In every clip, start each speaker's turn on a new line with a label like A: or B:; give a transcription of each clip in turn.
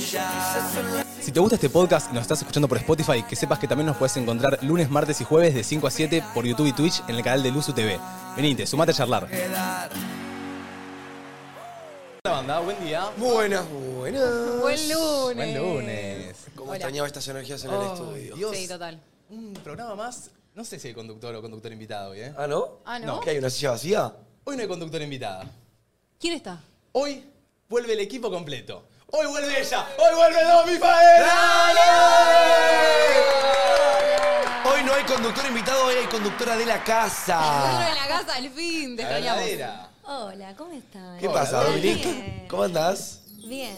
A: Si te gusta este podcast y nos estás escuchando por Spotify, que sepas que también nos puedes encontrar lunes, martes y jueves de 5 a 7 por YouTube y Twitch en el canal de Luzu TV. Venite, sumate a charlar. La banda, buen día.
B: Buenas, buenas.
C: Buen lunes.
A: Buen lunes.
B: Como
C: Hola.
B: extrañaba estas energías en el
A: Oh,
B: estudio.
A: Dios.
C: Sí, total.
A: Un programa más. No sé si hay conductor o conductor invitado hoy, ¿eh?
B: ¿Ah, no?
C: Ah, ¿no?
B: ¿Qué hay una silla vacía?
A: Hoy no hay conductor invitada.
C: ¿Quién está?
A: Hoy vuelve el equipo completo. Hoy vuelve ella. Hoy vuelve Domi Faena.
B: Hoy no hay conductor invitado, hoy hay conductora de la
C: Dentro de
B: casa.
C: la casa al fin, te
A: La
C: extrañamos.
A: verdadera.
D: Hola, ¿cómo están?
B: ¿Qué
A: Hola,
B: pasa,
A: hola.
B: Dominique?
D: Bien.
B: ¿Cómo andás?
D: Bien.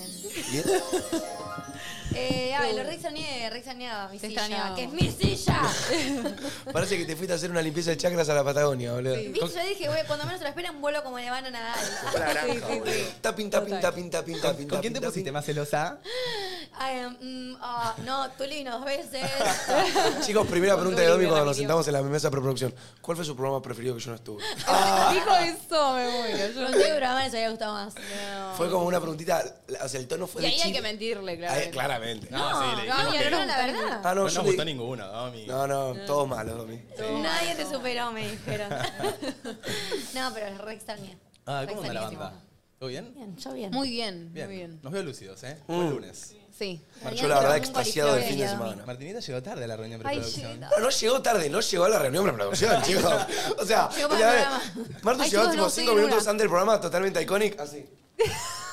B: ¿Bien?
D: Eh, ay, lo re soñé, re soñaba mi
C: Te
D: silla,
C: extrañaba.
D: que es mi silla.
B: Parece que te fuiste a hacer una limpieza de chakras a la Patagonia, boludo.
D: ¿Viste? Yo dije, güey, cuando menos se lo esperan, vuelo como le van a nadar.
B: Tapin, tapin, tapin, tapin, tapin.
A: ¿Con quién te
B: tapin,
A: pusiste más celosa?
D: Ay, mm, ah, no, Tulino dos veces.
B: tapin. Chicos, primera pregunta de
C: Domi,
B: Domi cuando nos
C: Ramiro.
B: sentamos en la mesa de preproducción. ¿Cuál fue su programa preferido que yo no estuve?
C: Dijo eso, me muero. Yo
D: No sé qué programa les había gustado más.
C: no.
B: Fue como una preguntita, o sea, el tono fue
C: Y
B: de
C: ahí hay que
B: chiste.
C: mentirle,
B: Ahí,
C: claro.
B: Claramente.
A: No, sí, le
C: no,
A: dijimos
C: no,
A: que-
C: no,
D: no, la verdad.
A: No
B: Ah, no, yo
A: nos
B: le-
A: gustó ninguno, Domi.
B: No, no, todos malos, Domi.
D: Nadie te superó, me dijeron. no, pero es re extrañé.
A: Ah,
D: Re
A: ¿cómo anda la
D: extrañísimo.
A: banda? ¿Todo bien?
D: Bien, yo bien.
C: Muy bien, muy
A: Bien.
C: bien.
A: Nos veo lúcidos,
B: Mm.
A: ¿eh? Buen lunes.
C: Sí.
B: Yo la verdad extasiado del fin de
D: Domi.
B: semana.
A: Martinita llegó tarde a la reunión de
D: Ay,
A: preproducción.
D: llega.
B: No, no llegó tarde, no llegó a la reunión de producción, chicos. O sea,
D: Llegó
B: mira,
D: para el
B: a ver,
D: programa.
B: Martu
C: Ay,
B: llegó
C: chicos,
B: tipo
C: no, soy
B: 5 minutos
C: Luna.
B: antes del programa, totalmente icónico. Ah, Así.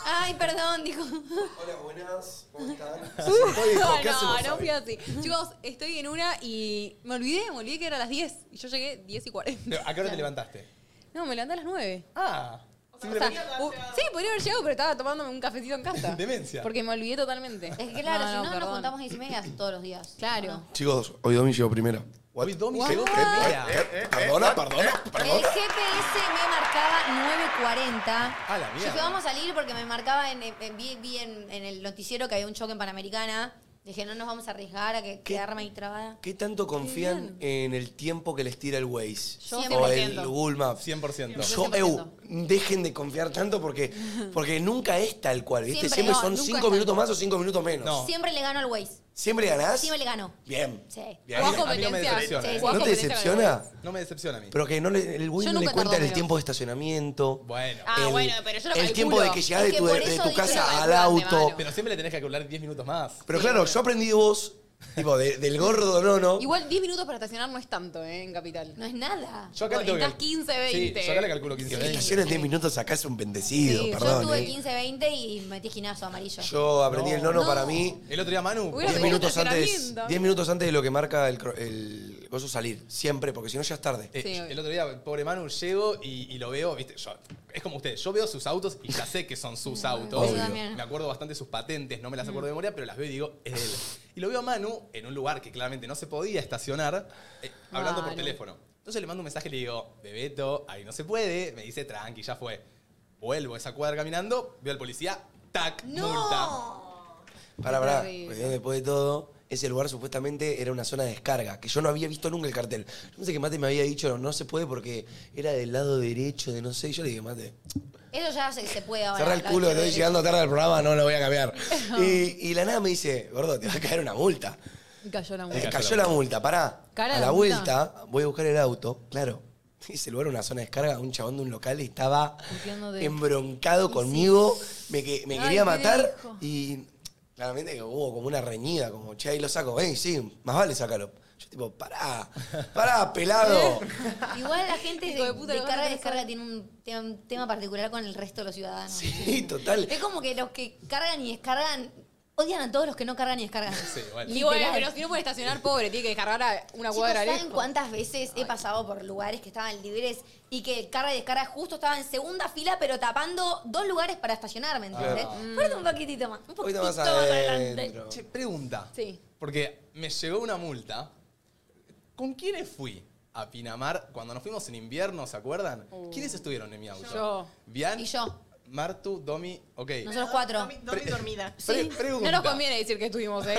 D: Ay, perdón, dijo.
B: Hola, buenas, ¿cómo están?
C: No,
B: ¿qué hacemos
C: no, no
B: hoy?
C: fui así. Chicos, estoy en una y me olvidé, me olvidé que era a las 10. Y yo llegué 10 y 40.
A: ¿A qué hora te levantaste?
C: No, me levanté a las 9.
A: Ah,
C: O sea, u- sí, podría haber llegado, pero estaba tomándome un cafecito en casa.
A: Demencia.
C: Porque me olvidé totalmente.
D: Es que claro,
C: No,
D: si
C: no,
D: no, nos
C: perdón.
D: juntamos 10 y media todos los días.
C: Claro.
B: Chicos, hoy Domi llegó primero.
A: Hoy Domi
C: What?
A: llegó
C: What?
A: primera.
B: Perdona, perdona,
D: El
C: Eh,
B: perdona.
D: GPS me marcaba 9.40.
A: A la
D: Yo
A: mierda.
D: dije, vamos a salir porque me marcaba en, en- vi, vi en, en el noticiero que había un choque en Panamericana. Dije, no nos vamos a arriesgar a que quedarme ahí trabada.
B: ¿Qué tanto confían en el tiempo que les tira el Waze?
C: Yo
B: o
C: 100%.
B: el Google Maps.
A: 100%.
B: Yo, eu, dejen de confiar tanto porque, porque nunca es tal cual, ¿viste?
D: Siempre,
B: Siempre,
D: no,
B: son
C: nunca
B: 5
C: es tal
B: minutos más o 5 minutos menos.
A: No.
D: Siempre le gano al Waze.
B: ¿Siempre ganás?
D: Siempre le gano.
B: Bien.
D: Sí.
B: Bien.
C: Jugás
A: A mí no me
C: competencia.
A: decepciona,
D: Sí, ¿eh? sí.
B: ¿No te
C: Jugás competencia con el
B: decepciona?
A: No me decepciona a mí.
B: Pero que no le- el Waze
C: Yo
B: no le
C: nunca
B: cuenta
C: tardo
B: el
C: menos.
B: tiempo de estacionamiento.
A: Bueno.
C: Ah,
B: el,
C: bueno, pero yo lo
B: El
C: calculo.
B: tiempo de que llegás de
D: Es que
B: tu,
D: por
B: de
D: eso
B: tu
D: dije,
B: casa
D: yo
B: al
C: calculo de
B: auto.
C: mano.
A: Pero siempre le tenés que calcular 10 minutos más.
B: Pero claro, yo aprendí de vos, tipo, de- del gordo no, no.
C: Waze. Igual 10 minutos para estacionar no es tanto, ¿eh? En Capital.
D: No es nada.
A: Yo acá le
C: Bueno,
A: tengo que-
C: estás 15, 20.
A: Sí, yo acá le calculo 15,
B: Que
A: 20.
B: estaciones 10 minutos acá es un bendecido,
C: Sí, yo
B: perdón.
D: Yo tuve
B: eh.
D: 15-20 y metí ginazo amarillo.
B: Yo aprendí el nono
D: No.
B: para mí.
A: El otro día Manu,
B: 10
C: Hubiera pedido
B: minutos, antes,
C: estacionamiento.
B: 10 minutos antes de lo que marca el, cro- el gozo salir. Siempre, porque si no ya es tarde.
A: eh,
C: Sí, obvio.
A: el otro día, pobre Manu, llego y, y lo veo, viste, yo, es como ustedes, yo veo sus autos y ya sé que son sus autos.
D: Obvio. también.
A: Me acuerdo bastante de sus patentes, no me las acuerdo de memoria, pero las veo y digo, es de él. Y lo veo a Manu en un lugar que claramente no se podía estacionar, eh, hablando por
C: Claro.
A: teléfono. Entonces le mando un mensaje y le digo, Bebeto, ahí no se puede. Me dice, tranqui, ya fue. Vuelvo a esa cuadra caminando, veo al policía, tac, multa.
B: Pará, pará.
C: terrible.
B: porque Después de todo, ese lugar supuestamente era una zona de descarga, que yo no había visto nunca el cartel. Yo pensé que Mate me había dicho, no se puede porque era del lado derecho de no sé. Y yo le dije, Mate,
D: Eso ya se, se puede ahora.
B: cerra el
D: La-
B: culo,
D: la-
B: estoy llegando tarde al programa, no lo voy a cambiar. Y, y la nada me dice, gordo, te va a caer una multa.
C: Y cayó la
B: Me
C: multa.
A: Eh.
B: cayó la multa, pará.
C: Cara
B: a
C: la
B: la
C: multa.
B: vuelta, voy a buscar el auto, claro. Ese lugar era una zona de descarga, un chabón de un local estaba
C: Puteando de-
B: embroncado conmigo, me, que- me
C: Ay,
B: quería
C: qué
B: matar
C: delijo.
B: y claramente que hubo como una reñida, como, che, ahí lo saco, ey, sí, más vale sácalo. Yo tipo, pará, pará, pelado.
D: Igual la gente
C: Hijo
D: de,
C: de puta,
D: de
C: lo
D: carga
C: vas
D: y
C: a
D: descarga tiene un, tiene un tema particular con el resto de los ciudadanos.
B: Sí, total.
D: Es como que los que cargan y descargan odian a todos los que no cargan y descargan.
A: Sí, bueno.
C: Y bueno,
D: Literal.
C: pero si no puede estacionar, pobre, tiene que descargar a una
D: Chicos,
C: cuadra
D: ¿saben
C: lejos.
D: cuántas veces he pasado por lugares que estaban libres y que carga y descarga justo estaba en segunda fila, pero tapando dos lugares para estacionarme, ¿entendés?
C: Mm.
D: Ponete un poquitito más. Un
B: Un poquito
D: poquitito
B: más
D: más
B: adentro.
D: adelante.
A: Che, pregunta.
C: Sí.
A: Porque me llegó una multa. ¿Con quiénes fui? A Pinamar, cuando nos fuimos en invierno, ¿se acuerdan? ¿Quiénes estuvieron en mi auto?
C: Uh. Yo.
A: Bian.
D: Y yo.
A: Martu, Domi, ok.
D: Nosotros cuatro.
E: Domi, Domi dormida.
A: Pre-
C: Sí,
A: pregunta.
C: no nos conviene decir que estuvimos, ¿eh?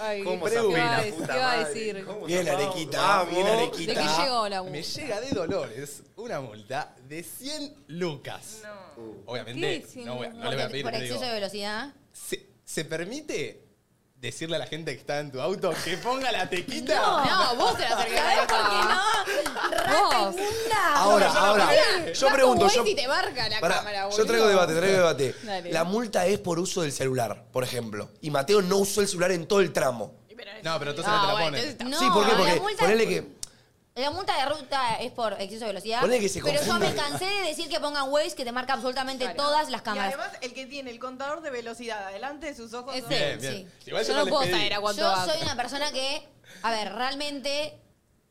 C: Ay,
F: ¿Cómo
C: ¿qué
F: zafé
C: iba a
F: la
C: decir?
F: puta
C: ¿Qué iba a
F: madre?
C: decir?
F: ¿Cómo
B: Bien
F: zafamos?
B: arequita,
F: Vamos.
B: bien
C: ¿De
B: arequita.
C: qué llegó la
A: Me
C: multa?
A: llega de Dolores una multa de 100 lucas. Obviamente,
C: ¿Qué?
A: no, voy a- no le voy a
D: Porque
A: pedir,
D: por
A: pero
D: exceso
A: digo,
D: de velocidad.
A: se- ¿Se permite decirle a la gente que está en tu auto que ponga la tequita?
C: No, vos te la
D: ¿Sabés
C: acercás. ¿eh?
D: por qué no? ¡Rata
C: Vos.
D: inmunda!
B: Ahora,
A: yo no
B: ahora,
A: quería.
B: Ah, yo pregunto, yo,
E: Si te marca la
B: Pará,
E: cámara, boludo.
B: yo traigo debate, traigo debate.
C: Dale.
B: La multa es por uso del celular, por ejemplo. Y Mateo no usó el celular en todo el tramo.
A: No, pero entonces no te la ponen.
D: No,
B: sí, ¿por qué?
D: la
B: Porque
D: multa-
B: ponele que.
D: La multa de ruta es por exceso de velocidad.
B: Ponele que se
D: pero yo
B: confunda.
D: me cansé de decir que pongan Waze que te marca absolutamente
E: Claro.
D: todas las cámaras.
F: Y además, el que tiene el contador de velocidad adelante de sus ojos.
C: Es
F: son-
A: Bien,
C: él,
A: bien.
C: Eh, sí.
A: Igual yo
C: yo
A: no
C: no
A: les
C: puedo
A: pedí.
C: saber a cuánto
D: Yo
C: va.
D: soy una persona que, a ver, realmente,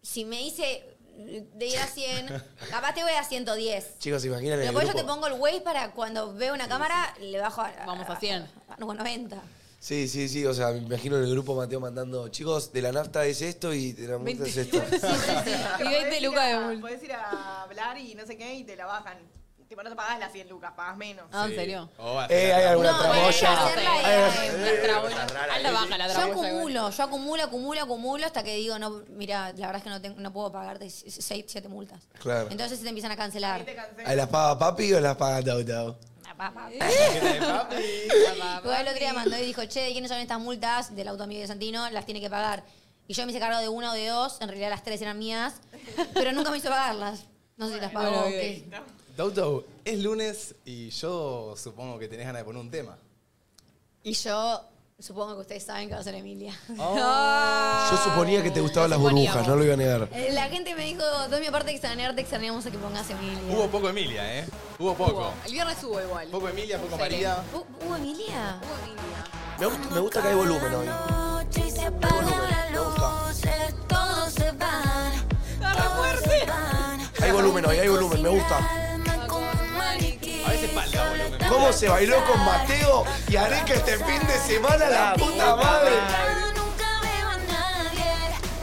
D: si me hice de ir a 100, capaz te voy a 110.
B: Chicos, ¿se imaginan en
D: Pero
B: el
D: por
B: grupo?
D: eso te pongo el Waze para cuando veo una cámara, le bajo a...
C: Vamos a 100.
D: No, a 90.
B: Sí, sí, sí. O sea, me imagino en el grupo Mateo mandando, chicos, de la nafta es esto y de la multa es esto.
C: Y
F: Podés
C: 20
F: ir
C: lucas
F: a-
C: de multa.
F: Podés ir a hablar y no sé qué y te la bajan. Tipo, no te pagás las 100 lucas, pagás menos.
C: Ah, en serio.
A: O hacer
B: Eh,
A: la
B: hay
A: trampa.
B: alguna
D: No,
B: tramoya.
D: bueno, hacerla
B: Hay-
D: era-
C: Una traboya. Alta baja la
D: Yo
C: traboya.
D: acumulo, yo acumulo, acumulo, acumulo hasta que digo, no, mira, la verdad es que no, tengo- no puedo pagarte 6, 7 multas.
B: Claro.
D: Entonces se te empiezan a cancelar.
F: Ahí te cansé.
B: ¿Hay las paga papi o las paga Tau Tau?
D: Pa, pa, pa.
A: Tarjeta
C: Eh.
A: de papi.
D: Igual el otro día mandó y dijo, che, ¿de quiénes son estas multas del auto amigo de Santino? Las tiene que pagar. Y yo me hice cargo de una o de dos, en realidad las tres eran mías, pero nunca me hizo pagarlas. No sé si las pagó.
C: Bueno,
D: o
C: bien.
D: qué.
A: Dauto, es lunes y yo supongo que tenés ganas de poner un tema.
D: Y yo supongo que ustedes saben que va a ser Emilia.
C: Oh.
D: Ah,
B: Yo suponía que te gustaban las burbujas, no lo iba a negar.
D: Eh, La gente me dijo, Tommy, aparte de extrañarte, extrañamos a que pongas Emilia.
A: Hubo poco Emilia, ¿eh? Hubo poco.
C: El viernes subo igual.
A: Poco Emilia, poco
C: Sí.
A: María.
D: ¿Hu- ¿Hubo Emilia?
B: Me gusta, me gusta que hay volumen hoy.
G: noche y se
B: Hay volumen,
G: apagan
B: me
G: las
B: gusta.
G: luces, todos se van. Todos se van.
B: Hay volumen hoy, hay volumen, me gusta.
A: A veces falta volumen.
B: ¿Cómo se bailó con Mateo y Areca este fin de semana, la puta madre?
G: Nunca veo a nadie,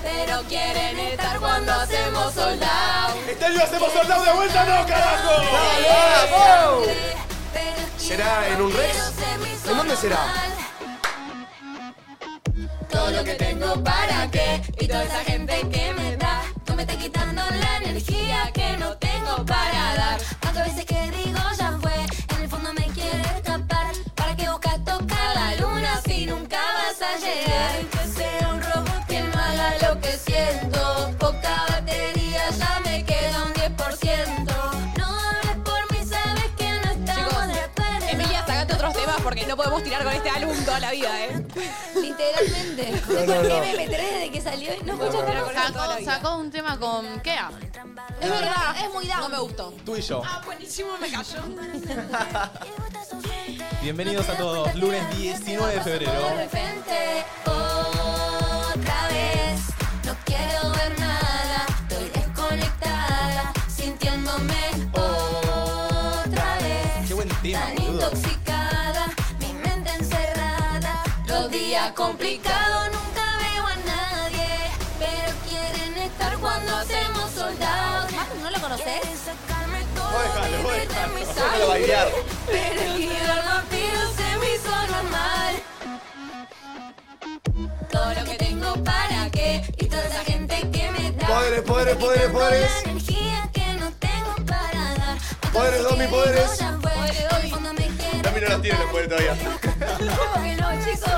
C: Pero quieren estar cuando hacemos soldado.
A: ¡Este año hacemos soldado de vuelta, no, carajo!
B: ¡Vamos!
G: pero
B: ¿Será en un Rex? ¿En dónde será?
G: todo lo que tengo para qué y toda esa gente que me da tú me estás quitando la energía que no tengo para dar cuántas veces que digo ya fue en el fondo me quiero escapar para que buscas tocar la luna si nunca vas a llegar que sea un robot que no haga lo que siento poca batería ya me queda un 10% no hables por mí sabes que no estamos de acuerdo
C: Emilia, sacate otros temas porque no podemos tirar con este álbum toda la vida, ¿eh?
D: Literalmente.
B: No, no, no.
D: me desde que salió y no escucho nada con eso toda la
E: Sacó,
D: vida.
E: sacó un tema con Kea.
D: Es verdad, es muy down.
C: No me gustó.
A: Tú y yo.
B: Ah,
D: Ah, pues,
E: Buenísimo, me cayó.
A: Bienvenidos a todos. Lunes 19 de
G: De
A: febrero.
G: repente, otra vez, no quiero ver nada, estoy desconectada, sintiéndome otra vez.
A: Qué buen tema,
G: Tan
A: boludo.
G: intoxicada, mi mente encerrada, los días complicados, nunca veo a nadie, pero quieren estar cuando hacemos soldados.
D: Marcos, ¿no lo conocés?
G: Quieren sacarme todo,
A: Vos dejalo, vos
G: vivir de
A: dejalo.
G: mis
B: Déjalo bailar.
G: pero girar rápido se me hizo normal. Todo lo que tengo para qué y toda esa gente que me da.
B: Poderes, poderes, poderes, poderes.
G: La energía que no tengo para dar. Otras
B: Poderes,
G: veces
B: Domi,
G: que digo,
B: poderes.
G: ya fue, el fondo me quiere escapar. ¿Cómo que no, chicos?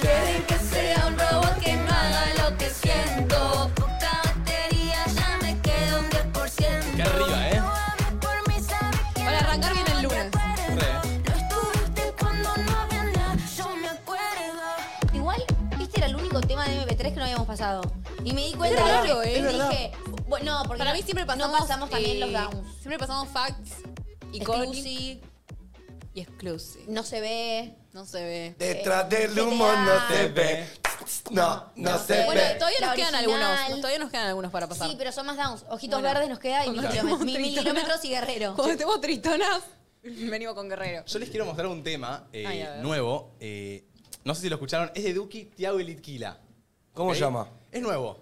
G: Quieren que sea un robot que no haga lo que siento. Poca batería, ya me queda un 10%.
A: Qué arriba, ¿eh?
G: No hables por mí, sabes que
C: Para arrancar bien el
G: no te
C: lunes.
G: acuerdas.
A: Re.
G: No estuviste cuando no había nada, yo me acuerdo.
D: Igual, este era el único tema de MP3 que no habíamos pasado. Y me di cuenta
C: Qué raro,
D: ahora,
C: ¿eh?
D: y
C: Es verdad.
D: dije, bueno, no, porque
C: Para
D: no-
C: mí siempre pasamos,
D: no pasamos también
C: eh,
D: los downs.
C: Siempre pasamos facts y coding
D: Exclusive,
C: y exclusive.
D: no se ve.
C: No se ve. Eh,
B: Detrás del humo no se ve. No, no se
C: Bueno,
B: ve.
C: todavía
D: La
C: nos quedan
D: original.
C: algunos. Todavía nos quedan algunos para pasar.
D: Sí, pero son más downs. Ojitos
C: Bueno.
D: verdes nos queda y mil
C: Cuando
D: kilómetros,
C: estemos
D: mil- mil
C: tritonas.
D: kilómetros y guerrero.
C: Cuando estemos tristonas, venimos con Guerrero.
A: Yo les quiero mostrar un tema eh,
C: Ay, a ver.
A: nuevo. eh, no sé si lo escucharon. Es de Duki, Tiago y Litquila.
B: ¿Cómo
A: ¿Ok?
B: se llama?
A: Es nuevo.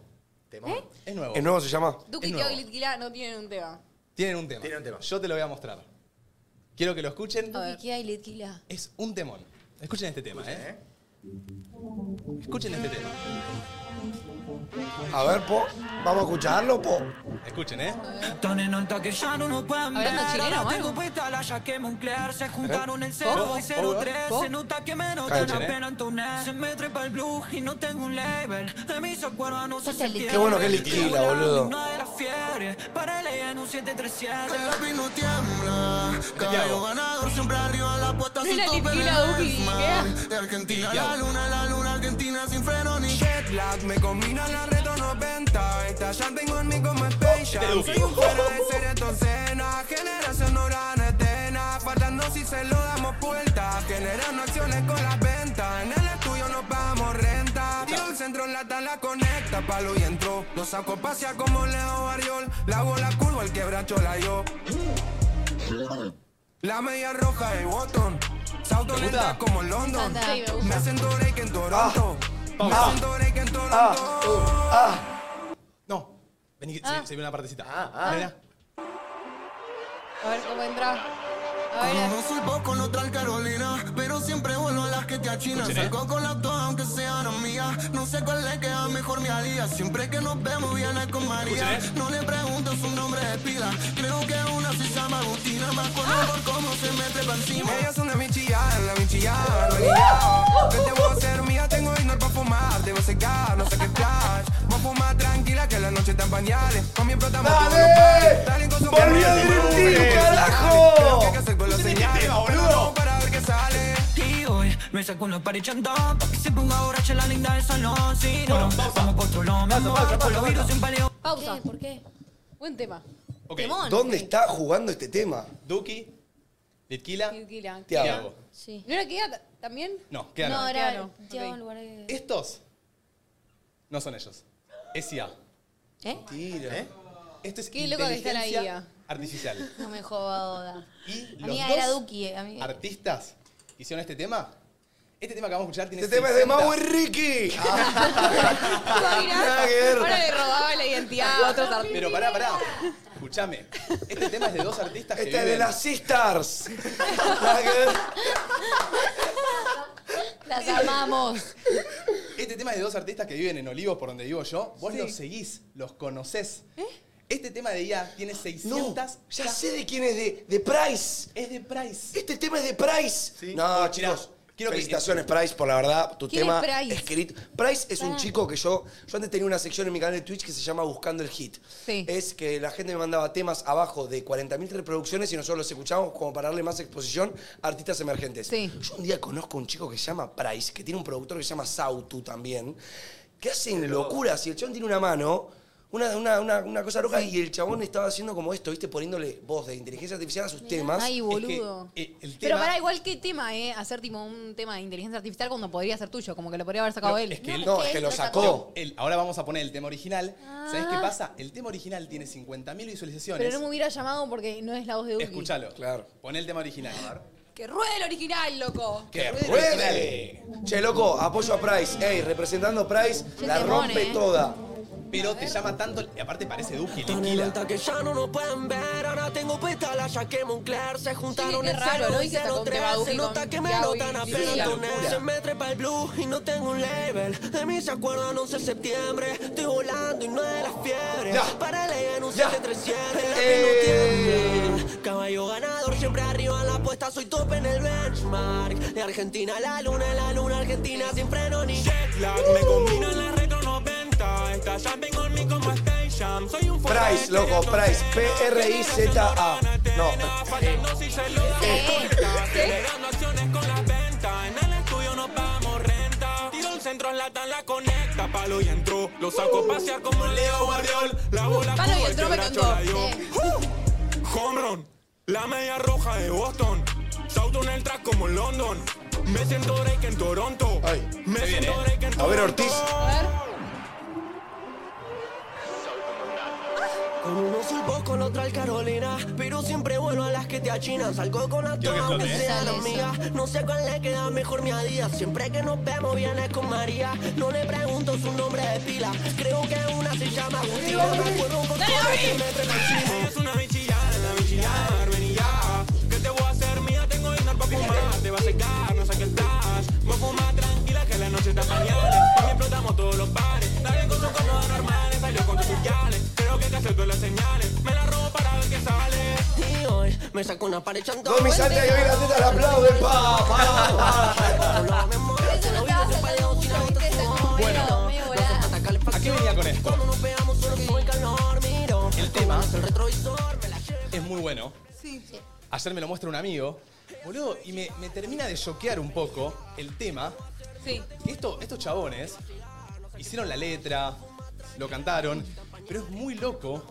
A: ¿Eh? Es nuevo.
B: ¿El nuevo se llama?
C: Duque
A: Es
C: y Tiago y
A: nuevo.
C: Litquila no tienen un tema.
A: Tienen un tema.
B: Tienen un tema.
A: Yo te lo voy a mostrar. Quiero que lo escuchen.
C: A ver.
D: Duki, Kia y Litquila.
A: Es un temón. Escuchen este tema, ¿eh? Escuchen este tema.
B: A ver, po. Vamos a escucharlo, po.
A: Escuchen, ¿eh?
H: Tonen en que ya no nos pueden ver.
C: Hablando chileno, ¿Eh?
H: Ahora
C: mano.
H: tengo puesta la jaque nuclear. Se juntaron el 0
A: ¿Vos?
H: y 03.
C: ¿Vos?
H: Se nota que me notan
A: Cachen, eh.
H: apenas entoné. Se me trepa el blue y no tengo un label. De mis acuerdos no se
D: Sos el
H: septiembre.
B: Qué bueno que es liquila, boludo.
H: Una de las fiebres. Para el en un 737.
A: Santiago.
C: No la tequila Duki, ¿qué?
A: Santiago.
H: Jet lag, me combina la reto 90. Esta ya tengo en mí como Space
A: Este
H: Jam.
A: Duki.
H: Soy un fuera de serie docena. Generación urbana eterna. Faltando si se lo damos vuelta. Generando acciones con las ventas. En el estudio nos pagamos renta. Tiro el centro en la tala conecta. Palo y entró. Lo saco pasia como Leo Barriol. La bola curva, el quebracho la yo. La media roja de botón. Sauto
A: ¿Te gusta?
H: lenta como London.
D: Anda.
C: Sí, me gusta.
H: Me hacen break en Toronto.
A: Ah.
H: Me hacen break en Toronto.
B: Ah, uh, ah.
A: No. Vení, que se, se viene una partecita.
B: Ah, ah.
A: Mirá, mirá.
C: A ver cómo entra. A ver.
H: No sulpo con otra Carolina, pero siempre vuelvo a las que te achinan.
A: Escuchen, eh.
H: Salgo con las dos, aunque sean amigas. No sé cuál le queda mejor mi alía. Siempre que nos vemos, viene con María.
A: Escuchen, eh.
H: No le pregunto su nombre de pila. Creo que una se llama Agustina. Más
C: Ah.
H: conozco cómo se mete pa' encima. Ella es una michillada, la michillada, no Te debo hacer mía, tengo dinero para fumar. Debo secar, no sé qué flash. Vos fumar tranquila, que la noche está en pañales. Con mi brotamos
B: ¡Dale!
H: Dale con su
B: ¡Volvió
H: camisa,
B: a
H: su
B: directivo,
H: Creo que hay
B: carajo!
H: que hacer con las
A: Escuchen este
H: señales.
A: tema, boludo.
H: Para ver qué sale. Y hoy me saco una parichando Pa' que se ponga borracha la linda de salón Si no,
A: Bueno, pausa.
H: vamos por Tolón Me
A: Pausa,
H: muero
A: pausa,
H: por
A: pausa,
H: los virus
A: pausa.
H: sin paleo
C: Pausa.
D: ¿Qué? ¿Por qué?
C: Buen tema.
A: Ok.
D: Temón.
B: ¿Dónde está jugando este tema?
A: Duki, Litquila,
C: Tequila.
B: Tiago.
A: Tiago.
D: Sí.
C: ¿No era queda ta- también?
A: No, quedan.
D: No,
C: queda
D: era
C: no.
D: yo
C: Ok.
D: en lugar de...
A: Estos no son ellos. Es IA.
D: ¿Eh?
B: Tira.
A: ¿Eh? Esto es
C: Qué loco que está la
A: inteligencia
C: IA.
A: artificial.
D: No me jodas.
A: Y los
D: Amiga,
A: dos
D: era Duki, eh, amiga.
A: artistas que hicieron este tema. Este tema que vamos a escuchar tiene
B: Este tema es de
A: 60.
B: Mau y Ricky. Nada que ver.
C: Ahora le robaba la identidad a otros artistas.
A: Pero pará, pará. Escuchame. Este tema es de dos artistas que
B: Este es
A: viven...
B: de las Sisters. Nada que ver.
D: Las amamos.
A: Este tema es de dos artistas que viven en Olivos, por donde vivo yo. Vos los seguís, los conocés. Este tema de IA tiene 600...
B: ¿Eh? No, ya sé de quién es, de, de Price.
A: Es de Price.
B: Este tema es de Price.
A: Sí.
B: No,
A: Mirá,
B: chicos.
A: quiero que-
B: Felicitaciones, Price, por la verdad, tu
C: ¿Quién
B: tema
C: es Price? Ah.
B: escrito. Price es un chico que yo. Yo antes tenía una sección en mi canal de Twitch que se llama Buscando el Hit.
C: Sí.
B: Es que la gente me mandaba temas abajo de 40.000 reproducciones y nosotros los escuchábamos como para darle más exposición a artistas emergentes.
C: Sí.
B: Yo un día conozco a un chico que se llama Price, que tiene un productor que se llama Sautu también, que hacen locuras. Y el chabón tiene una mano, una, una- una- una cosa roja, y el chabón estaba haciendo como esto, ¿viste? Poniéndole voz de inteligencia artificial a sus temas.
C: Ay, boludo.
A: Es que, eh, el
C: Pero
A: tema-
C: pará, igual qué tema, ¿eh? Hacer tipo un tema de inteligencia artificial cuando podría ser tuyo, como que lo podría haber sacado
A: No,
C: él.
A: es que él-
B: no, es que lo sacó.
A: El- ahora vamos a poner el tema original.
C: Ah.
A: ¿Sabés qué pasa? El tema original tiene 50.000 visualizaciones.
C: Pero no me hubiera llamado porque no es la voz de Duki.
A: Escuchalo.
B: Claro.
A: Pon el tema original.
C: ¡Que ruede el original, loco!
A: ¡Que
B: ¡Ruede! Che, loco, apoyo a Price. Ey, representando a Price,
D: Che,
B: la
D: temón,
B: rompe
D: eh.
B: toda.
A: Pero te llama tanto. Y aparte parece Duki, Liquila.
H: Tonelota que ya no nos pueden ver, ahora tengo puesta la jaque Moncler Se juntaron
C: qué
H: el
C: raro,
H: 0
C: ¿no?
H: y
C: Y que sacó un
H: 03
C: tema
H: Se
C: Duki
H: nota
C: con
H: que me
C: Yao y
H: notan
C: Liquila.
A: Sí, la
H: apenas toné
A: locura.
H: Se me trepa el blue y no tengo un label De mí se acuerdan 11 de septiembre Estoy volando y no de las fiebres
B: Ya.
H: Para leer en un
B: Ya.
H: 737 El
B: Eh.
H: lápiz no tiembla. Caballo ganador siempre arriba en la apuesta Soy top en el benchmark De Argentina a la luna, la luna argentina sin freno ni jet lag Me combino en la retro 90 Esta ya vengo en mí como Space Jam Soy un
B: Price, loco, Price. P-R-I-Z-A. No. eh,
H: Generando acciones con las ventas. En el estudio nos pagamos renta. Tiro el centro, la tan la conecta. Palo y entró. Lo saco a pasear como Leo Guardiol. La bola
C: Palo y
H: cubo, el
C: entró, me
H: quebracho
C: contó.
H: la dio. Uh, home run. La media roja de Boston. Sauto en el track como en London. Me siento Drake en Toronto.
B: Ay,
H: Me
A: viene.
H: siento Drake en
B: A ver,
H: Toronto.
B: Ortiz.
H: Con uno soy vos, con otra el Carolina Pero siempre vuelvo a las que te achinan Salgo con las
A: Quiero que
H: todas, aunque
A: flote, ¿eh?
H: sean
D: Sale eso.
H: amigas No sé cuál le queda mejor mi adidas Siempre que nos vemos viene con María No le pregunto su nombre de pila Creo que una se llama Agustina Me acuerdo con todo lo que me preparé. Ella Es una bichillada, la bichillada, vení ya Que te voy a hacer mía, tengo dinero para fumar Te va a secar, no saques el flash Vos fumá tranquila que
I: Me sacó una pared chanta.
B: Domi salta y hoy la teta la aplaude. eh, Pa, pa, pa.
A: Bueno, ¿a qué venía con esto? El tema es muy bueno.
C: Sí.
A: Ayer me lo muestra un amigo, boludo, y me, me termina de choquear un poco el tema.
C: Sí.
A: que esto, estos chabones hicieron la letra, lo cantaron, pero es muy loco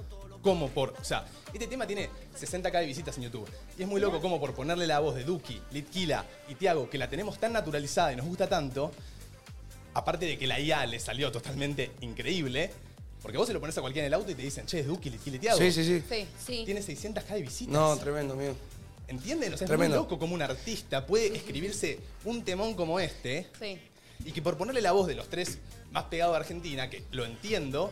A: como por. O sea, este tema tiene 60k de visitas en YouTube. Y es muy loco como por ponerle la voz de Duki, Litquila y Tiago, que la tenemos tan naturalizada y nos gusta tanto. Aparte de que la IA le salió totalmente increíble. Porque vos se lo pones a cualquiera en el auto y te dicen, che, es Duki, Litquila y Tiago.
B: Sí, sí, sí.
C: Sí. Sí.
A: Tiene 600k de visitas.
B: No, tremendo, mío.
A: ¿Entienden? O sea, es
B: Tremendo.
A: muy loco como un artista puede escribirse un temón como este.
C: Sí.
A: Y que por ponerle la voz de los tres más pegados de Argentina, que lo entiendo.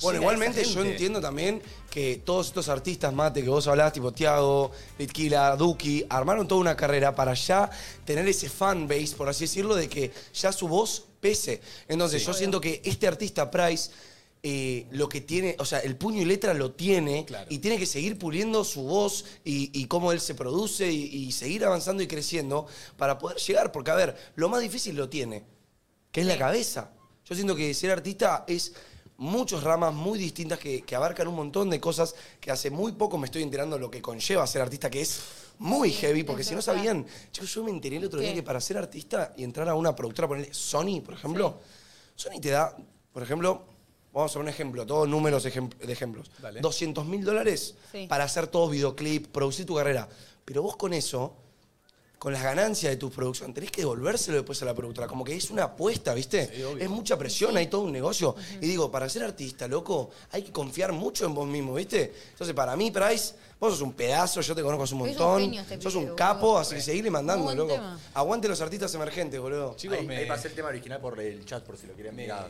B: Bueno,
A: llega a
B: igualmente
A: esa
B: yo
A: gente.
B: entiendo también que todos estos artistas, Mate, que vos hablás, tipo Tiago, Litquila, Duki, armaron toda una carrera para ya tener ese fan base, por así decirlo, de que ya su voz pese. Entonces yo siento que este artista Price, eh, lo que tiene, o sea, el puño y letra lo tiene
A: Claro.
B: y tiene que seguir puliendo su voz y, y cómo él se produce y, y seguir avanzando y creciendo para poder llegar. Porque, a ver, lo más difícil lo tiene, que es la cabeza. Yo siento que ser artista es muchas ramas muy distintas que, que abarcan un montón de cosas que hace muy poco me estoy enterando lo que conlleva ser artista, que es muy heavy, porque si no sabían, chicos, yo me enteré el otro día
C: ¿Qué?
B: que para ser artista y entrar a una productora, ponerle Sony, por ejemplo, Sony te da, por ejemplo, vamos a poner un ejemplo, todos números ejem- de ejemplos,
A: Dale.
B: 200 mil dólares
C: Sí.
B: para hacer todos videoclips, producir tu carrera, pero vos con eso con las ganancias de tu producción, tenés que devolvérselo después a la productora. Como que es una apuesta, ¿viste?
A: Sí, obvio.
B: es mucha presión, hay todo un negocio. Y digo, para ser artista, loco, hay que confiar mucho en vos mismo, ¿viste? Entonces, para mí, Price, vos sos un pedazo, yo te conozco hace un
D: Es un
B: montón.
D: genio este
B: sos un
D: pibe,
B: capo,
D: boludo.
B: así que seguirle mandando,
C: Muy buen
B: loco.
C: tema.
B: Aguante los artistas emergentes, boludo.
A: Chicos,
J: ahí,
A: me,
J: ahí pasé el tema original por el chat, por si lo quieren
A: me-
J: mirar.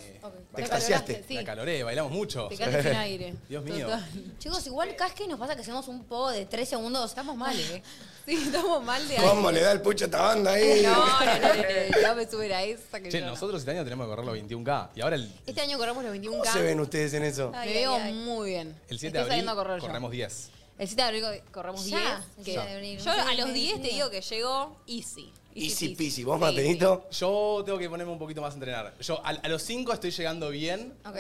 B: Te extasiaste.
C: Sí.
A: la caloré, bailamos mucho.
C: Te quedaste sin aire.
A: Dios mío.
C: Total.
D: Chicos, igual Casque nos pasa que hacemos un poco de tres segundos.
C: Estamos mal, ¿eh? Sí, estamos mal de
B: ¿Cómo
C: aire.
B: le da el pucho a esta banda ahí?
C: No, no, no, no, no, Eh, no me suben a esa que
A: Che,
C: yo no.
A: nosotros este año tenemos que correr los 21K. Y ahora el,
D: Este año corremos los
B: ¿Cómo
D: 21K.
B: se ven ustedes en eso?
D: Ay,
C: Me
D: ay,
C: veo
D: ay.
C: muy bien.
A: el 7 de
C: Estoy
A: abril
C: saliendo a correr yo.
A: corremos 10.
C: El 7 de abril co- corremos
D: Ya,
C: 10.
D: el
C: que-
D: 7 de abril.
C: Yo
D: No sé
C: a
D: qué
C: los
D: me
C: 10 te
D: decía.
C: digo que llego easy.
B: Easy peasy. ¿Vos, Matenito?
A: Yo tengo que ponerme un poquito más a entrenar. Yo a, a los 5 estoy llegando bien
D: Ok.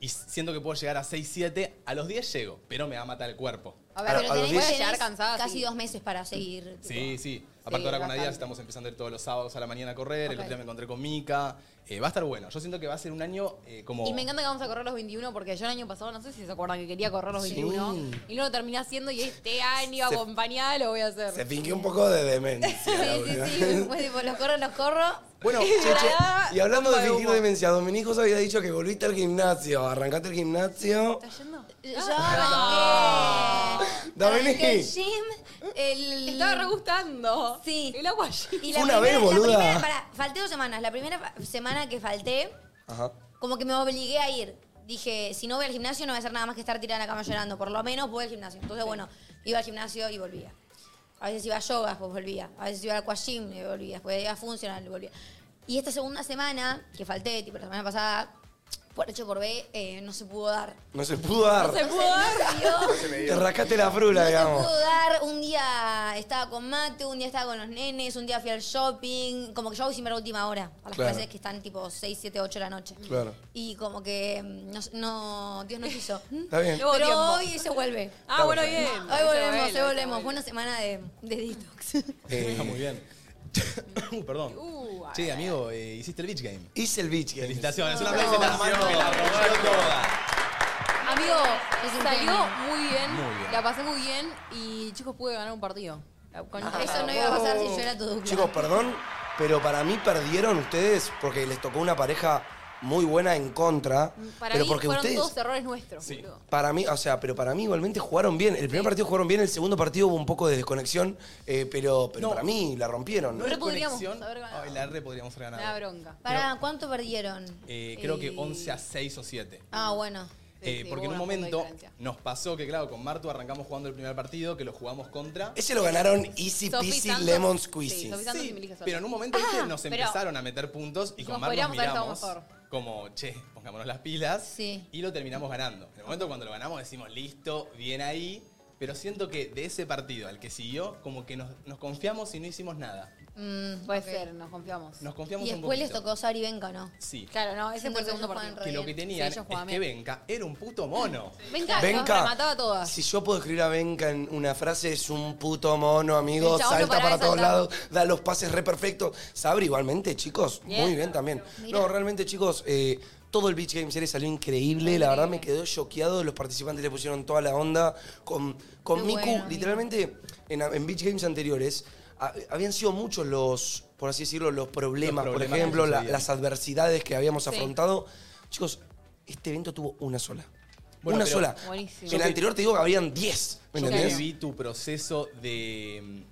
A: y siento que puedo llegar a 6, 7. A los 10 llego, pero me va a matar el cuerpo.
C: A
B: A
C: ver,
B: los-
C: pero
B: a los
C: tenés, voy a
B: 10.
C: llegar cansada.
D: Casi
C: sí.
D: dos meses para seguir.
A: Sí,
D: tipo.
A: sí. Aparte ahora con
C: bastante.
A: Adidas estamos empezando a ir todos los sábados a la mañana a correr. El
D: Ok.
A: otro día me encontré con Mika. Eh, va a estar bueno. Yo siento que va a ser un año eh, como...
C: Y me encanta que vamos a correr los 21 porque yo el año pasado, no sé si se acuerdan que quería correr los 21 y no lo terminé haciendo y este año
B: Se-
C: acompañada lo voy a hacer.
B: Se fingió un poco de demencia.
D: Sí,
B: boludo.
D: sí, sí. Después, tipo, los corro, los corro.
B: Bueno, che, che, y hablando de
C: Tapa de
B: fingir
C: humo.
B: demencia, Dominijos había dicho que volviste al gimnasio, arrancaste el gimnasio.
D: Yo arranqué.
B: Dame
D: Arranqué el
B: ni.
D: gym. El...
C: Te estaba re gustando.
D: Sí.
C: El agua allí.
D: Y
B: Una vez, boluda.
D: La primera, pará, falté dos semanas. La primera fa- semana que falté,
B: Ajá.
D: como que me obligué a ir. Dije, si no voy al gimnasio, no voy a hacer nada más que estar tirada en la cama llorando. Por lo menos voy al gimnasio. Entonces, bueno, iba al gimnasio y volvía. A veces iba a yoga, pues volvía. A veces iba al aquagym y volvía. Después iba a funcional y volvía. Y esta segunda semana, que falté, tipo la semana pasada, por hecho por B, eh, no se pudo dar.
B: No se pudo dar.
C: Se pudo dar.
D: Se dio.
B: Te rascaste la frula,
D: No
B: digamos.
D: te puedo dar, un día estaba con Mate, un día estaba con los nenes, un día fui al shopping, como que yo voy siempre a última hora, a las
B: Claro.
D: clases que están tipo 6, 7, 8 de la noche.
B: Claro.
D: Y como que mm, no, no, Dios no quiso.
B: Está bien.
C: Luego
D: Pero
C: tiempo.
D: hoy se vuelve.
C: Ah, bueno, bien.
D: Hoy volvemos, hoy
C: Se vuelve,
D: volvemos.
C: se
D: Fue una semana de, de detox.
B: Eh,
A: Está Ah, muy bien. Uh, Perdón.
C: Uh, a
A: che,
C: ver.
A: amigo, eh, hiciste el Beach Game.
B: hice el beach game.
A: Felicitaciones. Una felicitación que la rompió toda.
C: Amigo,
D: Es un
C: salió
D: genio.
C: muy bien,
A: Muy bien.
C: La pasé muy bien y chicos pude ganar un partido. La- con-
D: Eso no iba a pasar si yo era tu dupla.
B: Chicos, perdón, pero para mí perdieron ustedes porque les tocó una pareja muy buena en contra.
C: Para
B: pero
C: mí
B: porque
C: fueron
B: ustedes.
C: todos errores nuestros.
A: Sí.
C: boludo.
B: Para mí, o sea, pero para mí igualmente jugaron bien. El primer partido jugaron bien, el segundo partido hubo un poco de desconexión, eh, pero,
A: No.
B: pero para mí la rompieron.
C: No, Re podríamos
A: Conexión.
C: haber ganado.
A: Ay, la re podríamos haber
C: Me da
A: ganado.
C: bronca.
D: Pará, ¿cuánto perdieron?
A: Eh, creo que
C: Eh.
A: 11 a 6 o 7.
D: Ah, bueno.
A: Eh,
C: sí,
A: porque
C: hubo
A: en un
C: una punta de
A: momento
C: diferencia.
A: nos pasó que, claro, con Martu arrancamos jugando el primer partido, que lo jugamos contra.
B: Ese lo ganaron Easy
C: Sofi
B: Peasy
C: Santos-
B: Lemon
C: Sí,
B: Squeezy.
C: Sofi Santos y
A: Sí,
C: Milly Jesús.
A: pero en un momento ¿viste? nos
C: Ah, pero-
A: empezaron a meter puntos y
C: Dijimos,
A: con Mar nos
C: podríamos haber estado
A: miramos como, che, pongámonos las pilas
D: Sí.
A: y lo terminamos ganando. En el momento cuando lo ganamos decimos, listo, bien ahí, pero siento que de ese partido al que siguió, como que nos, nos confiamos y no hicimos nada.
C: Puede ser, nos confiamos.
A: Nos confiamos
D: Mm, Y
A: un
D: después
A: poquito.
D: les tocó Sari Benca, ¿no?
A: Sí.
C: Claro, no, ese fue
D: Entonces
C: el segundo
D: ellos juegan
C: partido.
A: Que lo que tenían
C: Sí, ellos
A: es
C: jugaban
A: que
C: bien.
A: Benca era un puto mono.
C: Venga,
B: Benca,
C: nos remataba todas.
B: Si yo puedo escribir a Benca en una frase, es un puto mono, amigo.
D: El chabón
B: Salta
D: no para
B: para
D: de
B: todos
D: saltar.
B: lados, da los pases re perfectos. Sabri, igualmente, chicos.
C: Bien.
B: Muy bien también. No, realmente, chicos, eh, todo el Beach Game Series salió increíble. La verdad me quedó choqueado. Los participantes le pusieron toda la onda. Con, con
D: Qué
B: Miku,
D: bueno,
B: literalmente, en, en Beach Games anteriores, a- habían sido muchos los, por así decirlo, los problemas.
A: Los problemas
B: por
A: que
B: ejemplo, la-
A: sucedían.
B: las adversidades que habíamos afrontado. Chicos, este evento tuvo una sola.
A: Bueno,
B: una
A: pero-
B: sola.
C: Buenísimo.
B: En el anterior te digo que habían 10. ¿Me
A: Yo
B: entendés?
A: viví tu proceso de mm,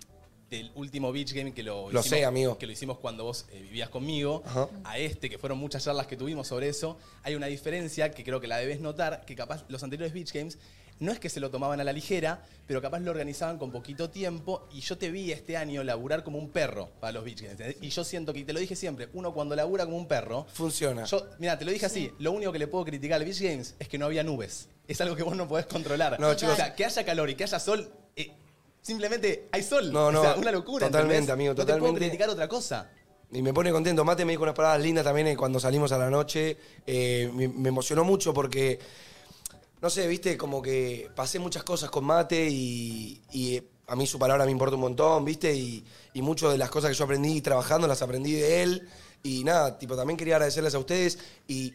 A: del último Beach Game que lo,
B: Lo sé, amigo.
A: que lo hicimos cuando vos eh, vivías conmigo,
B: Ajá.
A: a este, que fueron muchas charlas que tuvimos sobre eso, hay una diferencia que creo que la debes notar, que capaz los anteriores Beach Games no es que se lo tomaban a la ligera, pero capaz lo organizaban con poquito tiempo y yo te vi este año laburar como un perro para los Beach Games. ¿entendés? Y yo siento que, y te lo dije siempre, uno cuando labura como un perro,
B: Funciona.
A: yo, mira, te lo dije así, lo único que le puedo criticar al Beach Games es que no había nubes. Es algo que vos no podés controlar.
B: No, chicos.
A: O sea, que haya calor y que haya sol, eh, simplemente hay sol.
B: No, no,
A: O sea, una locura.
B: totalmente,
A: ¿entendés?
B: amigo,
A: No te puedo
B: totalmente.
A: criticar otra cosa.
B: Y me pone contento. Mate me dijo unas palabras lindas también eh, cuando salimos a la noche. Eh, me, me emocionó mucho porque, no sé, viste, como que pasé muchas cosas con Mate y, y, eh, a mí su palabra me importa un montón, viste, y, y muchas de las cosas que yo aprendí trabajando las aprendí de él. Y nada, tipo, también quería agradecerles a ustedes y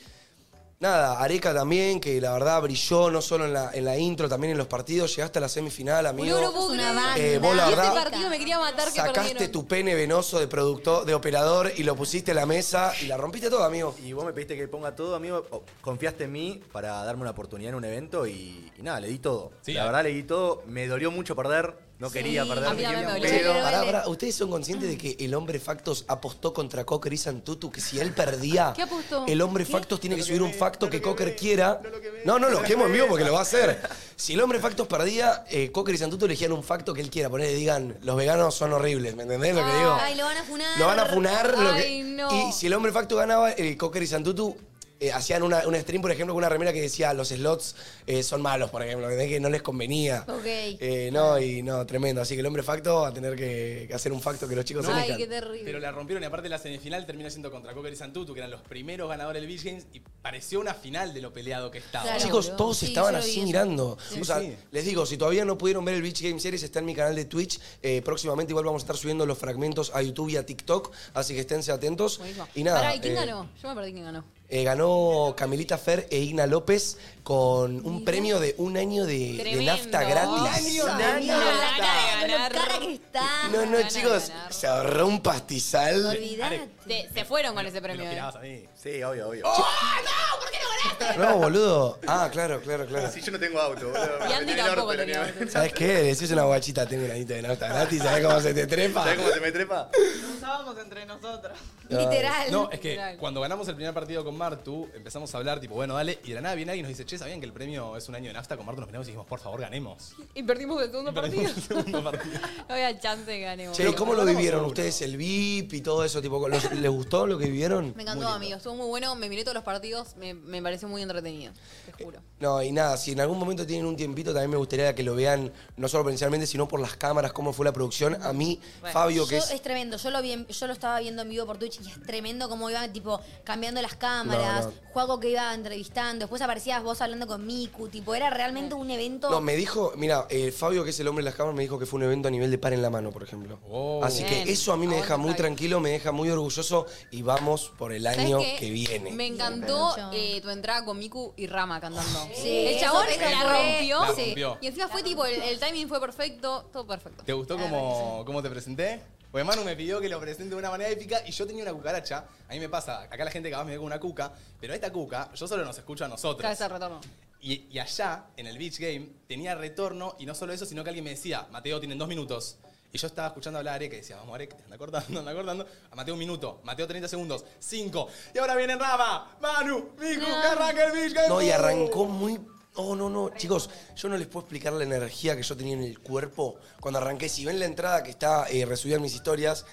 B: Nada, Areca también, que la verdad brilló no solo en la, en la intro, también en los partidos. Llegaste a la semifinal, amigo.
C: Boludo, no puedo
D: Una
C: creer.
D: banda.
B: Eh, vos, la
C: Y este
B: verdad,
C: partido me quería matar que
B: Sacaste
C: perdieron.
B: tu pene venoso de productor, de operador y lo pusiste a la mesa y la rompiste todo, amigo.
J: Y vos me pediste que ponga todo, amigo. O- Confiaste en mí para darme una oportunidad en un evento y, y nada, le di todo.
A: Sí,
J: la
A: ah.
J: verdad, le di todo. Me dolió mucho perder. No quería perder.
C: a mí también me dolió.
J: pero-
B: Pará, pará, ¿ustedes son conscientes de que el hombre Factos apostó contra Cocker y Santutu? Que si él perdía,
E: ¿Qué apostó?
B: el hombre Factos tiene que subir un facto que Cocker quiera. No, no, lo quemo en vivo porque lo va a hacer. Si el hombre Factos perdía, eh, Cocker y Santutu elegían un facto que él quiera. Ponerle, digan, los veganos son horribles, ¿me entendés lo que digo?
D: Ay, lo van a funar.
B: Lo van a funar. lo que-
C: Ay, no.
B: Y si el hombre facto ganaba, eh, Cocker y Santutu eh, hacían una, un stream, por ejemplo, con una remera que decía los slots eh, son malos, por ejemplo, que que no les convenía.
D: Ok.
B: Eh, no, y no, tremendo. Así que el hombre facto va a tener que, que hacer un facto que los chicos se
C: Ay,
B: elijan.
C: qué terrible.
A: Pero la rompieron y aparte la semifinal termina siendo contra Cocker y Santutu, que eran los primeros ganadores del Beach Games y pareció una final de lo peleado que estaba.
D: Claro.
B: Chicos,
D: boludo.
B: todos
D: Sí,
B: estaban
D: yo lo vi
B: así
D: eso.
B: mirando.
A: Sí,
B: o sea,
A: sí.
B: les digo, si todavía no pudieron ver el Beach Game Series, está en mi canal de Twitch. Eh, próximamente igual vamos a estar subiendo los fragmentos a YouTube y a TikTok, así que esténse atentos.
C: Buenísimo.
B: Y nada.
C: Pará, ¿y
B: eh,
C: quién ganó? Yo me perdí quién ganó.
B: Eh, ganó Camilita Fer e Igna López con un premio de un año de, de
E: Tremendo.
B: nafta
E: Un
B: gratis.
D: No,
E: no,
D: la cara,
E: no,
D: la
E: no,
D: cara
E: no.
D: que está.
B: No, no,
E: ganar,
B: chicos,
E: ganar.
B: se ahorró un pastizal.
D: Olvidate.
E: Te- se fueron con ese
A: Me lo
E: premio.
A: tirabas a mí.
J: Sí, obvio, obvio.
C: eh.
B: No, boludo. Ah, claro, claro, claro.
J: Si yo no tengo auto, boludo.
E: Y Andy
J: Tenía
E: tampoco
J: orto,
E: tenía
J: tenía-
B: ¿Sabes qué? Decís una guachita, tengo un añito de nafta gratis, ¿sabes cómo se te trepa?
J: ¿Sabés cómo te me trepa?
F: Lo usábamos entre nosotros.
D: Literal.
A: No, es que
C: Literal.
A: cuando ganamos el primer partido con Martu, empezamos a hablar, tipo, bueno, dale, y de la nada viene alguien y nos dice, che, ¿sabían que el premio es un año de nafta? Con Martu nos miramos y dijimos, por favor, ganemos.
C: Y perdimos el segundo partido.
A: Perdimos el segundo partido.
C: no había chance de que ganemos.
B: Che, ¿y ¿cómo lo
A: Ganamos
B: vivieron
A: seguro.
B: ustedes? El VIP y todo eso, tipo, ¿los- ¿les gustó lo que vivieron?
C: Me encantó, amigo. Estuvo muy bueno. Me miré todos los partidos. Me, me pareció muy entretenido.
B: Eh,
C: Te juro.
B: No, y nada, si en algún momento tienen un tiempito, también me gustaría que lo vean, no solo presencialmente, sino por las cámaras, cómo fue la producción. A mí, Fabio, que
D: Yo-
B: es
D: es tremendo. Yo lo, vi en- yo lo estaba viendo en vivo por Twitch y es tremendo cómo iban, tipo, cambiando las cámaras,
B: No,
D: Juego que iba entrevistando, después aparecías vos hablando con Miku, tipo, era realmente un evento.
B: No, me dijo, mira, eh, Fabio, que es el hombre de las cámaras, me dijo que fue un evento a nivel de par en la mano, por ejemplo.
A: Oh.
B: Así
C: Bien.
B: que eso a mí me deja muy
C: Aguante, Fabio.
B: tranquilo, me deja muy orgulloso y vamos por el
C: ¿Sabes
B: año
C: qué?
B: que viene.
C: Me encantó
D: Mucho.
C: eh, tu entrada con Miku y Rama cantando.
D: Sí,
C: el chabón
D: eso- eso
C: la
D: fue-
C: rompió.
A: La rompió.
C: Y encima fue tipo, el, el timing fue perfecto. Todo perfecto.
A: ¿Te gustó cómo, cómo te presenté? Porque Manu me pidió que lo presente de una manera épica y yo tenía una cucaracha. A mí me pasa, acá la gente capaz me ve con una cuca, pero a esta cuca yo solo nos escucho a nosotros.
C: Cabeza de retorno.
A: Y, y allá, en el Beach Game, tenía retorno y no solo eso, sino que alguien me decía, Mateo, tienen dos minutos. Y yo estaba escuchando hablar a Arek, que decía, vamos Arek, anda cortando, anda cortando. A Mateo un minuto, Mateo 30 segundos, cinco. Y ahora viene Rama, Manu, Miku, que arranca el Beach Game.
B: No, y arrancó muy. Oh, no, no, chicos, yo no les puedo explicar la energía que yo tenía en el cuerpo cuando arranqué. Si ven la entrada que está eh, resubida en mis historias,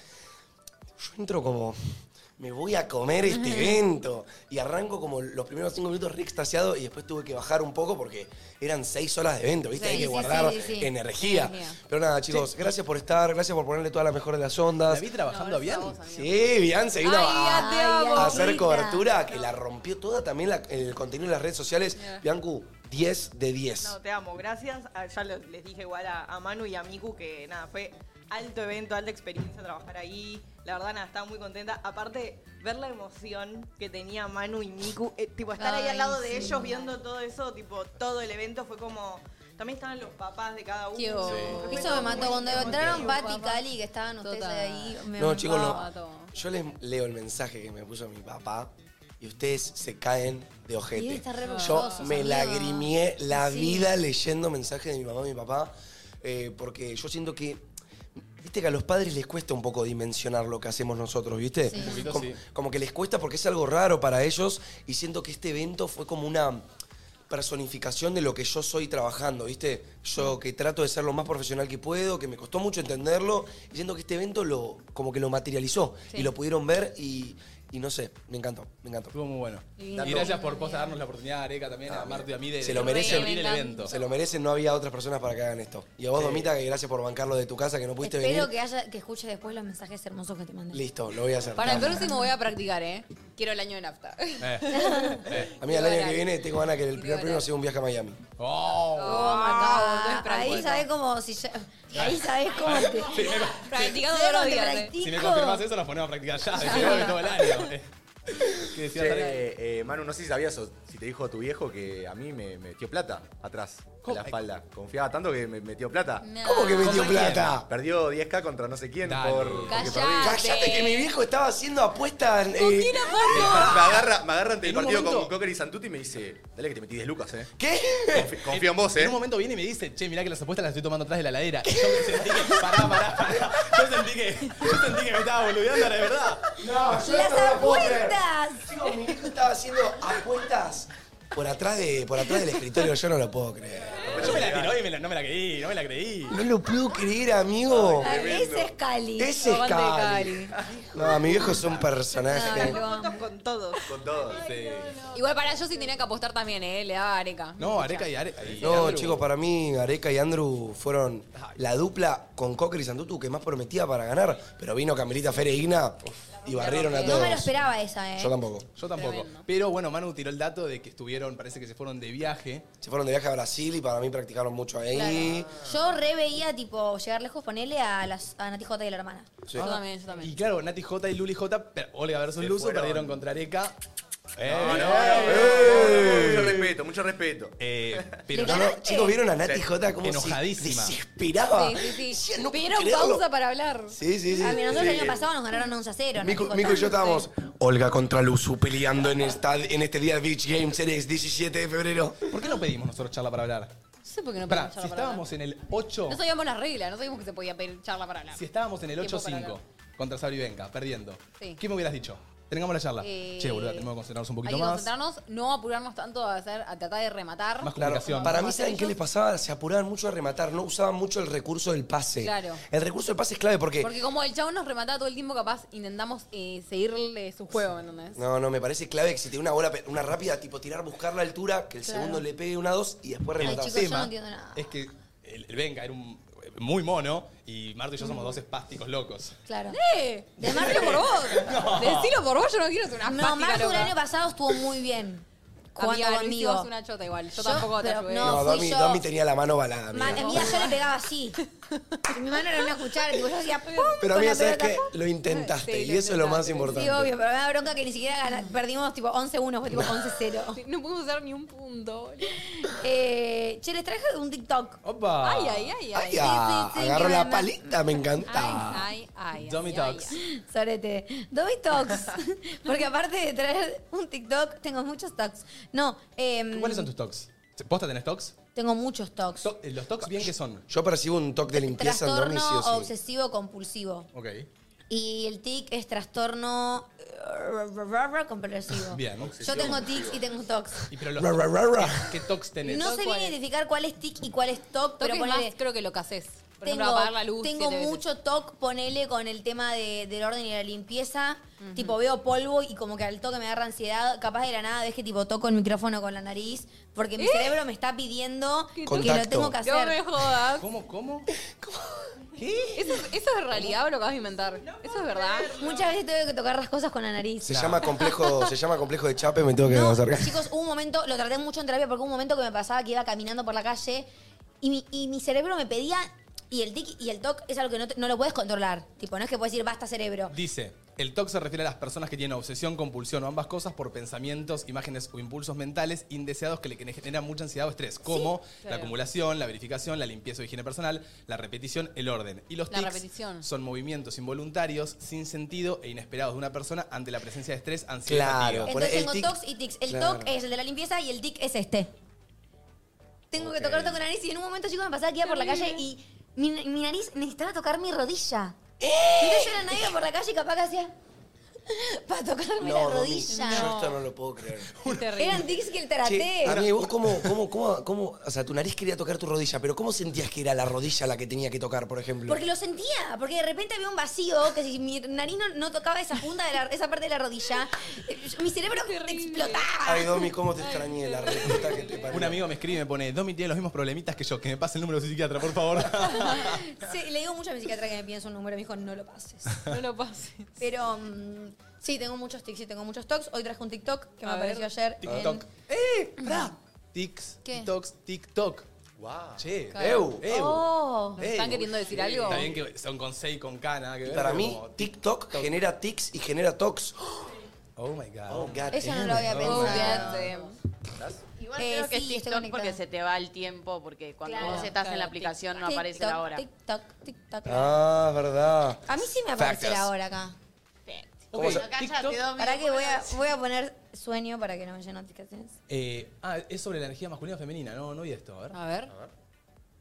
B: yo entro como. me voy a comer este evento. Y arranco como los primeros cinco minutos re extasiado y después tuve que bajar un poco porque eran seis horas de evento, ¿viste?
I: Sí,
B: Hay que
I: sí,
B: guardar
I: sí, sí, sí.
B: energía.
I: Energía.
B: Pero nada, chicos, gracias por estar, gracias por ponerle toda la mejor de las ondas.
A: ¿La vi trabajando a Bian?
B: Sí, Bian se vino
A: Ay,
B: a,
A: ya te amo,
B: a hacer
A: Rita.
B: cobertura que la rompió toda también la- el contenido en las redes sociales. Biancu, 10 de 10.
F: No, te amo, gracias. Ah, Ya lo- les dije igual a, a Manu y a Miku que nada, fue alto evento, alta experiencia trabajar ahí. La verdad, nada, estaba muy contenta. Aparte, ver la emoción que tenía Manu y Miku, eh, tipo, estar ahí
E: Ay,
F: al lado de
E: sí.
F: ellos viendo todo eso, tipo, todo el evento fue como. También estaban los papás de cada uno.
D: Qué
F: Fue
D: Eso
F: todo
D: me mató.
F: muy
D: Cuando
F: emotivo.
D: entraron Pati y Cali, que estaban ustedes
F: Total.
D: ahí, me
B: No, chicos, no.
D: mató.
B: Yo les leo el mensaje que me puso mi papá y ustedes se caen de ojete.
D: Y está re
B: Yo
D: vergonzoso,
B: me
D: amigo.
B: lagrimié la
D: Sí.
B: vida leyendo mensajes de mi mamá y mi papá eh, porque yo siento que. Viste que a los padres les cuesta un poco dimensionar lo que hacemos nosotros, ¿viste?
A: Un poquito,
B: como,
A: sí.
B: como que les cuesta porque es algo raro para ellos y siento que este evento fue como una personificación de lo que yo soy trabajando, ¿viste? Yo que trato de ser lo más profesional que puedo, que me costó mucho entenderlo, y siento que este evento lo, como que lo materializó
A: Sí.
B: y lo pudieron ver y, y no sé, me encantó, me encantó.
A: Estuvo muy bueno.
B: Lindo.
A: Y gracias por posta darnos la oportunidad, Areca, también, a Marto y a mí de,
B: se lo
A: de
B: merecen,
A: abrir el evento.
B: se lo merecen, no había otras personas para que hagan esto. Y a vos,
A: Sí.
B: Domita, que gracias por bancarlo de tu casa, que no pudiste
D: Espero
B: venir.
D: que, haya, que escuches después los mensajes hermosos que te mandé.
B: Listo, lo voy a hacer.
C: Para el próximo voy a practicar, ¿eh? Quiero el año de nafta.
A: Eh,
B: A mí el año que viene tengo ganas que el primer premio sea un viaje a Miami.
D: Oh, my
C: Ah,
D: God.
C: no es práctico.
D: ahí sabés cómo si ya- ahí sabés cómo te
A: Si me,
C: Practicando
D: Cero
C: todos los
D: te
C: días. ¿eh?
D: practico.
A: si me confirmás eso, nos ponemos a practicar ya, desde hoy todo el año. ¿Qué decías,
J: Che,
A: Tarek?
J: eh, eh, Manu, no sé si sabías o si te dijo tu viejo que a mí me metió plata atrás, en la espalda. Confiaba tanto que me metió plata.
B: ¿Cómo que metió plata?
J: Perdió 10k contra no sé quién por. porque perdí.
B: Cállate que mi viejo estaba haciendo apuestas. eh,
J: Me agarra, me agarra ante el
A: En un
J: partido con
A: momento-
J: Cocker y Santuti y me dice, dale que te metí 10 lucas, eh.
B: ¿Qué?
J: Confío, en vos, eh.
A: En un momento viene y me dice, che, mirá que las apuestas las estoy tomando atrás de la ladera. Y yo me sentí que, pará, pará, pará. Yo sentí que, yo sentí que me estaba boludeando, la verdad.
B: No, yo
D: ¡Las
B: no lo puedo creer.
D: apuestas!
B: Chicos, mi viejo estaba haciendo apuestas por atrás, de, por atrás del escritorio, yo no lo puedo creer.
A: Yo me la tiró y me la- no me la creí, no me la creí.
B: No lo puedo creer, amigo.
D: Ay, Ese es Cali.
B: Ese es
D: Aguante
B: Cali. No, mi viejo es un personaje.
F: Juntos con todos.
J: Con todos,
A: sí.
C: Igual para yo sí tenía que apostar también, ¿eh? Le daba areca.
A: No, Areca y Areca.
B: No, chicos, para mí Areca y Andrew fueron la dupla con Cocker y Santutu que más prometía para ganar, pero vino Camerita Fereigna y barrieron a
D: No me lo
B: todos.
D: esperaba esa, ¿eh?
B: Yo tampoco.
A: Yo tampoco. Pero bueno, Manu tiró el dato de que estuvieron, parece que se fueron de viaje.
B: Se fueron de viaje a Brasil y para mí practicaron mucho ahí.
D: Yo re veía, tipo, llegar lejos, ponerle a, las, a Nati J y la hermana.
B: Sí.
C: Yo también, yo también.
A: Y claro, Nati J y Luli J, pero Olga versus
J: Se
A: Luzu
J: fueron.
A: perdieron contra Areca. Eh,
J: No, no, no,
A: eh.
J: no, no, Mucho respeto, mucho respeto.
A: Eh, pero
B: No, no, Eh, chicos, ¿vieron a Nati
J: Sí.
B: J como
A: Enojadísima.
B: desesperaba?
C: Sí, sí, sí.
B: no puedo
C: Pidieron
B: creerlo.
C: pausa para hablar.
B: Sí, sí, sí.
D: A mí, nosotros
B: Sí.
D: el año pasado nos ganaron 11 a 0.
B: Mico,
D: Nati J.
B: Mico y yo estábamos Olga contra Luzu peleando en, esta- en este día de Beach Games Series 17 de febrero.
A: ¿Por qué no pedimos nosotros charla para hablar?
C: No sé por qué no
A: Pará,
C: podemos
A: si
C: charla para hablar.
A: estábamos en el 8,
C: No sabíamos las reglas, no sabíamos que se podía pedir charla para hablar.
A: si estábamos en el
C: Tiempo para
A: 8-5 contra Sabri Venga, perdiendo,
C: Sí.
A: ¿qué me hubieras dicho? Tengamos la charla.
C: Eh,
A: che, boludo, tenemos que concentrarnos un
C: Hay
A: poquito
C: que
A: más.
C: concentrarnos, no apurarnos tanto a, hacer, a tratar de rematar.
A: Más
B: Claro,
A: comunicación.
B: para mí, ¿saben qué les pasaba? Se apuraban mucho a rematar, no usaban mucho el recurso del pase.
C: Claro.
B: El recurso del pase es clave porque...
C: Porque como el chavo nos remataba todo el tiempo, capaz intentamos eh, seguirle su juego, ¿entendés?
B: No, no, me parece clave que si tiene una bola, pe- una rápida, tipo tirar, buscar la altura, que el
C: Claro.
B: segundo le pegue una dos y después
A: El
B: rematar.
D: chicos, yo
A: tema
D: no entiendo nada.
A: es que el, el Venga era un, muy mono y Marto y yo
C: Mm.
A: somos dos espásticos locos.
D: Claro.
C: ¡Eh! Decilo por vos. Decilo por vos, yo no quiero ser una
D: No,
C: fástica
D: Martu el
C: loca.
D: año pasado estuvo muy bien. Jugando
C: Amiga, Luis,
D: conmigo.
C: vos una chota igual. Yo, tampoco te
D: pero
C: ayudé.
B: No,
D: no. fui
B: Domi,
D: yo.
B: Domi tenía la mano balada. amiga.
D: Ma- Amiga, yo le pegaba así. Y mi mano era una cuchara, tipo, yo hacía pum.
B: Pero
D: con
B: amiga,
D: la
B: ¿sabes
D: pelota,
B: qué?
D: pum.
B: Lo intentaste
C: Sí,
B: y
C: lo
B: eso es lo más
D: Sí,
B: importante.
D: obio, pero me da bronca que ni siquiera gana- perdimos tipo 11-1, fue tipo 11-0.
C: No pudimos usar ni un punto. boludo.
D: Eh, che, les traje un TikTok.
A: ¡Opa!
C: Ay, ay,
B: Ay,
C: ay, ay.
B: ah,
D: sí, sí,
B: agarro
D: que
B: la
D: me-
B: palita, me encanta.
C: Ay, ay, ay.
A: Dummy
C: ay,
A: Talks.
C: ay.
D: Sorete. Domi Talks. Porque aparte de traer un TikTok, tengo muchos talks. No, eh,
A: ¿Cuáles son tus tocs? ¿Posta tenés tocs?
D: Tengo muchos talks.
A: To- eh, ¿Los tocs bien que son?
B: Yo percibo un toque de limpieza en Domi,
D: Trastorno
B: sí o sí.
D: obsesivo compulsivo.
A: Ok.
D: Y el tic es trastorno eh, compulsivo.
A: Bien.
D: Yo tengo tics y tengo tocs.
A: Y pero los
B: Ra, ra, ra, ra.
A: ¿Qué tocs tenés?
D: No
C: ¿Toc
D: sé bien
C: cuál es?
D: identificar cuál es tic y cuál es toc,
C: Toque
D: pero ponele,
C: más, creo que lo que haces. Por ejemplo, apagar la luz
D: tengo
C: siete veces.
D: mucho toque, ponele con el tema de- del orden y la limpieza. Tipo, veo polvo y como que al toque me agarra ansiedad. Capaz de la nada ves que tipo toco el micrófono con la nariz. Porque mi
C: ¿Eh?
D: cerebro me está pidiendo que lo
B: Contacto.
D: tengo que hacer.
C: No me jodas.
A: ¿Cómo, cómo?
C: ¿Eso, es- ¿Eso es realidad o lo acabas de inventar? ¿Eso es verdad?
D: Muchas veces tengo que tocar las cosas con la nariz.
B: Se llama complejo, se llama complejo de chape, me tengo que acercar.
D: Chicos, hubo un momento, lo traté mucho en terapia porque hubo un momento que me pasaba que iba caminando por la calle y mi, y mi cerebro me pedía. Y el tic y el toc es algo que no, te- no lo puedes controlar. Tipo, no es que puedes decir basta cerebro.
A: Dice, el TOC se refiere a las personas que tienen obsesión, compulsión o ambas cosas por pensamientos, imágenes o impulsos mentales indeseados que le que le generan mucha ansiedad o estrés, como la
C: Claro.
A: acumulación, la verificación, la limpieza o higiene personal, la repetición, el orden. Y los
C: La
A: tics
C: repetición.
A: son movimientos involuntarios, sin sentido e inesperados de una persona ante la presencia de estrés, ansiedad
B: Claro,
A: fatiga.
B: por
D: Entonces
B: el
D: tengo
B: tic-
D: tocs y tics. El
B: Claro.
D: toc es el de la limpieza y el tic es este. Tengo que tocar toco la nariz y en un momento, chicos, me pasaba que iba por la calle y mi, mi nariz necesitaba tocar mi rodilla.
B: ¡Eh!
D: Entonces yo era nadie por la calle y capaz que hacía para tocarme
B: No,
D: la
B: Romy,
D: rodilla.
B: yo esto no lo puedo creer.
D: Eran tics que el traté.
B: Che, amigo, ¿vos cómo, cómo, cómo, cómo- o sea, tu nariz quería tocar tu rodilla, pero cómo sentías que era la rodilla la que tenía que tocar, por ejemplo?
D: Porque lo sentía, porque de repente había un vacío que si mi nariz no, no tocaba esa punta de la, esa parte de la rodilla, eh, mi cerebro explotaba.
B: Ay, Domi, cómo te extrañé la respuesta que te parió.
A: Un amigo me escribe y me pone, Domi tiene los mismos problemitas que yo, que me pase el número de su psiquiatra, por favor.
D: Sí, le digo mucho a mi psiquiatra que me piense un número, me dijo, no lo pases.
E: No lo pases.
D: Pero mm, sí, tengo muchos tics, sí, tengo muchos tocs. Hoy traje un TikTok que me
E: A ver.
D: apareció ayer.
A: TikTok. ¡Eh! ¡Pra! Tics,
C: ¿Qué?
A: TikToks, TikTok.
B: Wow.
A: Che,
B: Claro.
A: eu,
D: En-
A: eu.
D: Oh.
C: ¿Nos están queriendo decir algo?
A: Está bien que son con C y con K, nada que ver.
B: Para
A: pero
B: mí,
A: como tic-
B: TikTok genera tics y genera tox.
A: Oh my God.
B: Oh, God
D: Eso no
B: damn
D: lo
B: it.
D: había
C: Oh,
D: pensado.
C: bien.
D: Eh,
I: creo que
D: sí,
I: es
D: estoy
I: TikTok porque
D: conectada.
I: se te va el tiempo, porque cuando
D: Claro.
I: vos estás
C: Claro,
I: en la aplicación no aparece
D: TikTok,
I: la hora.
D: TikTok, TikTok.
B: Ah, es verdad.
D: A mí sí me aparece
B: Factors.
D: la hora acá.
A: Ok, TikTok,
D: Para que voy a, voy a poner sueño para que no me lleguen notificaciones.
A: eh, ah, es sobre la energía masculina o femenina. No, no vi esto. A ver.
C: A ver.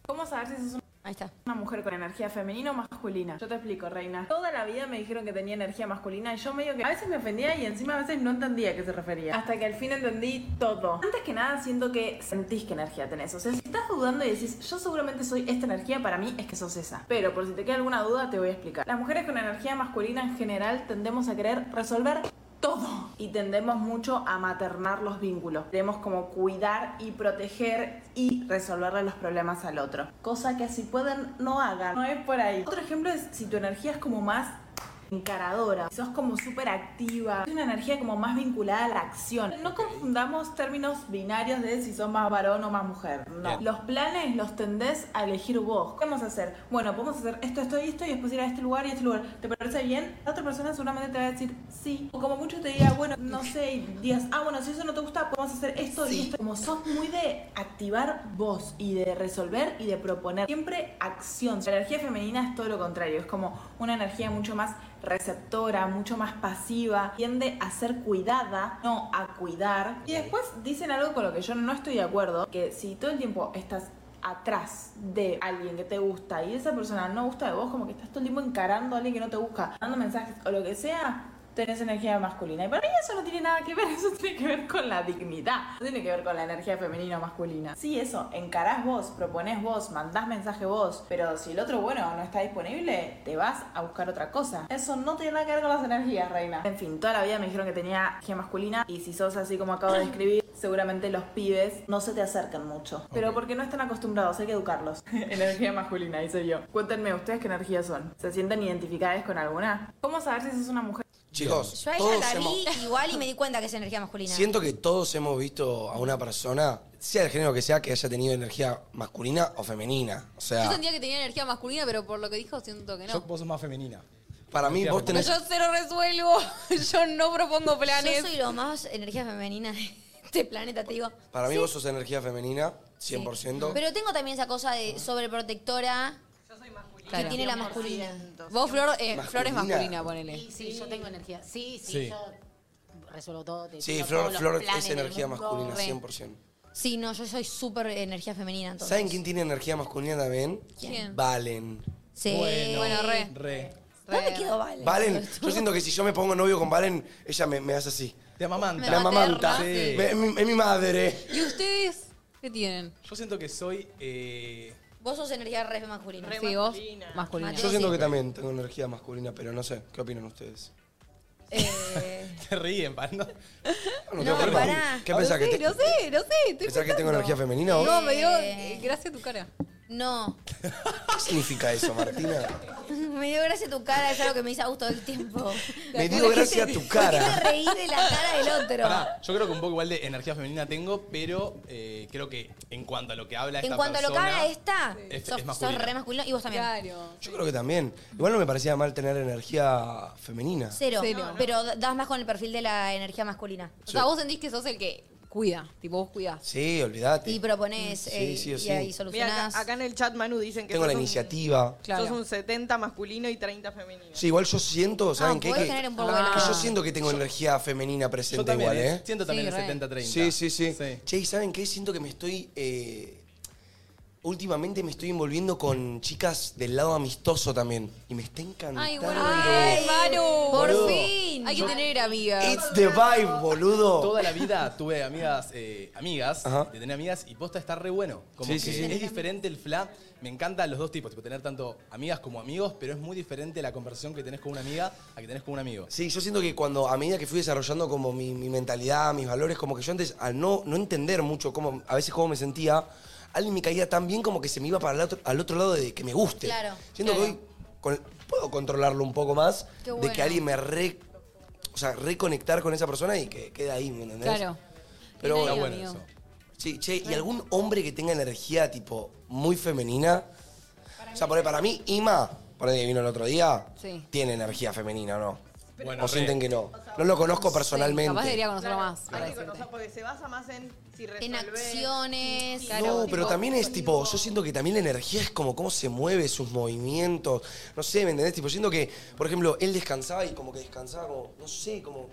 K: ¿Cómo saber si sos
D: Ahí está.
K: una mujer con energía femenina o masculina? Yo te explico, reina. Toda la vida me dijeron que tenía energía masculina y yo medio que a veces me ofendía y encima a veces no entendía a qué se refería. Hasta que al fin entendí todo. Antes que nada, siento que sentís qué energía tenés. O sea, si estás dudando y decís, yo seguramente soy esta energía, para mí es que sos esa. Pero por si te queda alguna duda, te voy a explicar. Las mujeres con energía masculina en general tendemos a querer resolver todo. Y tendemos mucho a maternar los vínculos. Queremos como cuidar y proteger y resolverle los problemas al otro. Cosa que si pueden, no hagan. No es por ahí. Otro ejemplo es si tu energía es como más encaradora, si sos como súper activa, es una energía como más vinculada a la acción. No confundamos términos binarios de si sos más varón o más mujer, no.
A: Bien.
K: Los planes los tendés a elegir vos. ¿Qué vamos a hacer? Bueno, podemos hacer esto, esto y esto y después ir a este lugar y a este lugar. ¿Te parece bien? La otra persona seguramente te va a decir sí. O como mucho te diga, bueno, no sé, y digas, ah, bueno, si eso no te gusta, podemos hacer esto y esto. Como sos muy de activar vos y de resolver y de proponer. Siempre acción. La energía femenina es todo lo contrario. Es como una energía mucho más receptora, mucho más pasiva. Tiende a ser cuidada, no a cuidar. Y después dicen algo con lo que yo no estoy de acuerdo. Que si todo el tiempo estás atrás de alguien que te gusta y esa persona no gusta de vos, como que estás todo el tiempo encarando a alguien que no te busca, dando mensajes o lo que sea, tenés energía masculina. Y para mí eso no tiene nada que ver, eso tiene que ver con la dignidad, no tiene que ver con la energía femenina o masculina. Sí, eso, encarás vos, proponés vos, mandás mensaje vos, pero si el otro bueno no está disponible, te vas a buscar otra cosa. Eso no tiene nada que ver con las energías, reina. En fin, toda la vida me dijeron que tenía energía masculina y si sos así como acabo de describir, seguramente los pibes no se te acercan mucho. Pero porque no están acostumbrados, hay que educarlos. energía masculina, dice yo. Cuéntenme, ¿ustedes qué energías son? ¿Se sienten identificadas con alguna? ¿Cómo saber si sos una mujer?
B: Chicos,
D: Yo a ella
B: todos
D: la
B: hemos-
D: vi igual y me di cuenta que es energía masculina.
B: Siento que todos hemos visto a una persona, sea del género que sea, que haya tenido energía masculina o femenina. O
C: Yo
B: sea,
C: sentía que tenía energía masculina, pero por lo que dijo siento que
A: Yo,
C: no.
A: vos sos más femenina.
B: para mí vos
C: No,
B: tenés...
C: yo cero resuelvo. Yo no propongo
D: Yo
C: planes.
D: soy lo más energía femenina de este planeta, te digo.
B: Para mí vos sos energía femenina, 100%.
D: Pero tengo también esa cosa de sobreprotectora
F: Yo soy masculina.
D: que tiene la masculina.
C: Vos, Flor, eh,
B: Masculina.
C: Flor es masculina, ponele.
I: Sí,
L: Sí, yo tengo energía. Sí, sí,
A: Sí.
L: yo resuelvo todo. te
B: Sí,
L: tiro
B: Flor,
L: todos los
B: Flor
L: planes
B: es
L: del
B: energía
L: mundo.
B: masculina,
L: Re.
B: 100%.
D: Sí, no, yo soy súper energía femenina entonces.
B: ¿Saben quién tiene energía masculina también?
C: ¿Quién?
B: Valen.
D: Sí.
C: Bueno, re.
A: Re.
D: ¿Dónde quedó Valen?
B: Valen, yo siento que si yo me pongo novio con Valen, ella me, me hace así.
A: Te amamanta.
B: Me amamanta.
A: Sí.
B: Me- Es mi- es mi madre.
C: ¿Y ustedes qué tienen?
A: Yo siento que soy eh,
D: Vos sos energía re masculina.
C: Re Sí, vos, masculina.
B: Yo siento que también tengo energía masculina, pero no sé. ¿Qué opinan ustedes?
A: Te ríen, pa, ¿no?
B: No, tengo problema. ¿Qué
C: No
B: pensás que
C: sé,
B: te-
C: no sé, no sé. estoy
B: ¿Pensás que tengo
C: pensando.
B: energía femenina vos?
C: No, me dio eh, gracia tu cara.
D: No,
B: ¿Qué significa eso, Martina?
D: me dio gracia tu cara, es algo que me hizo gusto todo el tiempo.
B: Me dio gracia tu cara.
D: Me reí de la cara del otro.
A: Pará, yo creo que un poco igual de energía femenina tengo, pero eh, creo que en cuanto a lo que habla
D: En
A: esta
D: cuanto a lo que
A: persona,
D: habla esta,
A: es-
D: sos,
A: es
D: sos
A: masculina.
D: re masculino y vos también.
B: Yo creo que también. Igual no me parecía mal tener energía femenina.
D: Cero.
C: Cero. No, no.
D: Pero da- das más con el perfil de la energía masculina.
C: O sea, vos sentís que sos el que cuida, tipo vos cuidás.
B: Sí, olvídate.
D: Y proponés
B: Sí,
D: eh,
B: sí o
D: y,
B: sí.
D: ahí
F: Mira,
D: solucionás.
F: acá, acá en el chat Manu dicen que
B: Tengo la
F: sos, un,
B: iniciativa.
F: sos un 70 masculino y 30 femenino.
B: Sí, igual yo siento, ¿saben qué?
F: Ah, podés
B: Que, Ah.
F: tener un poco
B: que
F: de la-
B: yo siento que tengo energía femenina presente
A: Yo también,
B: igual,
A: ¿eh?
B: ¿eh?
A: Siento también Sí, el re. 70-30.
B: Sí, sí, sí, Che, ¿y saben qué? Siento que me estoy... eh, últimamente me estoy envolviendo con chicas del lado amistoso también. Y me está encantando.
C: Ay, bueno. Ay, Manu.
B: Por Boludo.
C: fin. Hay que tener amigas.
B: It's the vibe, boludo.
A: Toda la vida tuve amigas, eh, amigas, de tener amigas y posta está re bueno. Como
B: Sí,
A: que
B: sí, sí.
A: es diferente el fla. Me encantan los dos tipos, tipo tener tanto amigas como amigos, pero es muy diferente la conversación que tenés con una amiga a que tenés con un amigo.
B: Sí, yo siento que cuando, a medida que fui desarrollando como mi, mi mentalidad, mis valores, como que yo antes, al no, no entender mucho cómo, a veces cómo me sentía, alguien me caía tan bien como que se me iba para el otro, al otro lado de que me guste.
D: Claro.
B: Siento que hoy con- puedo controlarlo un poco más,
D: Qué
B: de que
D: bueno.
B: alguien me re, o sea, reconectar con esa persona y que quede ahí, ¿me entendés?
D: Claro.
B: Pero
D: Qué
B: bueno,
D: nervio, amigo.
B: Sí, che, ¿y algún hombre que tenga energía tipo muy femenina? o sea, poné, para mí, Ima, por ahí vino el otro día,
C: Sí.
B: tiene energía femenina, ¿no?
A: Bueno,
B: o
A: re.
B: sienten que no. No lo conozco
C: Capaz
B: personalmente.
C: debería conocerlo más. para
F: Hay que
C: decirte.
F: conocer porque se basa más en si resolvés.
D: En acciones.
B: No, pero también es tipo, yo siento que también la energía es como cómo se mueve, sus movimientos. No sé, ¿me entendés? Tipo, siento que, por ejemplo, él descansaba y como que descansaba como, no sé, como.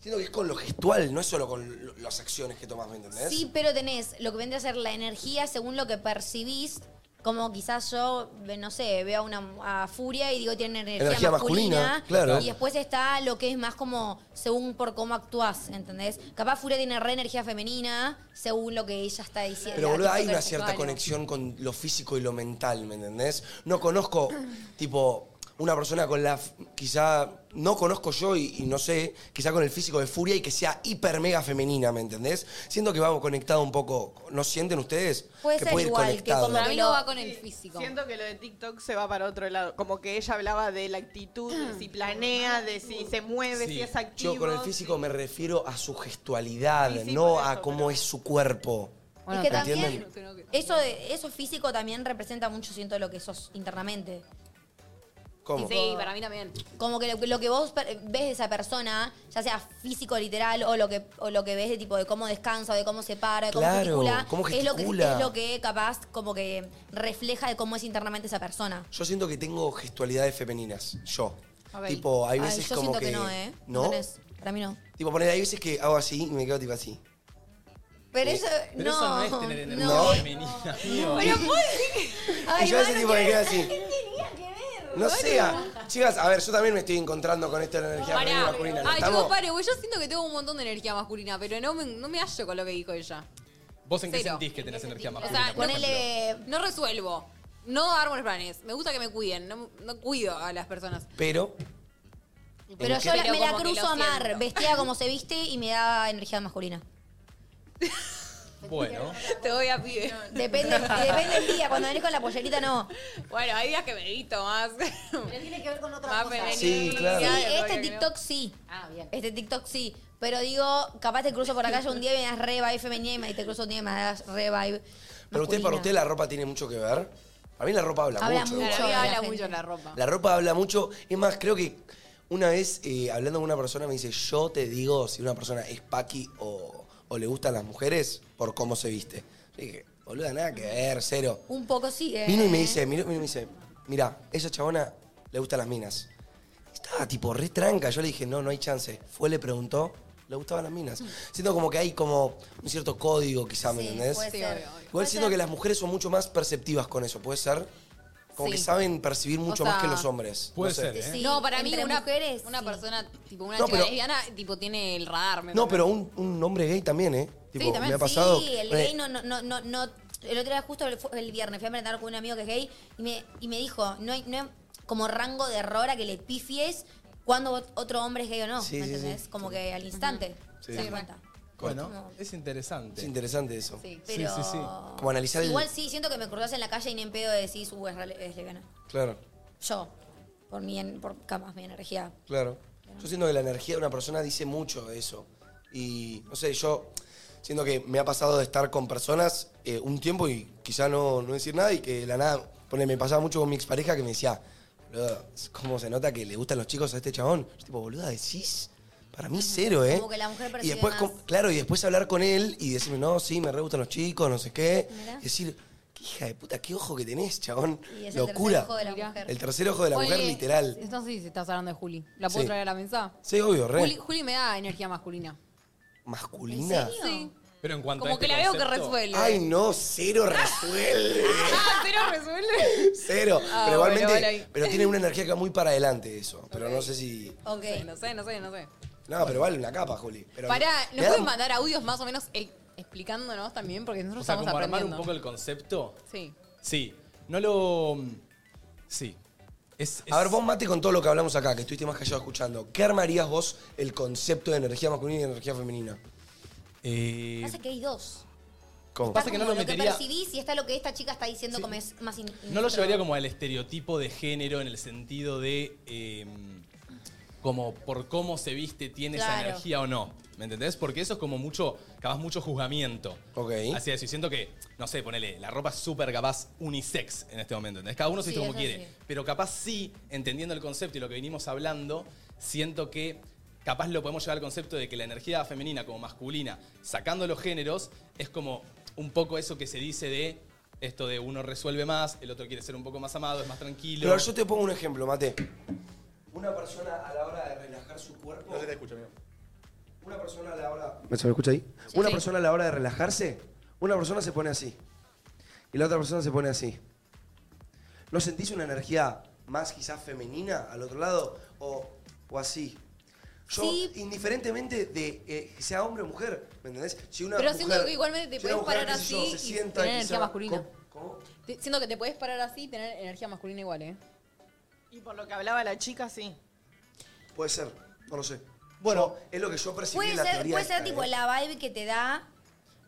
B: Siento que es con lo gestual, no es solo con lo- las acciones que tomas, ¿me entendés?
D: Sí, pero tenés lo que vendría a ser la energía según lo que percibís. Como quizás yo, ve- no sé, veo a una a Furia y digo tiene energía,
B: Energía masculina, claro.
D: Y después está lo que es más como según por cómo actúas, ¿entendés? Capaz Furia tiene re energía femenina según lo que ella está diciendo.
B: Pero, boludo, hay una cierta
D: Claro.
B: conexión con lo físico y lo mental, ¿me entendés? No conozco, tipo, una persona con la. f- Quizá. No conozco yo y, y no sé, quizá con el físico de Furia y que sea hiper mega femenina, ¿me entendés? Siento que vamos conectado un poco. ¿No sienten ustedes?
D: Puede
B: que
D: ser
B: puede
D: igual,
B: ir
D: que
B: conectado.
D: como
C: Para mí no va con el físico.
F: Siento que lo de TikTok se va para otro lado. Como que ella hablaba de la actitud, de si planea, de si se mueve, si es activo.
B: Yo con el físico me refiero a su gestualidad,
F: Sí, sí,
B: no
F: por
B: a cómo es su cuerpo.
D: es que también
B: ¿Entienden?
D: eso, de- eso físico también representa mucho, siento, lo que sos internamente.
B: ¿Cómo?
C: Sí, para mí también.
D: Como que lo, lo que vos per- ves de esa persona, ya sea físico, literal, o lo que, o lo que ves de tipo de cómo descansa, de cómo se para, de cómo
B: Claro,
D: gesticula,
B: cómo
D: es lo que
B: gesticula.
D: es lo que capaz como que refleja de cómo es internamente esa persona.
B: Yo siento que tengo gestualidades femeninas, yo.
D: Ok.
B: Tipo, hay
D: Ay,
B: veces
D: yo
B: como
D: siento
B: que...
D: que... no, ¿eh?
B: ¿No?
D: tenés. para mí no.
B: Tipo, poner, hay veces que hago así y me quedo tipo así.
D: Pero eso,
A: Pero
D: no,
A: eso no es tener energía
B: Eh, No.
A: femenina, amigo.
D: Pero puede decir que.
B: Y yo a veces tipo me quedo así. No
C: Bueno.
B: sé, a- chicas, a ver, yo también me estoy encontrando con esto de la energía femenina y
C: Pará.
B: masculina. ¿no
C: Ay,
B: estamos?
C: chicos, pare, güey. Yo siento que tengo un montón de energía masculina, pero no me, no me hallo con lo que dijo ella.
A: ¿Vos en qué
C: Cero.
A: sentís que tenés energía
C: O
A: masculina?
C: sea,
A: por ejemplo?
C: ponele. No resuelvo. No armo los planes. Me gusta que me cuiden. No, no cuido a las personas.
B: Pero...
D: Pero
B: ¿en
D: yo
B: qué-
D: la- me la
C: como que
D: cruzo
C: lo
D: a mar,
C: siento.
D: vestida como se viste y me da energía masculina.
A: Bueno.
C: Te voy a pibe.
D: Depende, depende del día, cuando venís con la pollerita no.
C: Bueno, hay días que medito más. Pero
L: tiene que ver con
C: otra
L: cosa.
B: Sí, claro.
D: Sí, este
C: obvio que
D: TikTok sí.
L: Ah, bien.
D: Este TikTok sí. Pero digo, capaz te cruzo por acá yo un día y me das re vibe femenina y te cruzo un día y me das re vibe.
B: Pero usted, para usted la ropa tiene mucho que ver. Para mí la ropa habla,
D: Habla
B: mucho.
D: mucho.
B: ¿no?
D: de la
C: habla
D: gente.
C: mucho la ropa.
B: La ropa habla mucho. Es más, creo que una vez eh, hablando con una persona me dice, yo te digo si una persona es paqui o, o le gustan las mujeres por cómo se viste. Yo dije, boluda, nada que ver, cero.
D: Un poco sí, eh.
B: Vino y me dice, miró- vino y me dice, mira, esa chabona le gustan las minas. Estaba tipo re tranca. Yo le dije, no, no hay chance. Fue, le preguntó, le gustaban las minas. Siento como que hay como un cierto código, quizá, ¿me
D: Mm. Sí,
B: entendés?
D: puede ser.
B: Igual siento que las mujeres son mucho más perceptivas con eso, ¿puede ser? Como
C: Sí.
B: que saben percibir mucho
C: O sea,
B: más que los hombres.
A: puede
B: No sé.
A: ser, ¿eh?
C: no, para mí
D: entre
C: una,
D: mujeres,
C: una persona, tipo una
B: No,
C: chica
B: pero-
C: lesbiana, tipo tiene el radar. me
B: No,
C: parece.
B: pero un, un hombre gay también, ¿eh? Tipo,
C: también.
B: me ha pasado.
D: Sí, el
B: eh,
D: gay no, no, no, no, no- el otro día justo el, fu- el viernes fui a merendar con un amigo que es gay y me, y me dijo, no hay, no hay como rango de error a que le pifies cuando ot- otro hombre es gay o no,
B: Sí,
D: ¿me
B: sí,
D: entendés?
B: sí.
D: Como que al instante
B: Sí.
D: se das cuenta.
A: Bueno, es interesante.
B: Es interesante eso.
D: Sí, pero-
A: sí, sí.
B: Como analizar el-
D: Igual sí, siento que me cruzas en la calle y ni en pedo decís, uh, es, re- es lesbiana.
B: Claro,
D: Yo, por mi, en- por capaz mi energía.
B: claro. Yo siento que la energía de una persona dice mucho de eso. Y, no sé, yo siento que me ha pasado de estar con personas eh, un tiempo y quizá no, no decir nada y que de la nada, ponele, me pasaba mucho con mi expareja que me decía, "Boluda, ¿cómo se nota que le gustan los chicos a este chabón? Yo tipo, boluda, decís, para mí cero, ¿eh?
D: Como que la mujer
B: Y
D: percibe
B: después,
D: más.
B: com- claro, y después hablar con él y decirme, no, sí, me re gustan los chicos, no sé qué.
D: Mirá.
B: Y decir, qué hija de puta, qué ojo que tenés, chabón.
D: Y es
B: Locura.
D: el tercer ojo de la mujer.
B: El tercer ojo de la mujer, literal.
C: No sé si estás hablando de Juli. ¿La puedo
B: Sí.
C: traer a la mesa?
B: Sí, obvio, re.
C: Juli, Juli me da energía masculina.
B: ¿Masculina?
C: Sí.
A: Pero en cuanto
C: Como
A: a este
C: que la veo que
A: concepto-
C: resuelve.
B: Ay, no, cero resuelve.
C: Ah, pero resuelve.
B: cero.
C: Ah,
B: pero
C: bueno,
B: igualmente,
C: bueno, ahí.
B: pero tiene una energía que va muy para adelante eso. Pero no sé si...
C: Ok. No sé, no sé, no sé.
B: No, pero vale una capa, Juli. Pero
C: Pará,
B: me
C: ¿nos
B: da-
C: pueden mandar audios más o menos eh, explicándonos también? Porque nosotros
A: O sea,
C: estamos
A: como armar un
C: aprendiendo.
A: poco el concepto.
C: Sí.
A: Sí. No lo. Sí.
B: A ver, vos mate con todo lo que hablamos acá, que estuviste más callado escuchando. ¿Qué armarías vos el concepto de energía masculina y energía femenina?
D: Pasa que hay dos.
B: ¿Cómo?
A: Eh, Pasa que no
D: Como
A: lo
D: que
A: metería.
D: percibís y está lo que esta chica está diciendo como es más... in-
A: No lo
D: in-
A: llevaría como al estereotipo de género en el sentido de. eh, como por cómo se viste, tiene esa
D: Claro.
A: energía o no. ¿Me entendés? Porque eso es como mucho. Capaz mucho juzgamiento.
B: Ok.
A: Hacia eso. Y siento que, no sé, ponele, la ropa es súper capaz unisex en este momento. ¿entendés? Cada uno se
J: Sí,
A: viste como
J: eso
A: quiere.
J: sí.
A: Pero capaz sí, entendiendo el concepto y lo que venimos hablando, siento que capaz lo podemos llevar al concepto de que la energía femenina como masculina, sacando los géneros, es como un poco eso que se dice de esto de uno resuelve más, el otro quiere ser un poco más amado, es más tranquilo.
B: Pero yo te pongo un ejemplo, Mate. Una persona a la hora de relajar su cuerpo. No se te
J: escucha, amigo.
B: Una persona a la hora.
J: ¿Se me escucha ahí?
B: Una persona a la hora de relajarse, una persona se pone así. Y la otra persona se pone así. ¿No sentís una energía más quizás femenina al otro lado? O, o así. Yo, indiferentemente de eh, que sea hombre o mujer, ¿me entendés? Si una
C: Pero
B: mujer-
C: siento que igualmente te
B: si una
C: puedes
B: mujer,
C: parar
B: qué sé yo,
C: así
B: se
C: y
B: sienta
C: tener
B: y
C: energía
B: quizá-
C: masculina.
B: ¿Cómo?
C: Te- Siento que te puedes parar así y tener energía masculina igual, ¿eh?
F: Y por lo que hablaba la chica, sí.
B: Puede ser, no lo sé. Bueno, es lo que yo percibí
D: Puede
B: en la
D: ser,
B: teoría.
D: puede ser
B: esta,
D: tipo
B: ¿eh?
D: la vibe que te da,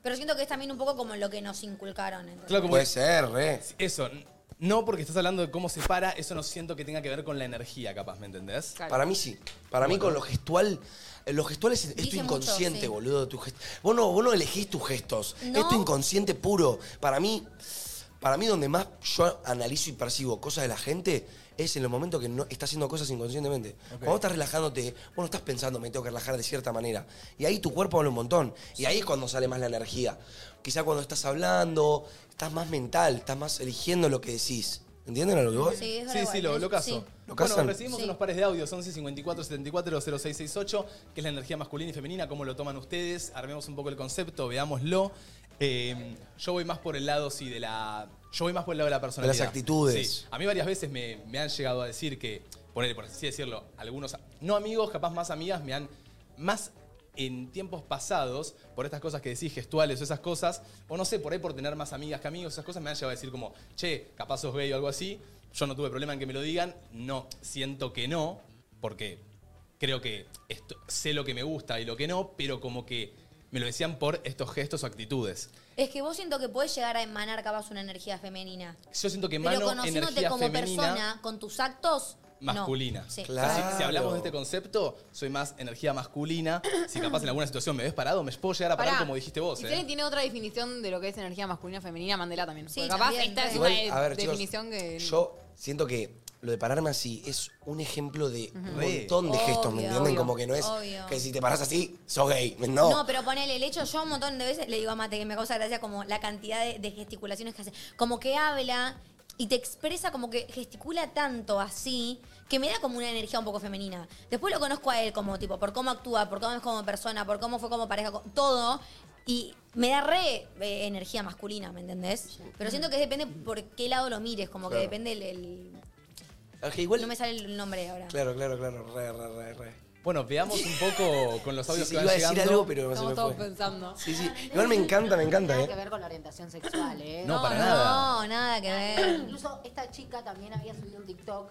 D: pero siento que es también un poco como lo que nos inculcaron. ¿entendés?
B: Puede ser, re.
A: Eso, n- no porque estás hablando de cómo se para, eso no siento que tenga que ver con la energía, capaz, ¿me entendés?
B: Para mí sí. Para mí
A: Bueno.
B: con lo gestual. eh, Lo gestual es, es tu
A: Dice mucho,
B: inconsciente,
A: sí.
B: boludo. Tu gest- vos, no, vos no elegís tus gestos.
D: No.
B: Es tu inconsciente puro. Para mí, para mí donde más yo analizo y percibo cosas de la gente es en los momentos que no está haciendo cosas inconscientemente. Cuando vos estás relajándote, vos no estás pensando, me tengo que relajar de cierta manera. Y ahí tu cuerpo habla un montón. Y ahí es cuando sale más la energía. Quizá cuando estás hablando, estás más mental, estás más eligiendo lo que decís. ¿Entienden a lo que voy?
A: Sí, sí, lo, lo caso.
B: ¿Lo
A: bueno,
B: casan?
A: recibimos unos pares de audios, 11 54 74 0668, que es la energía masculina y femenina, cómo lo toman ustedes, armemos un poco el concepto, veámoslo. Eh, yo voy más por el lado, sí, de la... Yo voy más por el lado de la personalidad.
B: De las actitudes.
A: Sí. A mí varias veces me, me han llegado a decir que, poner, por así decirlo, algunos, no amigos, capaz más amigas, me han, más en tiempos pasados, por estas cosas que decís, gestuales o esas cosas, o no sé, por ahí por tener más amigas que amigos, esas cosas me han llegado a decir como, che, capaz sos gay o algo así, yo no tuve problema en que me lo digan, no, siento que no, porque creo que esto- sé lo que me gusta y lo que no, pero como que me lo decían por estos gestos o actitudes.
D: Es que vos siento que puedes llegar a emanar capaz una energía femenina.
A: Yo siento que
D: pero
A: mano
D: conociéndote
A: energía
D: como
A: femenina
D: persona, con tus actos, no.
A: masculina.
D: Sí.
A: O sea, si, si hablamos de este concepto, soy más energía masculina. Si capaz en alguna situación me ves parado, me puedo llegar a parar
C: Pará.
A: como dijiste vos.
C: Si
A: ¿eh?
C: tiene, tiene otra definición de lo que es energía masculina femenina, mandela también. Sí, capaz
D: también,
C: esta es
B: Igual,
C: una de-
B: a ver, chicos,
C: definición que.
B: Yo siento que lo de pararme así es un ejemplo de un
A: Ujú.
B: montón de
A: Obvio,
B: gestos, ¿me entienden?
A: obvio,
B: Como que no es
D: obvio.
B: que si te paras así, sos gay. No.
D: No. pero ponele el hecho, yo un montón de veces le digo a Mate que me causa gracia como la cantidad de, de gesticulaciones que hace. Como que habla y te expresa como que gesticula tanto así que me da como una energía un poco femenina. Después lo conozco a él como tipo, por cómo actúa, por cómo es como persona, por cómo fue como pareja, co- todo. Y me da re eh, energía masculina, ¿me entendés? Pero siento que depende por qué lado lo mires, como
B: Claro.
D: que depende el... el-
B: Es que igual-
D: No me sale el nombre ahora.
B: Claro, claro, claro. Re, re, re, re.
A: Bueno, veamos un poco con los audios
B: Sí, sí,
A: que van
B: iba a decir
A: llegando.
B: algo, pero se me
C: Estamos pensando.
B: Sí, sí. Igual me encanta, me encanta,
L: Nada
B: ¿eh?
L: que ver con la orientación sexual, ¿eh?
B: No, para nada.
D: No, nada que ver.
L: Incluso esta chica también había subido un TikTok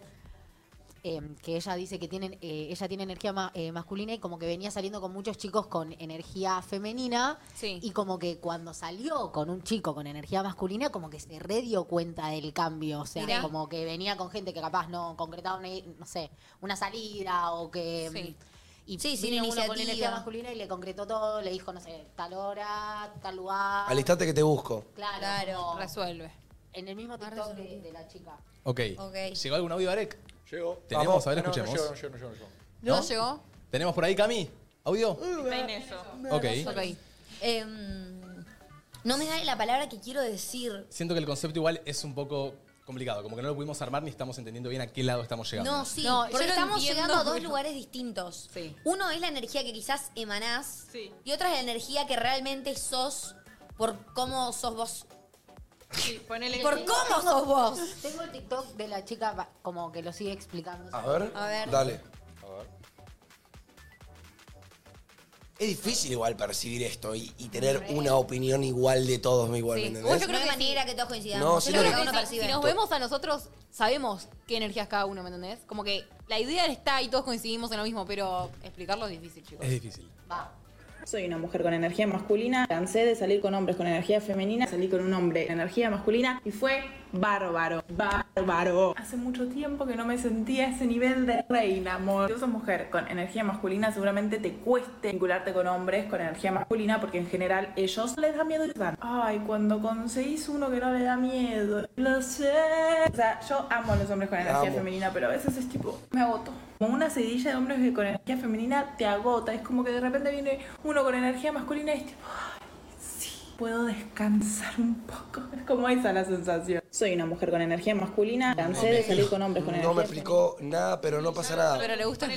L: eh, que ella dice que tienen, eh, ella tiene energía ma- eh, masculina y como que venía saliendo con muchos chicos con energía femenina y como que cuando salió con un chico con energía masculina como que se re dio cuenta del cambio, o sea,
C: Mirá.
L: como que venía con gente que capaz no concretaba, una, no sé, una salida o que... mm,
D: Sí.
L: Y
D: Sí, sin
L: vino uno con
D: iniciativa.
L: energía masculina y le concretó todo, le dijo, no sé, tal hora, tal lugar.
B: Alistate que te busco.
L: Claro,
D: Claro.
L: resuelve. En el mismo TikTok de, de la chica.
A: Ok.
L: Ok.
A: ¿Llegó algún audio, Arek?
J: Llegó.
A: Tenemos,
J: Vamos.
A: a ver,
J: Ah, no, no
A: escuchemos.
J: llegó, no llegó, no llegó, no llegó.
A: ¿No?
C: llegó?
A: ¿Tenemos por ahí, Cami? ¿Audio?
F: Está en eso.
A: Ok.
D: Em, no me sale la palabra que quiero decir.
A: Siento que el concepto igual es un poco complicado, como que no lo pudimos armar ni estamos entendiendo bien a qué lado estamos llegando.
D: No, sí,
C: No, yo
D: porque
C: lo
D: estamos
C: entiendo,
D: llegando a dos
C: pero-
D: lugares distintos. Uno es la energía que quizás emanás
F: Sí.
D: y otra es la energía que realmente sos por cómo sos vos.
F: Sí, ponele
D: Por cómo sos vos.
L: Tengo el TikTok de la chica va- como que lo sigue explicando.
B: A ver.
D: A ver.
B: Dale.
J: A ver.
B: Es difícil igual percibir esto y, y tener una opinión igual de todos igual, ¿me
C: Sí.
B: entendés?
C: Igual yo
D: No
C: creo
D: hay
C: que
D: manera
C: sí.
D: que todos coincidamos.
B: No,
D: Yo
B: sí,
D: creo
B: no. Creo
D: que cada
B: que
D: uno
C: Sí,
D: percibe
C: si nos
D: esto.
C: vemos a nosotros, sabemos qué energía es cada uno, ¿me entendés? Como que la idea está y todos coincidimos en lo mismo, pero explicarlo es difícil, chicos.
K: Es
A: difícil.
K: Soy una mujer con energía masculina, cansé de salir con hombres con energía femenina, salí con un hombre con energía masculina y fue bárbaro, bárbaro. Hace mucho tiempo que no me sentía a ese nivel de reina, amor. Si vos sos mujer con energía masculina, seguramente te cueste vincularte con hombres con energía masculina porque en general ellos les da miedo y van. Ay, cuando conseguís uno que no le da miedo, lo sé. O sea, yo amo a los hombres con energía
B: Amo.
K: femenina, pero a veces es tipo, me agoto. Como una sedilla de hombres que con energía femenina te agota. Es como que de repente viene uno con energía masculina y es tipo, puedo descansar un poco. Es como esa la sensación. Soy una mujer con energía masculina, cansé de salir con hombres con
B: No me
K: energía
B: explicó nada, pero no pasa nada.
F: Pero le gusta.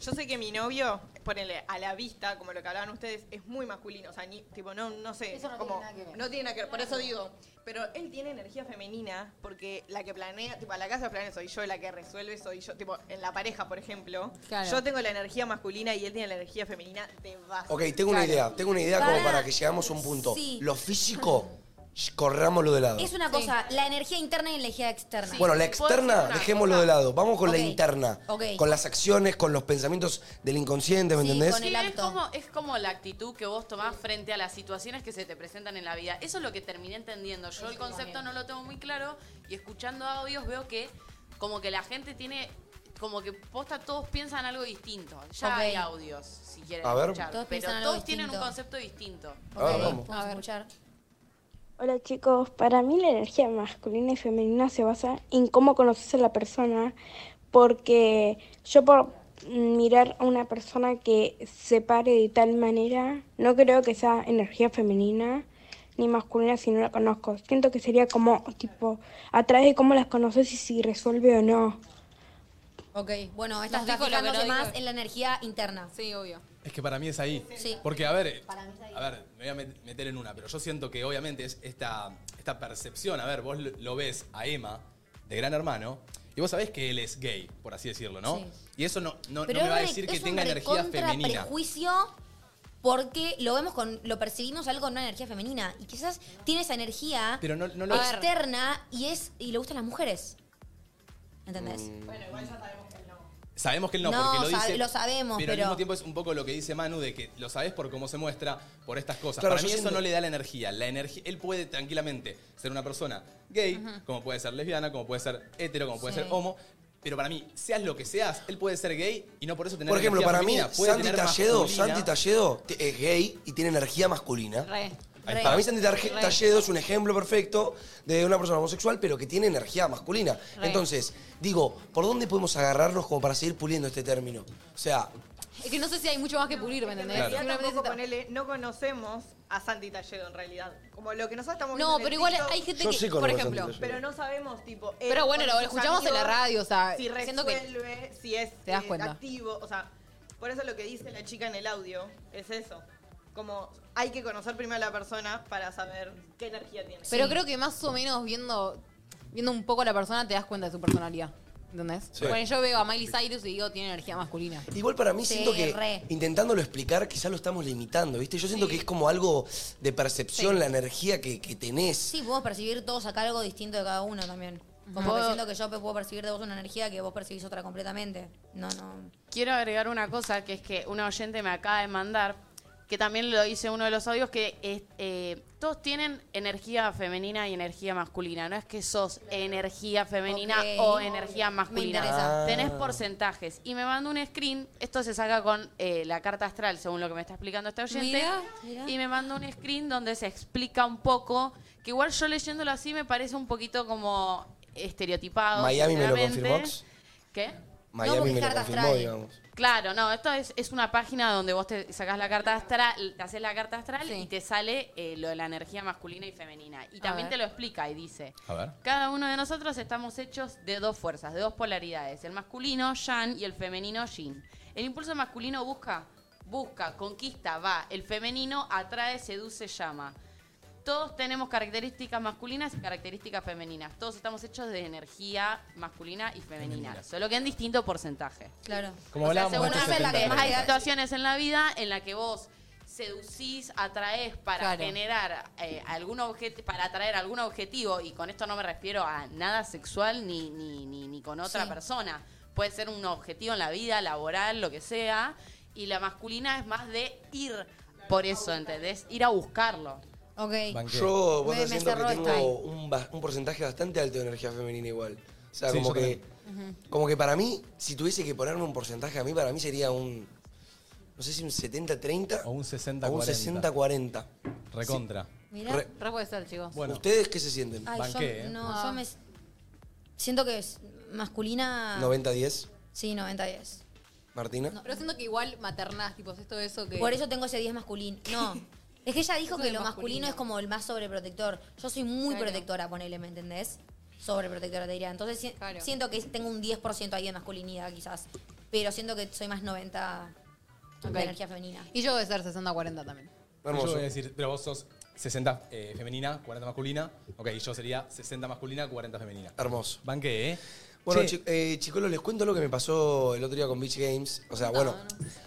F: yo sé que mi novio, ponele, a la vista, como lo que hablaban ustedes, es muy masculino. O sea, ni- tipo, no, no sé.
L: Eso no tiene
F: como-
L: nada que ver.
F: No tiene nada que ver. Por eso digo. Pero él tiene energía femenina porque la que planea, tipo, a la casa planea soy yo, la que resuelve soy yo. Tipo, en la pareja, por ejemplo,
B: Claro.
F: yo tengo la energía masculina y él tiene la energía femenina de base.
B: Ok, tengo una idea, tengo una idea como para que llegamos a un punto.
D: sí.
B: Lo físico, sh- corrámoslo de lado.
D: Es una cosa, la energía interna y la energía externa.
B: Bueno, la externa, dejémoslo de lado. Vamos con
D: Ok,
B: la interna.
D: ok.
B: Con las acciones, con los pensamientos del inconsciente, ¿me entendés?
I: Sí, es como, es como la actitud que vos tomás frente a las situaciones que se te presentan en la vida. Eso es lo que terminé entendiendo. Yo el concepto no lo tengo muy claro y escuchando audios veo que como que la gente tiene, como que posta todos piensan algo distinto. Ya
D: Ok.
I: hay audios, si quieren
B: A ver.
I: escuchar,
D: Todos
I: pero
D: piensan algo
I: todos tienen un
D: distinto.
I: concepto distinto.
B: A ver, Ah, vamos.
D: Vamos a escuchar.
M: Hola chicos, para mí la energía masculina y femenina se basa en cómo conoces a la persona, porque yo por mirar a una persona que se pare de tal manera, no creo que sea energía femenina ni masculina si no la conozco. Siento que sería como tipo a través de cómo las conoces y si resuelve o no.
D: Ok, bueno, estás
C: dijo lo que no
D: fijándose
C: dijo.
D: más en la energía interna. Sí, obvio.
A: Es que para mí es ahí.
D: Sí.
A: Porque, a ver,
D: Para mí es ahí.
A: a ver, me voy a met- meter en una, pero yo siento que obviamente es esta, esta percepción. A ver, vos lo- lo ves a Emma, de gran hermano, y vos sabés que él es gay, por así decirlo, ¿no?
D: Sí.
A: Y eso no, no, no
D: Pero
A: me va a
D: es
A: decir
D: re-
A: que
D: es un
A: tenga energía
D: recontra
A: femenina.
D: prejuicio porque lo vemos con, lo percibimos algo con una energía femenina y quizás tiene esa energía
A: Pero no, no lo
D: externa y es y le gustan las mujeres. ¿Entendés?
A: Mm,
F: Bueno, igual ya sabemos que no.
A: Sabemos que él no,
D: No,
A: porque lo
D: sab-
A: dice.
D: lo sabemos,
A: al
D: pero-
A: mismo tiempo es un poco lo que dice Manu de que lo sabes por cómo se muestra, por estas cosas.
B: Claro,
A: Para
B: yo
A: mí eso
B: siento-
A: no le da la energía. La energía. Él puede tranquilamente ser una persona gay,
B: Ujú.
A: como puede ser lesbiana, como puede ser hetero, como puede
B: Sí.
A: ser homo. Pero para mí, seas lo que seas, él puede ser gay y no por eso tener
B: Por ejemplo,
A: energía
B: para mí,
A: femenina. Puede
B: Santi
A: tener
B: Talledo,
A: masculina.
B: Santi Talledo te- es gay y tiene energía masculina.
C: Re.
A: re,
B: Para mí Santi Tarje-
C: re.
B: Talledo es un ejemplo perfecto de una persona homosexual, pero que tiene energía masculina.
C: Re.
B: Entonces, digo, ¿por dónde podemos agarrarnos como para seguir puliendo este término? O sea,
C: Es que no sé si hay mucho más que pulir, ¿me entendés?
B: Claro.
F: Ya
C: Seguramente
F: tampoco
C: se-
F: ponele, no conocemos a Santi Talledo en realidad. Como lo que nosotros estamos
C: No,
F: viendo en
C: pero
F: el
C: igual
F: TikTok,
C: hay gente
B: Yo
C: que,
B: sí conozco
C: por
B: a
C: ejemplo.
B: Santi Talledo.
F: Pero no sabemos, tipo. él
C: Pero bueno,
F: con
C: lo
F: sus
C: escuchamos en la
F: amigos,
C: radio, o sea,
F: Si
C: siento que-
F: resuelve, si es
C: Te das
F: eh,
C: cuenta.
F: activo. O sea, por eso lo que dice la chica en el audio es eso. Como hay que conocer primero a la persona para saber qué energía tiene.
C: Pero creo que más o menos viendo, viendo un poco a la persona te das cuenta de su personalidad. ¿Entendés?
B: Sí.
C: Bueno, yo veo a Miley Cyrus y digo, tiene energía masculina.
B: Igual para mí
C: Sí,
B: siento que
C: re.
B: intentándolo explicar quizás lo estamos limitando, ¿viste? Yo siento que es como algo de percepción,
D: Sí.
B: la energía que, que tenés.
D: Sí, podemos percibir todos acá algo distinto de cada uno también. Como que
I: Puedo-
D: siento que yo pues, puedo percibir de vos una energía que vos percibís otra completamente. No, no.
I: Quiero agregar una cosa que es que una oyente me acaba de mandar, que también lo hice en uno de los audios, que es, eh, todos tienen energía femenina y energía masculina. No es que sos energía femenina
D: Ok.
I: o energía masculina.
D: interesa. Ah.
I: Tenés porcentajes. Y me mandó un screen, esto se saca con eh, la carta astral, según lo que me está explicando esta oyente.
D: Mirá, mirá.
I: Y me mandó un screen donde se explica un poco, que igual yo leyéndolo así me parece un poquito como estereotipado.
B: Miami me lo
I: seguramente.
B: confirmó.
I: ¿Qué?
B: Miami
I: porque
B: me
I: es
B: lo
I: carta
B: confirmó,
I: astral.
B: digamos.
I: Claro, no, esto es, es una página donde vos te sacás la carta astral, te haces la carta astral y te sale eh, lo de la energía masculina y femenina. Y
E: A
I: también
E: ver.
I: te lo explica y dice,
A: A ver.
I: cada uno de nosotros estamos hechos de dos fuerzas, de dos polaridades, el masculino, Yang, y el femenino, Yin. El impulso masculino busca, busca, conquista, va. El femenino atrae, seduce, llama. Todos tenemos características masculinas y características femeninas. Todos estamos hechos de energía masculina y femenina,
D: Femenina.
I: solo que en distinto porcentaje.
D: Claro.
A: Como
I: O sea,
A: hablábamos antes
I: seguramente
A: del
I: la que más hay
A: pentagrama.
I: situaciones en la vida en la que vos seducís, atraes para
A: Claro.
I: generar eh, algún objeto, para atraer algún objetivo, y con esto no me refiero a nada sexual ni, ni, ni, ni con otra
E: Sí.
I: persona. Puede ser un objetivo en la vida, laboral, lo que sea, y la masculina es más de ir por eso, ¿entendés? Ir a buscarlo.
D: Ok.
B: Yo, vos
I: Me- me
B: estás diciendo
I: cerró
B: que tengo
I: esta ahí.
B: un, ba- un porcentaje bastante alto de energía femenina igual. O sea,
A: Sí,
B: como
A: yo
B: que,
I: Ujú.
B: como que para mí, si tuviese que ponerme un porcentaje a mí, para mí sería un, no sé si un 70-30 o un 60-40. O un 60-40.
A: Recontra.
D: Mirá.
B: Re-
C: Re puede ser, chicos.
B: ¿Ustedes qué se sienten?
D: Ay, yo, no,
C: Ah.
D: yo me. Siento que es masculina.
I: Ah.
B: 90-10,
D: Sí, 90 10.
B: Martina.
C: Pero siento que igual maternás, tipo, esto de eso que...
D: Por eso tengo ese 10 masculino. No. Es que ella dijo
C: Eso
D: que
C: de
D: lo masculino.
C: masculino.
D: es como el más sobreprotector. Yo soy muy
C: Claro.
D: protectora, ponele, ¿me entendés? Sobreprotectora te diría. Entonces si- siento que tengo un 10% ahí de masculinidad quizás. Pero siento que soy más 90
C: Ok.
D: de energía femenina.
C: Y yo voy a ser 60-40 también.
A: Yo voy a decir, pero vos sos 60 eh, femenina, 40 masculina. Ok, yo sería 60 masculina, 40 femenina.
B: Hermoso.
A: Banqué, ¿eh?
B: Bueno,
A: Che,
B: chi- eh, chicos, les cuento lo que me pasó el otro día con Beach Games. O sea, bueno,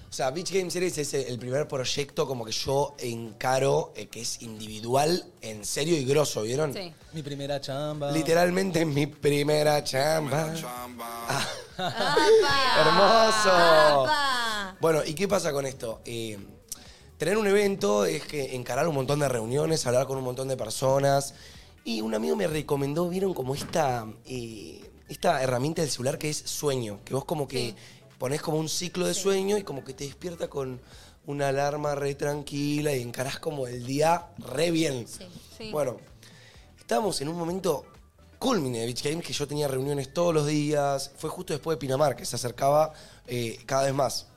B: o sea, Beach Games Series es el primer proyecto como que yo encaro eh, que es individual, en serio y grosso, ¿vieron?
A: Sí. Mi primera chamba.
B: Literalmente es mi primera chamba. Ah. Hermoso. Bueno, ¿y qué pasa con esto? Eh, tener un evento es que encarar un montón de reuniones, hablar con un montón de personas. Y un amigo me recomendó, vieron como esta, eh, esta herramienta del celular que es sueño, que vos como que ponés como un ciclo de sueño y como que te despierta con una alarma re tranquila y encarás como el día re bien.
C: Sí.
B: Bueno, estábamos en un momento culmine de Beach Games que yo tenía reuniones todos los días. Fue justo después de Pinamar, que se acercaba eh, cada vez más.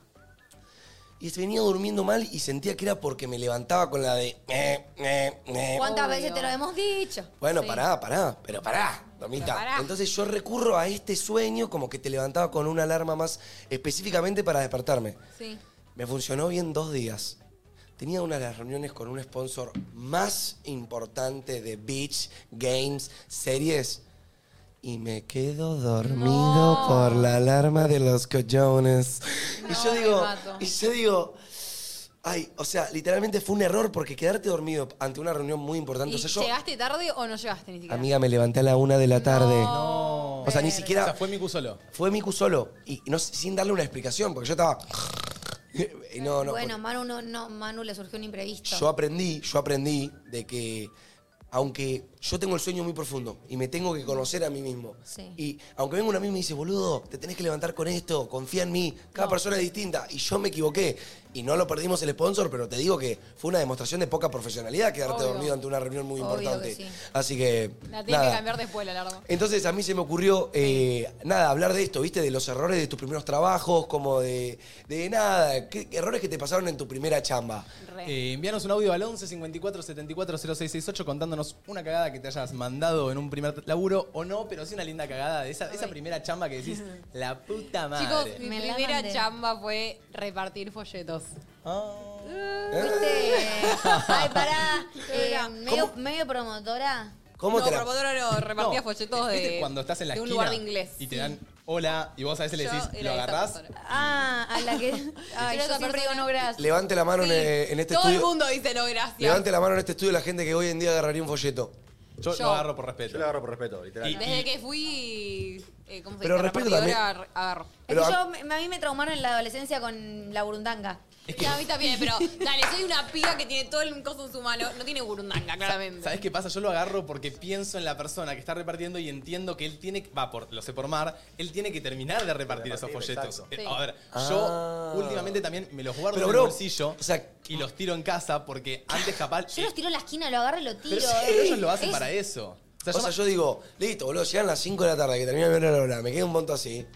B: Y se venía durmiendo mal y sentía que era porque me levantaba con la de. "Eh, eh, eh".
D: ¿Cuántas veces te lo hemos dicho?
B: Bueno,
D: Sí.
B: pará, pará, pero pará, Domita.
D: Pero pará.
B: Entonces yo recurro a este sueño como que te levantaba con una alarma más específicamente para despertarme.
C: Sí.
B: Me funcionó bien dos días. Tenía una de las reuniones con un sponsor más importante de Beach Games Series. Y me quedo dormido por la alarma de los collones. y yo digo, y yo digo, ay, o sea, literalmente fue un error porque quedarte dormido ante una reunión muy importante. O
C: ¿Y
B: sea, yo,
C: ¿Llegaste tarde o no llegaste ni siquiera?
B: amiga, me levanté a la una de la tarde.
A: No.
B: O sea, ni siquiera.
A: O sea, fue Miku solo.
B: Fue Miku solo. Y no, sin darle una explicación, porque yo estaba. y no, no.
D: bueno, Manu, no, no, Manu le surgió un imprevisto.
B: Yo aprendí, yo aprendí de que aunque yo tengo el sueño muy profundo y me tengo que conocer a mí mismo.
D: Sí.
B: Y aunque venga uno a mí y me dice, boludo, te tenés que levantar con esto, confía en mí, cada persona es distinta. Y yo me equivoqué. Y no lo perdimos el sponsor, pero te digo que fue una demostración de poca profesionalidad quedarte
C: Obvio.
B: dormido ante una reunión muy
C: Obvio que
B: importante.
C: sí.
B: Así que.
C: La tienes que
B: nada.
C: cambiar después, la alarma.
B: Entonces a mí se me ocurrió, eh, nada, hablar de esto, ¿viste? De los errores de tus primeros trabajos, como de, de nada, ¿qué- errores que te pasaron en tu primera chamba.
A: Eh, envíanos un audio al 11 54 74 0668 contándonos una cagada que te hayas mandado en un primer laburo o no, pero sí una linda cagada de esa, esa primera chamba que decís, la puta madre.
C: Chicos, mi
D: Me la
C: primera
D: mandé.
C: chamba fue repartir folletos.
B: Ah.
A: ¿Eh?
D: Ay, pará. eh, medio, medio promotora.
A: ¿Cómo
C: no,
A: te la-
C: promotora no, repartía
A: No,
C: folletos de,
A: ¿Viste cuando estás en la
C: de un
A: esquina
C: lugar de inglés.
A: y te dan hola, y vos a veces le
D: Yo
A: decís,
D: era
A: ¿lo
D: esa
A: agarrás?
D: Ah, a la que. Ay,
C: Era
D: yo
C: otra
D: siempre digo
C: persona.
D: no gracias.
B: Levante la mano en, eh, en este
C: Todo el
B: estudio.
C: mundo dice no, gracias.
B: Levante la mano en este estudio la gente que hoy en día agarraría un folleto.
A: Yo,
C: Yo. lo agarro
A: por respeto.
J: Yo lo agarro por respeto, literal.
C: Desde que fui. eh, ¿Cómo se
B: Pero
C: dice?
B: respeto
C: Repartidora,
B: también.
C: agarro.
D: Es que yo, me- a mí me traumaron en la adolescencia con la burundanga.
C: Ya, a mí también, pero dale, soy una piba que tiene todo el coso en su mano. No tiene burundanga, claramente.
A: ¿Sabes qué pasa? Yo lo agarro porque pienso en la persona que está repartiendo y entiendo que él tiene, va, por, lo sé por mar, él tiene que terminar de repartir, esos folletos.
B: exacto.
A: Eh,
B: Sí.
A: A ver,
B: Ah.
A: yo últimamente también me los guardo
B: Pero,
A: en
B: bro,
A: el bolsillo y los tiro en casa porque antes capaz...
D: Yo los tiro en la esquina, lo agarro y lo tiro.
A: pero, pero ellos lo hacen
D: Es-
A: para eso.
B: O sea, yo digo, listo, boludo, llegan las 5 de la tarde, que termina el verano, me queda un monto así.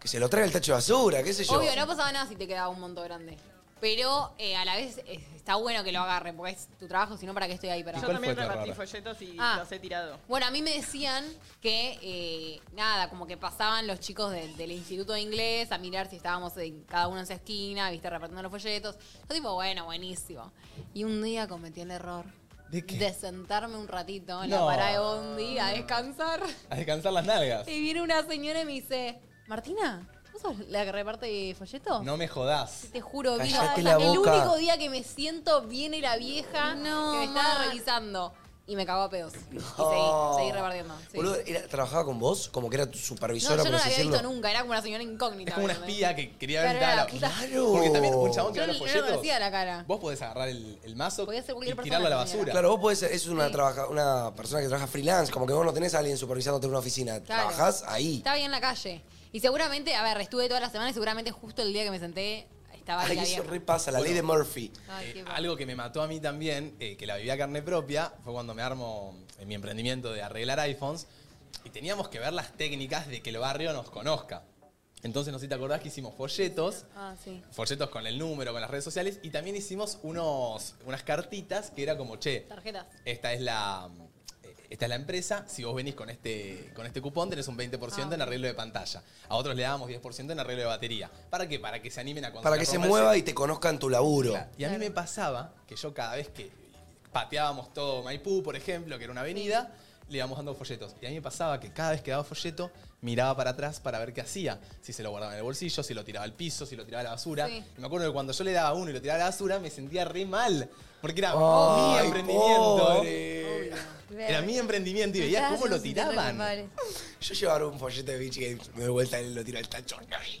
B: Que se lo traiga el tacho de basura, qué sé yo.
C: Obvio, no pasaba nada si te quedaba un monto grande. Pero eh, a la vez eh, está bueno que lo agarren, porque es tu trabajo, si no, ¿para qué estoy ahí? Para
F: Yo también repartí folletos y
C: Ah.
F: los he tirado.
C: Bueno, a mí me decían que, eh, nada, como que pasaban los chicos del, del Instituto de Inglés a mirar si estábamos en, cada uno en su esquina, viste, repartiendo los folletos. Yo tipo, bueno, buenísimo. Y un día cometí el error
A: ¿De qué?
C: sentarme un ratito en
A: No.
C: la parada de Bondi a descansar.
A: A descansar las nalgas.
C: Y viene una señora y me dice, Martina, ¿vos sos la que reparte folletos?
A: No me jodás.
C: Te juro, Guido,
A: Cállate
C: o
A: la
C: sea, el
A: boca.
C: único día que me siento viene la vieja que me estaba revisando y me cagó a pedos. Y seguí, seguí repartiendo. sí.
B: Boludo, era- ¿trabajaba con vos? Como que era tu
C: No, yo
B: supervisora,
C: no
B: por
C: la
B: así
C: había visto
B: decirlo.
C: nunca, era como una señora incógnita.
A: Es como una
C: ¿verdad?
A: espía que quería ver
C: Claro,
A: la...
C: claro.
A: Porque también un chabón que
C: Yo
A: va a
C: no,
A: los
C: yo no
A: folletos...
C: conocía la cara.
A: Vos podés agarrar el, el mazo
C: Podía ser
A: y
C: cualquier persona.
A: tirarlo a la
C: señora.
A: basura.
B: Claro, vos podés ser, eso es una, trabaja- una persona que trabaja freelance, como que vos no tenés a alguien supervisándote en una oficina,
C: Claro.
B: trabajás ahí.
C: Estaba ahí en la calle. Y seguramente, a ver, estuve toda la semana y seguramente justo el día que me senté estaba ahí
B: Ay,
C: la
B: eso
C: vieja.
B: repasa, la ley de Murphy.
C: Ay, qué
A: Eh, algo que me mató a mí también, eh, que la vivía a carne propia, fue cuando me armo en mi emprendimiento de arreglar iPhones y teníamos que ver las técnicas de que el barrio nos conozca. Entonces, no sé si te acordás que hicimos folletos,
C: Ah, sí.
A: folletos con el número, con las redes sociales y también hicimos unos, unas cartitas que era como, che,
C: Tarjetas.
A: esta es la, eh, esta es la empresa, si vos venís con este, con este cupón tenés un 20% en arreglo de pantalla. A otros le dábamos 10% en arreglo de batería. ¿Para qué? Para que se animen a
B: Para que se mueva y te conozcan tu laburo.
A: y a mí me pasaba que yo cada vez que pateábamos todo Maipú, por ejemplo, que era una avenida, le íbamos dando folletos. Y a mí me pasaba que cada vez que daba folleto, miraba para atrás para ver qué hacía. Si se lo guardaba en el bolsillo, si lo tiraba al piso, si lo tiraba a la basura.
C: Sí.
A: Y me acuerdo que cuando yo le daba uno y lo tiraba a la basura, me sentía re mal. Porque era
B: Ay,
A: mi emprendimiento. eh.
B: pobre.
A: Era mi emprendimiento y veía cómo lo tiraban.
B: Yo llevaba un folleto de Vichy Games, me doy vuelta y lo tiro al tacho.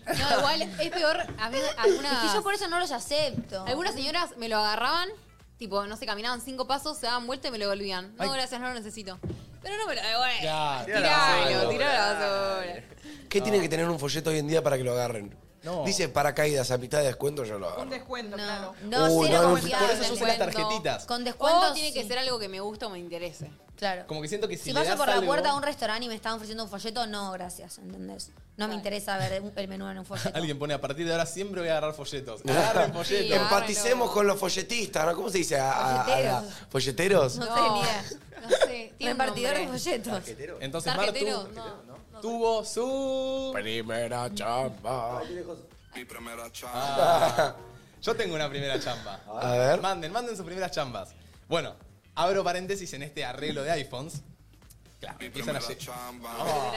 C: No, igual es peor. A mí, algunas.
D: Es que yo por eso no los acepto.
C: Algunas señoras me lo agarraban, tipo, no sé, caminaban cinco pasos, se daban vuelta y me lo devolvían. No,
B: Ay.
C: gracias, no lo necesito. Pero no me lo devuelven.
B: Ya, tira la
C: tiralo,
B: basura.
C: tiralo a la basura.
B: ¿Qué tiene que tener un folleto hoy en día para que lo agarren?
A: No.
B: Dice paracaídas a mitad de descuento, yo lo
F: Un
B: agarro.
F: descuento, claro.
D: No,
B: Uy,
D: cero
B: no, no,
D: confianza.
B: por eso yo uso las
D: Descuento.
B: tarjetitas.
D: Con descuento
C: O tiene que
D: sí.
C: ser algo que me guste o me interese.
D: Claro.
A: Como que siento que si,
D: Si
A: le
D: paso
A: das
D: por la
A: algo-
D: puerta de un restaurante y me están ofreciendo un folleto, no, gracias, ¿entendés? No me interesa ver un- el menú en un folleto.
A: Alguien pone a partir de ahora siempre voy a agarrar folletos. Agarren folletos.
B: Empaticemos con los folletistas, ¿no? ¿Cómo se dice? A- a- a la- ¿Folleteros?
D: No, sé ni idea.
C: No sé. tiene un
D: Repartidor de
C: nombre.
D: folletos.
A: Entonces, Martu tuvo su...
B: Uh, Primera chamba.
A: Mi primera chamba. Ah. Yo tengo una primera chamba.
B: A ver.
A: Manden, manden sus primeras chambas. Bueno, abro paréntesis en este arreglo de iPhones. Claro, me empiezan a, lle- Oh.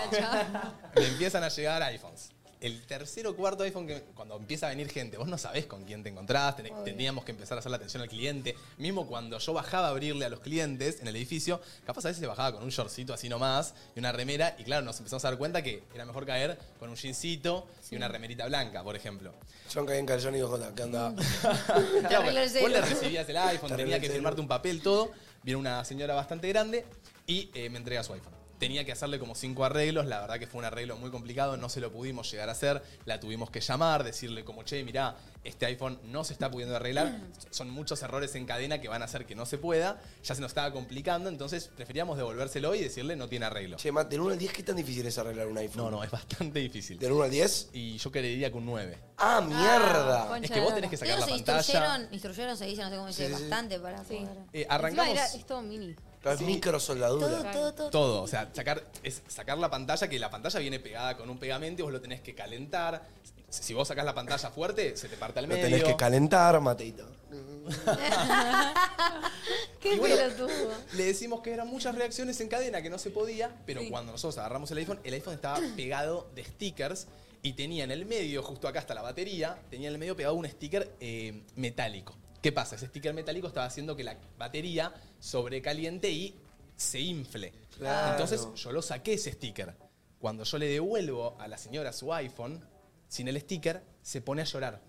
A: me empiezan a llegar iPhones. El tercer o cuarto iPhone, que, cuando empieza a venir gente, vos no sabés con quién te encontrás, ten-
J: Obvio.
A: teníamos que empezar a hacer la atención al cliente. Mismo cuando yo bajaba a abrirle a los clientes en el edificio, capaz a veces se bajaba con un shortcito así nomás y una remera, y claro, nos empezamos a dar cuenta que era mejor caer con un jeansito y una remerita blanca, por ejemplo.
B: John caí en calzón y dijo, "Jota, ¿qué
D: Mm.
B: onda?
A: Claro,
B: arreglé el
A: vos le
B: celu.
A: recibías el iPhone,
B: Te arreglé
A: tenía
B: el
A: que
B: celu.
A: firmarte un papel, todo. Viene una señora bastante grande y eh, me entrega su iPhone. Tenía que hacerle como cinco arreglos, la verdad que fue un arreglo muy complicado, no se lo pudimos llegar a hacer, la tuvimos que llamar, decirle como, che, mirá, este iPhone no se está pudiendo arreglar, son muchos errores en cadena que van a hacer que no se pueda, ya se nos estaba complicando, entonces preferíamos devolvérselo y decirle no tiene arreglo.
B: Che, Matt, del 1 al 10, ¿qué tan difícil es arreglar un iPhone?
A: No, no, es bastante difícil.
B: ¿Del 1 al 10?
A: Y yo querría que un 9.
B: ¡Ah, mierda!
A: es que vos tenés que sacar
D: Ellos
A: la
D: se
A: pantalla.
D: instruyeron, instruyeron, se dice, no sé cómo se
A: Sí,
D: dice,
A: sí, sí.
D: bastante para poder...
A: Eh, arrancamos...
C: Encima era- es todo mini.
B: La microsoldadura.
D: Todo, todo, todo.
A: Todo, o sea, sacar, es sacar la pantalla, que la pantalla viene pegada con un pegamento y vos lo tenés que calentar. Si si vos sacás la pantalla fuerte, se te parte al
B: Lo
A: medio.
B: tenés que calentar, Mateito.
A: Y
D: Qué
A: bueno,
D: pelotudo.
A: Le decimos que eran muchas reacciones en cadena que no se podía, pero
D: Sí.
A: cuando nosotros agarramos el iPhone, el iPhone estaba pegado de stickers y tenía en el medio, justo acá hasta la batería, tenía en el medio pegado un sticker eh, metálico. ¿Qué pasa? Ese sticker metálico estaba haciendo que la batería sobrecaliente y se infle.
B: Claro.
A: Entonces yo lo saqué ese sticker. Cuando yo le devuelvo a la señora su iPhone, sin el sticker, se pone a llorar.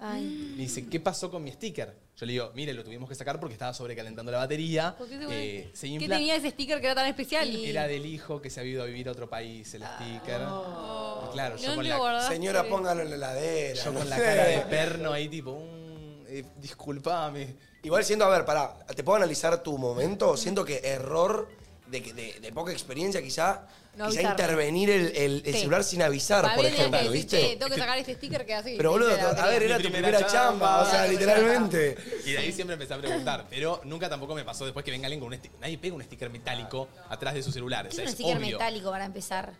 D: Ay.
A: Me dice, ¿qué pasó con mi sticker? Yo le digo, mire, lo tuvimos que sacar porque estaba sobrecalentando la batería.
C: ¿Por qué se
A: eh,
C: vuelve-
A: se
C: ¿Qué
A: infla.
C: tenía ese sticker que era tan especial?
A: Era del hijo que se había ido a vivir a otro país, el sticker.
D: Ah.
A: Y claro, yo
C: No
A: con
C: lo
A: la-
C: guardaste. Señora,
B: póngalo en la heladera.
A: Yo
B: no
A: con la
B: sé.
A: cara de perno ahí, tipo, "Mm, eh, disculpame.
B: Igual siendo, a ver, pará, ¿te puedo analizar tu momento? Siento que error de, que- de- de poca experiencia quizá,
C: No
B: quizá
C: avisarme.
B: intervenir el, el- el
C: Sí.
B: celular sin avisar,
C: Para
B: por
C: mí tenía
B: ejemplo,
C: que decir, "Che,
B: ¿viste?
C: Tengo que sacar este sticker que así.
B: Pero boludo,
C: dice la
B: a ver,
C: batería".
B: era tu primera chamba, o sea, literalmente.
A: Y de ahí siempre empecé a preguntar, pero nunca tampoco me pasó después que venga alguien con un sticker. Nadie pega un sticker metálico atrás de su celular. o
D: ¿Qué
A: sea,
D: es un
A: es
D: sticker
A: obvio.
D: metálico para empezar?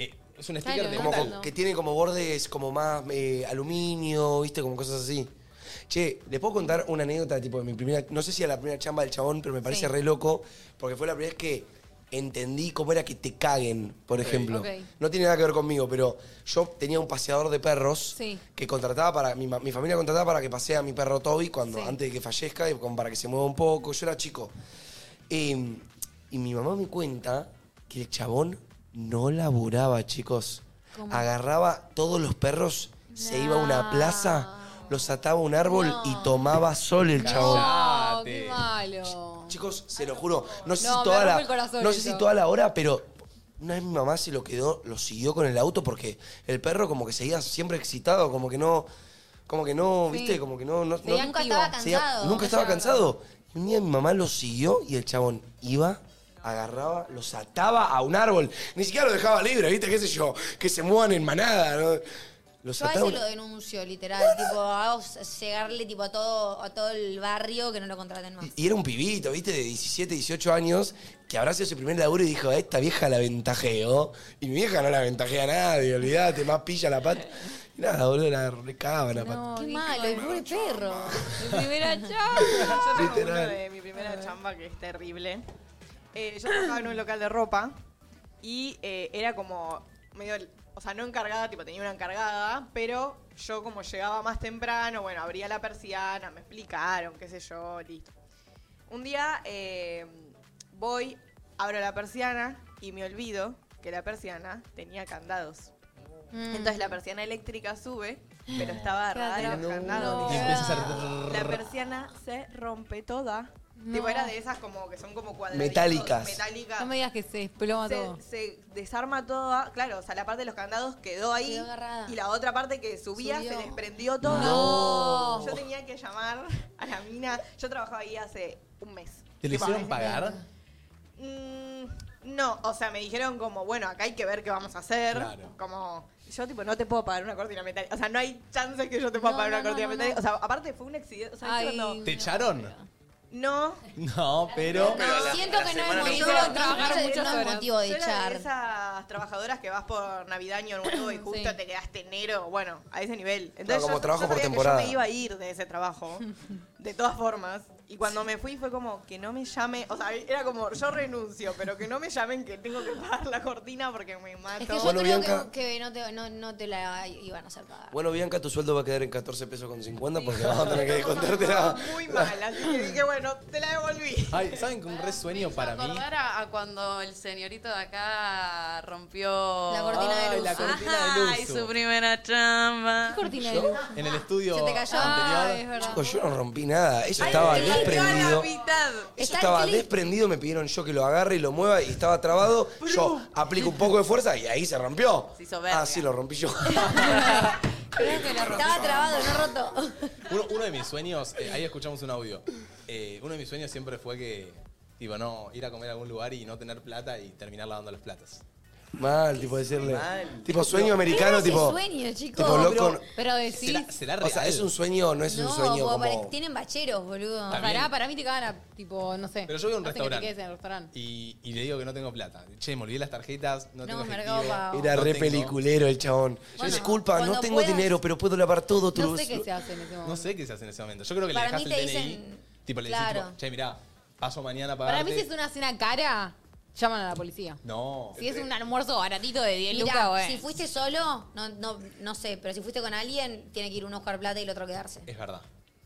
A: Eh, es un sticker
D: Claro,
A: de
B: Como
A: metal.
B: con- que tiene como bordes como más eh, aluminio, ¿viste? Como cosas así. Che, ¿les puedo contar una anécdota tipo de mi primera, no sé si a la primera chamba del chabón, pero me parece
J: Sí.
B: re loco, porque fue la primera vez que entendí cómo era que te caguen, por
J: Ok.
B: ejemplo.
J: Ok.
B: No tiene nada que ver conmigo, pero yo tenía un paseador de perros
C: Sí.
B: que contrataba para, mi, ma- mi familia contrataba para que pasee a mi perro Toby cuando,
C: Sí.
B: antes de que fallezca, y como para que se mueva un poco, yo era chico. Eh, y mi mamá me cuenta que el chabón no laburaba, chicos.
J: ¿Cómo?
B: Agarraba todos los perros, se iba a una plaza, los ataba a un árbol y tomaba sol el chabón.
C: No, qué malo.
B: Chicos, se lo juro, no sé
C: No,
B: si
C: me
B: toda
C: rompe
B: la
C: el corazón
B: no sé si
C: eso.
B: toda la hora, pero una vez mi mamá se lo quedó, lo siguió con el auto porque el perro como que seguía siempre excitado, como que no como que no,
D: Sí.
B: ¿viste? Como que no, no,
D: Seguía
B: no-
D: Nunca activo. estaba
B: Seguía-
D: cansado.
B: Nunca estaba cansado. Y un día mi mamá lo siguió y el chabón iba agarraba, los ataba a un árbol. Ni siquiera lo dejaba libre, ¿viste? ¿Qué sé yo? Que se muevan en manada. ¿no? Los
D: Yo a
B: ataba.
D: veces lo denuncio, literal. tipo, hago llegarle tipo a todo, a todo el barrio que no lo contraten más.
B: Y era un pibito, ¿viste? De 17, 18 años, que habrá sido su primer laburo y dijo, "A esta vieja la ventajeo. Y mi vieja no la ventajea a nadie, olvídate, más pilla la pata. Y nada, boludo, la recaba la pata.
D: Qué malo, el pobre perro.
F: Mi primera chamba. Yo tengo uno
B: Literal.
F: de mi primera chamba que es terrible. Eh, yo trabajaba en un local de ropa y eh, era como medio, o sea, no encargada, tipo tenía una encargada, pero yo como llegaba más temprano, bueno, abría la persiana, me explicaron, qué sé yo, listo. Un día eh, voy, abro la persiana y me olvido que la persiana tenía candados.
A: Mm.
F: Entonces la persiana eléctrica sube, pero estaba agarrada de los candados.
A: Y empieza a hacer-
F: La persiana se rompe toda. Tipo, era de esas como que son como cuadraditos.
B: Metálicas.
F: Metálicas.
C: No me digas que se exploma
F: se,
C: todo.
F: se desarma toda, claro, o sea, la parte de los candados quedó ahí
C: Quedó agarrada.
F: y la otra parte que subía
C: Subió.
F: se desprendió toda.
A: No.
F: Yo tenía que llamar a la mina. Yo trabajaba ahí hace un mes.
A: ¿Te lo
F: Tipo,
A: hicieron pagar?
F: Mm, no, o sea, me dijeron como, bueno, acá hay que ver qué vamos a hacer.
A: Claro.
F: Como, yo tipo, no te puedo pagar una cortina metálica. O sea, no hay chances que yo te pueda
C: No,
F: pagar
C: no,
F: una cortina
C: no, no,
F: metálica.
C: no.
F: O sea, aparte fue un accidente. O sea,
C: Ay,
F: cuando-
A: ¿Te echaron?
F: No,
A: No, pero.
D: Siento que no es motivo
F: no,
D: de trabajar
F: no,
D: muchas
F: no es
D: horas.
F: motivo de
D: Yo era de
F: echar. esas trabajadoras que vas por Navidad, Año Nuevo y justo te quedaste enero, bueno, a ese nivel. Entonces
B: como
F: yo,
B: trabajo
F: yo
B: por
F: sabía que
B: temporada.
F: yo me iba a ir de ese trabajo, de todas formas. Y cuando me fui fue como que no me llame, o sea, era como yo renuncio, pero que no me llamen que tengo que pagar la cortina porque me mato.
D: Es que yo
B: Bueno,
D: creo
B: Bianca.
D: que, que no, te, no, no te la iban a hacer pagar.
B: Bueno, Bianca, tu sueldo va a quedar en 14 pesos con 50 porque vas a tener que descontártela.
F: Muy mal, así que dije, bueno, te la devolví.
A: Ay, ¿saben que un re sueño para mí?
I: Acordar a, a cuando el señorito de acá rompió
A: La cortina de Ay, luz. la cortina de luz.
I: Ay, su primera chamba.
C: cortina
A: Yo, en el estudio
I: Se te cayó.
A: anterior.
I: Ay, es verdad.
B: Chicos, yo no rompí nada. Eso
I: Ay,
B: estaba
I: te cayó
B: desprendido. Eso
D: Está
B: estaba
D: el clip.
B: desprendido, me pidieron yo que lo agarre y lo mueva y estaba trabado. Yo aplico un poco de fuerza y ahí se rompió.
I: Se hizo verga.
B: Ah, sí, lo rompí yo.
D: Estaba trabado, no roto.
A: Uno, uno de mis sueños, eh, ahí escuchamos un audio. Eh, uno de mis sueños siempre fue que, tipo, no, ir a comer a algún lugar y no tener plata y terminar lavando las platas.
B: Mal, tipo decirle.
J: Mal.
B: Tipo sueño americano, tipo.
D: sueño, chicos.
B: tipo, loco, no-
C: Pero decís.
B: o sea, es un sueño, no es un sueño
D: vos
B: como.
D: pare- tienen bacheros, boludo.
A: Está bien.
D: Pará, para mí te cagan a, tipo, no sé.
A: Pero yo voy a un
D: Hacen que te
A: restaurante.
D: quedes en el restaurante.
A: Y, y le digo que no tengo plata. Che, me olvidé las tarjetas, no, tengo
D: me
A: efectivo.
D: recopa.
B: Era
A: no
B: re
A: tengo-
B: peliculero el chabón.
A: Bueno,
B: Disculpa, no
A: cuando
B: tengo
A: puedas-
B: dinero, pero puedo lavar todo tu
C: No sé qué se hace en ese momento.
A: No sé qué se hace en ese momento. Yo creo que
C: Para
A: le
C: mí
A: dejas el
C: te
A: DNI.
C: dicen-
A: Tipo, le
C: claro.
A: decís, tipo, che, mirá, paso mañana a pagarte.
C: Para mí, si es una cena cara, llaman a la policía.
A: No.
C: Si es un almuerzo baratito de 10 lucas,
D: Mirá,
C: bueno.
D: si fuiste solo, no, no, no sé, pero si fuiste con alguien, tiene que ir uno a buscar plata y el otro a quedarse.
A: Es verdad.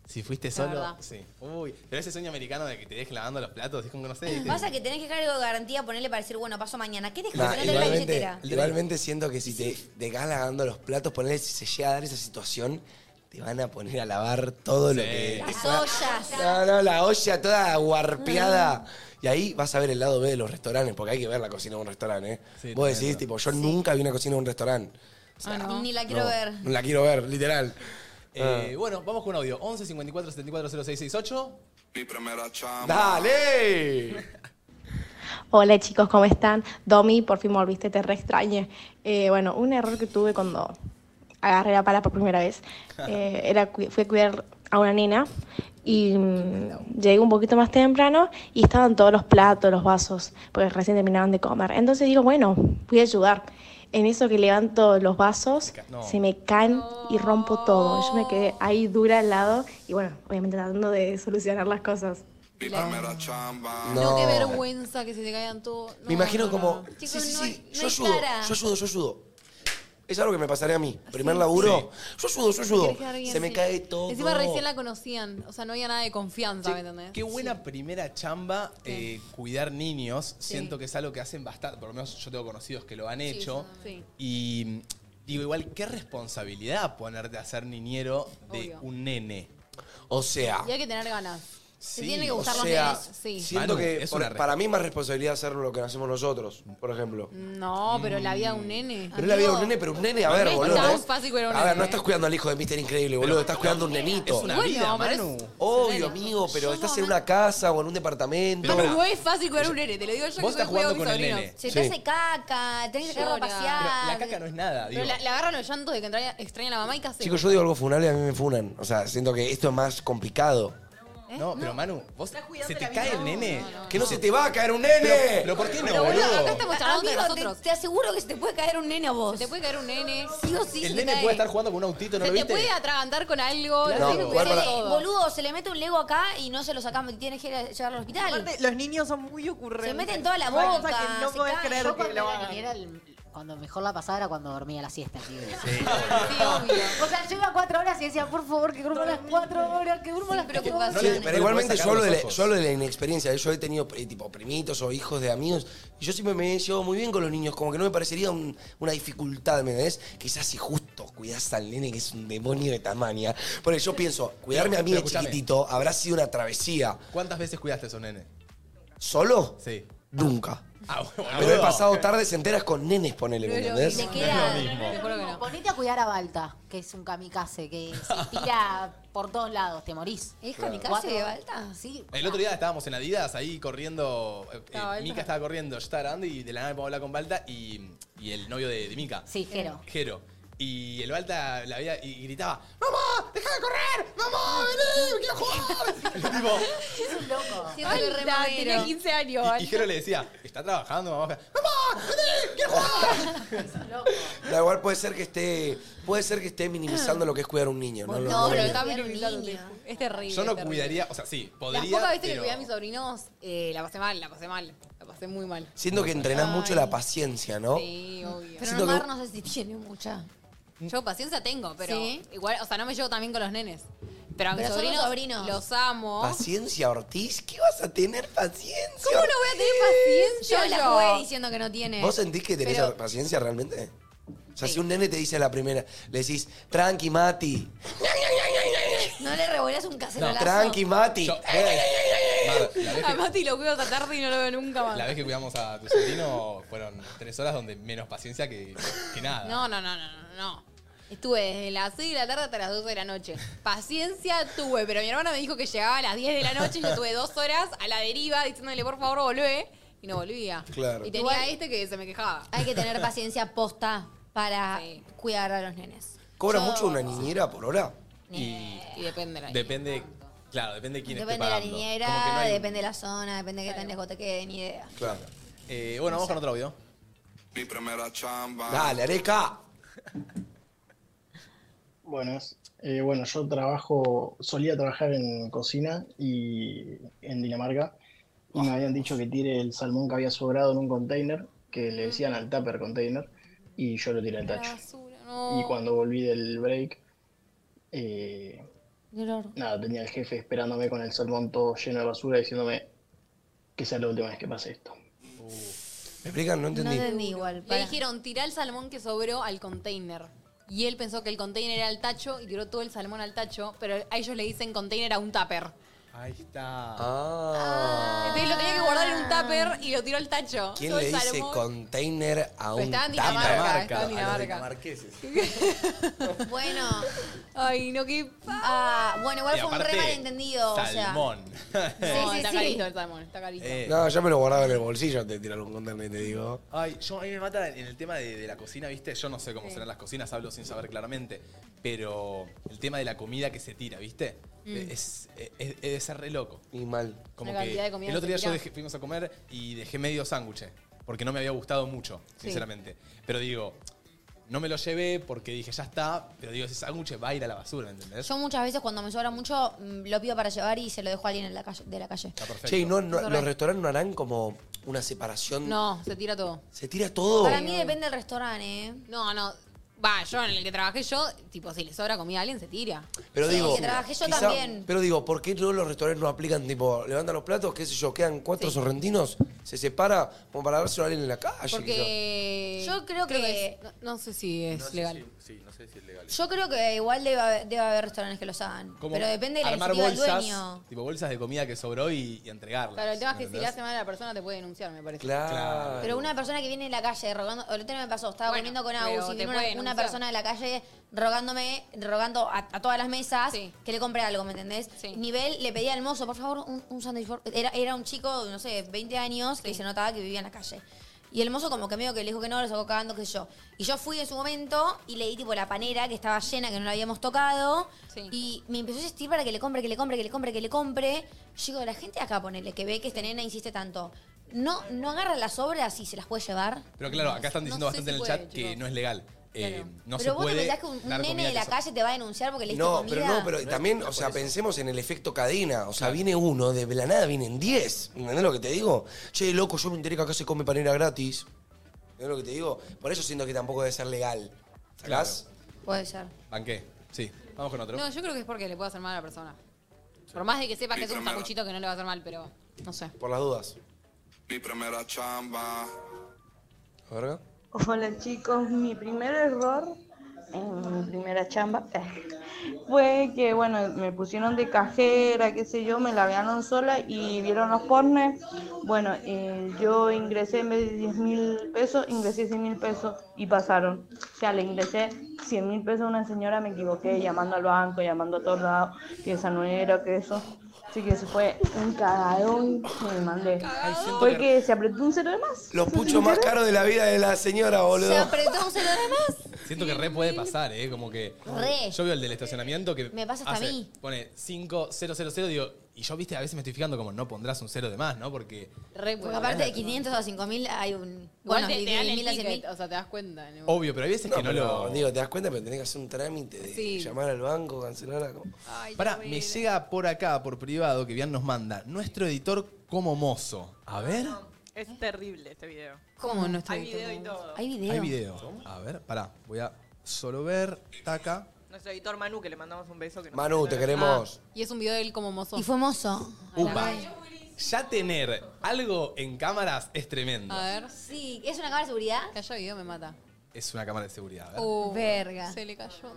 A: Si fuiste
D: La
A: solo.
D: verdad.
A: Sí. Uy, pero ese sueño americano de que te dejen lavando los platos, es como que no sé. ¿viste?
D: Pasa que tenés que dejar algo de garantía, ponerle para decir, bueno, paso mañana. ¿Qué dejas?
B: Nah,
D: No tenés la
B: igualmente,
D: billetera.
B: igualmente siento que si te, te quedas lavando los platos, ponele, si se llega a dar esa situación, te van a poner a lavar todo lo que.
D: Las ollas.
B: No, no, la olla toda guarpeada. Y ahí vas a ver el lado B de los restaurantes, porque hay que ver la cocina de un restaurante. ¿eh? Vos decís, tipo, yo nunca vi una cocina de un restaurante.
D: Ah, no. Ni la quiero
B: No,
D: ver.
B: No la quiero ver, literal.
A: Eh, Bueno, vamos con audio. 11 54 74 0668.
H: Mi primera chamba.
B: ¡Dale!
N: Hola chicos, ¿cómo están? Domi, por fin volviste, te re extrañé. Eh, bueno, un error que tuve cuando agarré la pala por primera vez eh, era cu- fui a cuidar a una nena y mm, llegué un poquito más temprano y estaban todos los platos, los vasos, porque recién terminaban de comer. Entonces digo, bueno, voy a ayudar. En eso que levanto los vasos, se me caen y rompo todo. Yo me quedé ahí dura al lado y bueno, obviamente tratando de solucionar las cosas.
H: Mi primera chamba.
B: No.
C: Qué vergüenza que se te caigan todos.
B: Me imagino como.
C: Chicos,
B: sí, sí,
C: no
B: sí,
C: hay- no
B: yo
C: hay
B: ayudo,
C: cara. ¿Ah,
B: yo ayudo, yo ayudo. Es algo que me pasaría a mí. Primer laburo, yo ayudo, yo ayudo.
C: Querés quedar bien,
B: Se me
C: sí.
B: cae todo.
C: Encima recién la conocían. O sea, no había nada de confianza,
A: Che,
C: ¿me entendés?
A: Qué buena primera chamba eh, cuidar niños.
C: Sí.
A: Siento que es algo que hacen bastante, por lo menos yo tengo conocidos que lo han
C: Sí,
A: hecho.
C: sí.
A: Y mm, digo, igual, qué responsabilidad ponerte a ser niñero de
C: Obvio.
A: un nene.
B: O sea,
C: Y hay que tener ganas. Se
A: Sí,
C: tiene que
A: o
C: gustar
B: sea,
C: los nenes. Sí.
B: Siento
A: Manu,
B: que
A: es
B: por-
A: una re-
B: para mí es más responsabilidad hacer lo que hacemos nosotros, por ejemplo.
C: No, pero la vida de un nene.
B: mm. Pero es la vida de un nene, pero un nene, a ver,
C: Mm, No es
B: boludo.
C: tan
B: ¿no?
C: fácil cuidar a un
B: A ver,
C: nene.
B: no estás cuidando al hijo de Mister Increíble, boludo. Estás cuidando a un nenito.
A: es una Bueno, vida, pero Manu. es-
B: Obvio, amigo, pero estás en una casa o en un departamento.
C: Manu, no es fácil cuidar a un nene, te lo digo yo que
B: Vos
C: soy
B: estás
C: juego
B: jugando con
C: mis
B: el
C: sobrinos.
B: nene.
D: Se te
B: Sí.
D: hace caca, tenés que sacarlo a
C: Llora.
D: pasear.
A: La caca no es nada, digo.
C: Pero la- le agarran los llantos de que entra- extraña a la mamá y casi.
B: Chicos, yo digo algo funable y a mí me funan. O sea, siento que esto es más complicado.
A: ¿Eh? No, pero Manu, vos se te cae el nene.
B: ¡Que no se te va a caer un nene!
A: Pero ¿por qué no,
B: Pero, boludo,
A: boludo?
B: acá
C: estamos charlando de
D: Amigo, te-
C: nosotros.
D: Te, aseguro que se te puede caer un nene a vos.
C: Te puede caer un nene.
D: Sí o sí, se
A: El
D: te
A: nene
D: cae.
A: puede estar jugando con un autito, ¿no
C: se
A: lo
C: te
A: viste?
C: puede atragantar con algo.
A: Claro.
C: lo tenés que
A: Igual
C: cuidar
A: para-
C: todo.
D: Boludo, se le mete un lego acá y no se lo sacamos, tienes que ir a llevarlo al hospital.
F: Aparte, los niños son muy ocurrentes.
D: Se meten toda la
F: Una cosa
D: boca,
F: que no
D: se
F: podés
D: caen.
F: creer
D: Yo
F: que
D: cuando
F: lo
D: era
F: hagan.
L: Era el- cuando mejor la pasaba era cuando dormía la siesta, tío.
O: O sea, yo iba cuatro horas y decía, por favor, que durma las cuatro horas, que durma las cuatro horas.
B: Sí, pero igualmente
A: podés sacar
B: yo hablo, de
A: los
B: la,
A: ojos.
B: yo hablo de la inexperiencia. Yo he tenido eh, tipo primitos o hijos de amigos y yo siempre me he llevado muy bien con los niños. Como que no me parecería un- una dificultad, ¿me entendés? Quizás si justo cuidás al nene que es un demonio de tamaña. Porque yo pienso, cuidarme a mí
A: Pero
B: de
A: escuchame.
B: chiquitito habrá sido una travesía.
A: ¿Cuántas veces cuidaste a un nene?
B: ¿Solo?
A: Sí.
B: Nunca.
A: Ah, bueno,
B: Pero he pasado tardes enteras con nenes, ponele, ¿me entendés?
L: Ponete a cuidar a Balta, que es un kamikaze, que se tira por todos lados, te morís.
D: ¿Es
A: kamikaze,
D: Balta?
L: Sí.
A: El otro día estábamos en Adidas ahí corriendo. eh, eh,
L: Estaba Balta.
A: Mika estaba corriendo, yo estaba grabando y de la nada me pongo a hablar con Balta y, y el novio de, de Mika.
L: Sí, Jero.
A: Jero. Y el Balta la veía y gritaba: ¡Mamá! ¡Deja de correr! ¡Mamá! ¡Vení! ¡Quiero jugar! Y tipo,
L: Es un loco.
D: Se va el
C: Balta,
D: remodero.
C: tenía 15 años.
A: y Jero le decía: Está trabajando, mamá.
B: Da igual puede ser que esté. Puede ser que esté minimizando lo que es cuidar a un niño. No,
C: No,
B: lo-
C: no,
B: no
C: pero
B: lo-
C: está minimizando. te ju- Es terrible.
A: Yo no
C: es terrible.
A: cuidaría, o sea, sí,
C: Las
A: podría.
C: pocas veces que
A: pero-
C: cuidé a mis sobrinos, eh, la pasé mal, la pasé mal. La pasé muy mal.
B: Siento que entrenás mucho la paciencia, ¿no?
C: Sí, obvio.
D: Pero
B: Siento
D: Omar
B: que- Mm.
D: no sé si tiene mucha.
C: Yo paciencia tengo, pero
D: Sí.
C: igual, o sea, no me llevo también con los nenes. Pero a mis
D: Pero son
C: sobrinos,
D: sobrinos.
C: los amo.
B: ¿Paciencia, Ortiz? ¿Qué vas a tener paciencia?
C: ¿Cómo no voy a tener paciencia?
D: Yo la jugué diciendo que no tiene.
B: ¿Vos sentís que tenés
D: Pero-
B: paciencia realmente? O sea, si un nene te dice a la primera, le decís, tranqui, Mati.
D: No le revolás un cacerolazo.
B: Tranqui, Mati. Eh,
A: eh, Mar, la
B: Este-
A: vez que-
C: A Mati lo cuido hasta tarde y no lo veo nunca
L: Ah.
C: más.
A: La vez que cuidamos a tu sobrino fueron tres horas donde menos paciencia que, que nada.
C: No, no, no, no, no, no. Estuve desde las 6 de la tarde hasta las 12 de la noche. Paciencia tuve, pero mi hermana me dijo que llegaba a las 10 de la noche y yo tuve dos horas a la deriva diciéndole, por favor, volvé. y no volvía.
B: Claro.
C: Y tenía este que se me quejaba.
D: Hay que tener paciencia posta para cuidar a los nenes.
B: ¿Cobra
D: Yo-
B: mucho una niñera por hora?
C: Eh,
A: Y
D: Y depende de la
A: depende, claro, depende de quién esté
D: Depende de la
A: pagando. Como
D: niñera,
A: que no hay-
D: depende de la zona, depende de qué tan lejos te quede, ni idea.
A: Claro. Eh, bueno, vamos con otro audio.
H: Mi primera chamba.
B: Dale, Areca.
P: Buenas. Eh, bueno, yo trabajo, solía trabajar en cocina y en Dinamarca y
B: Ah.
P: me habían dicho que tire el salmón que había sobrado en un container, que le decían al tupper container, y yo lo tiré al tacho.
C: No.
P: Y cuando volví del break, eh,
C: Dolor.
P: nada, tenía el jefe esperándome con el salmón todo lleno de basura diciéndome que sea la última vez que pase esto.
B: Uh. ¿Me explican? No entendí. Ah,
D: igual.
C: Le dijeron, tirá el salmón que sobró al container. Y él pensó que el container era el tacho y tiró todo el salmón al tacho, pero a ellos le dicen container a un tupper.
A: Ahí está.
C: Entonces lo tenía que guardar en un tupper y lo tiró al tacho.
B: Ah, ¿Quién
C: Todo
B: le
C: el
B: dice
C: salmón.
B: container a
C: Ah, Pero
B: un
C: estaba en
B: tupper?
C: Dinamarca, estaba en
B: A los
C: Dinamarca.
B: dinamarqueses.
D: Bueno.
C: Ay, no, qué...
D: Ah, bueno, igual
B: Y
D: fue un re
B: aparte,
D: malentendido,
B: Salmón.
D: o sea.
C: No,
D: Sí, sí,
C: está
D: sí.
C: carito el salmón, está carito.
J: Eh,
B: No, yo me lo guardaba en el bolsillo antes de tirar un container, te digo.
A: Ay, yo a mí me mata en el tema de, de la cocina, ¿viste? Yo no sé cómo serán las cocinas, hablo sin saber claramente. Pero el tema de la comida que se tira, ¿viste?
J: Mm.
A: Es, es, es- debe ser re loco.
B: Y mal.
A: Como
C: La cantidad
A: que
C: de comida
A: el
C: que
A: otro
C: se
A: día yo
C: tira.
A: dejé- fuimos a comer y dejé medio sándwich. Porque no me había gustado mucho,
C: Sí.
A: sinceramente. Pero digo, no me lo llevé porque dije, ya está. Pero digo, ese sándwich va a ir a la basura, ¿entendés?
D: Yo muchas veces cuando me sobra mucho mm, lo pido para llevar y se lo dejo a alguien en la calle, de la calle.
B: Che, ¿y no, no-
D: Correcto.
B: los restaurantes no harán como una separación?
C: No, se tira todo.
B: ¿Se tira
A: Oh.
B: todo?
D: Para mí depende del restaurante, ¿eh?
C: No, no. Va, yo en el que trabajé yo, tipo, si le sobra comida a alguien, se tira.
B: Pero
D: Sí,
B: digo,
D: que trabajé yo
B: quizá-
D: también.
B: Pero digo, ¿por qué no los restaurantes no aplican, tipo, levantan los platos, qué sé yo, quedan cuatro sorrentinos, se separa como para dárselo a alguien en la
A: Ah,
B: calle? quizá?
C: Porque
D: Yo creo que-
C: Eh, es- no, no sé si es legal.
J: Sí, no sé si es legal.
D: Yo creo que igual debe haber, debe haber restaurantes que los hagan.
A: Como
D: Pero depende de la
A: armar
D: iniciativa del
A: bolsas,
D: dueño.
A: Tipo bolsas de comida que sobró y, y entregarlas.
C: Claro, el tema es que si
A: ¿entendés?
C: le hace mal a la persona te puede denunciar, me parece.
A: Claro.
D: Pero una persona que viene en la calle rogando, el otro día me pasó, estaba comiendo con Agus
C: pero
D: y
C: te
D: vino
C: puede
D: una, una
C: denunciar.
D: persona de la calle rogándome, rogando a, a todas las mesas que le compre algo, ¿me entendés? Nivel, le pedía al mozo, por favor, un, un sándwich. por- Era, era un chico, no sé, 20 años, que se notaba que vivía en la calle. Y el mozo como que medio que le dijo que no, lo sacó cagando, qué sé yo. Y yo fui en su momento y le di tipo la panera que estaba llena, que no la habíamos tocado. Y me empezó a insistir para que le compre, que le compre, que le compre, que le compre. Yo digo, la gente de acá, ponele, que ve que esta nena insiste tanto. No, no agarra las obras y se las puede llevar.
A: Pero claro, acá están diciendo
D: No sé
A: bastante en
D: si
A: el
D: puede,
A: chat que no es legal. Eh, no
D: pero
A: se
D: vos no
A: puede
D: pensás que un, un
A: dar
D: nene
A: comida
D: de la
A: que
D: calle te va a denunciar porque le diste
B: No,
D: comida.
B: pero no, pero también, o sea, pensemos en el efecto cadena. O sea, viene uno, de la nada vienen 10. ¿Entendés lo que te digo? Che, loco, yo me enteré que acá se come panera gratis. ¿Entendés lo que te digo? Por eso siento que tampoco debe ser legal. ¿Sacás?
D: Puede ser.
A: Banqué. Sí. Vamos con otro.
C: No, yo creo que es porque le puede hacer mal a la persona. Por más de que sepas que es un sacuchito que no le va a hacer mal, pero no sé.
B: Por las dudas.
H: Mi primera chamba.
B: ¿Verga?
Q: Hola chicos, mi primer error en mi primera chamba fue que, bueno, me pusieron de cajera, qué sé yo, me la vearon sola y vieron los pornes. Bueno, eh, yo ingresé en vez de 10 mil pesos, ingresé 100 mil pesos y pasaron. O sea, le ingresé 100 mil pesos a una señora, me equivoqué llamando al banco, llamando a todos lados, que esa no era, que eso. Así que eso fue un cagadón que me mandé. Fue que se apretó un cero de más.
B: Los puchos más caros de la vida de la señora,
D: Se
B: boludo.
D: apretó un cero de más.
A: Siento que re puede pasar, ¿eh? Como que.
D: Re.
A: Yo veo el del estacionamiento que.
D: Me pasa hasta
A: hace-
D: a mí.
A: Pone 5000, digo. Y yo, viste, a veces me estoy fijando como no pondrás un cero de más, ¿no? Porque.
D: Porque aparte de 500 a 5000 hay un...
C: Igual
D: Bueno,
C: te,
D: de
C: te dan el
D: 10.000 a 100.000.
C: ticket, o sea, te das cuenta. ¿no?
A: Obvio, pero hay veces que no
B: pero,
A: lo-
B: Digo, te das cuenta, pero tenés que hacer un trámite de
C: Sí.
B: llamar al banco, cancelar algo.
A: Pará, me llega por acá, por privado, que Bian nos manda. Nuestro editor como mozo. A ver.
F: Es terrible este video.
C: ¿Cómo no estoy
F: Hay video y
C: editando?
F: todo.
C: Hay
A: Hay video. A ver, pará. Voy a solo ver. Taca.
F: Nuestro editor Manu, que le mandamos un beso. Que nos-
B: Manu, te queremos.
C: Y es un video de él como mozo. Y
D: fue mozo.
A: Upa. Ya tener algo en cámaras es tremendo.
C: A ver.
D: Sí, ¿es una cámara de seguridad?
C: Cayó video, me mata.
A: Es una cámara de seguridad. A ver.
C: Oh,
D: Verga.
C: Se le cayó.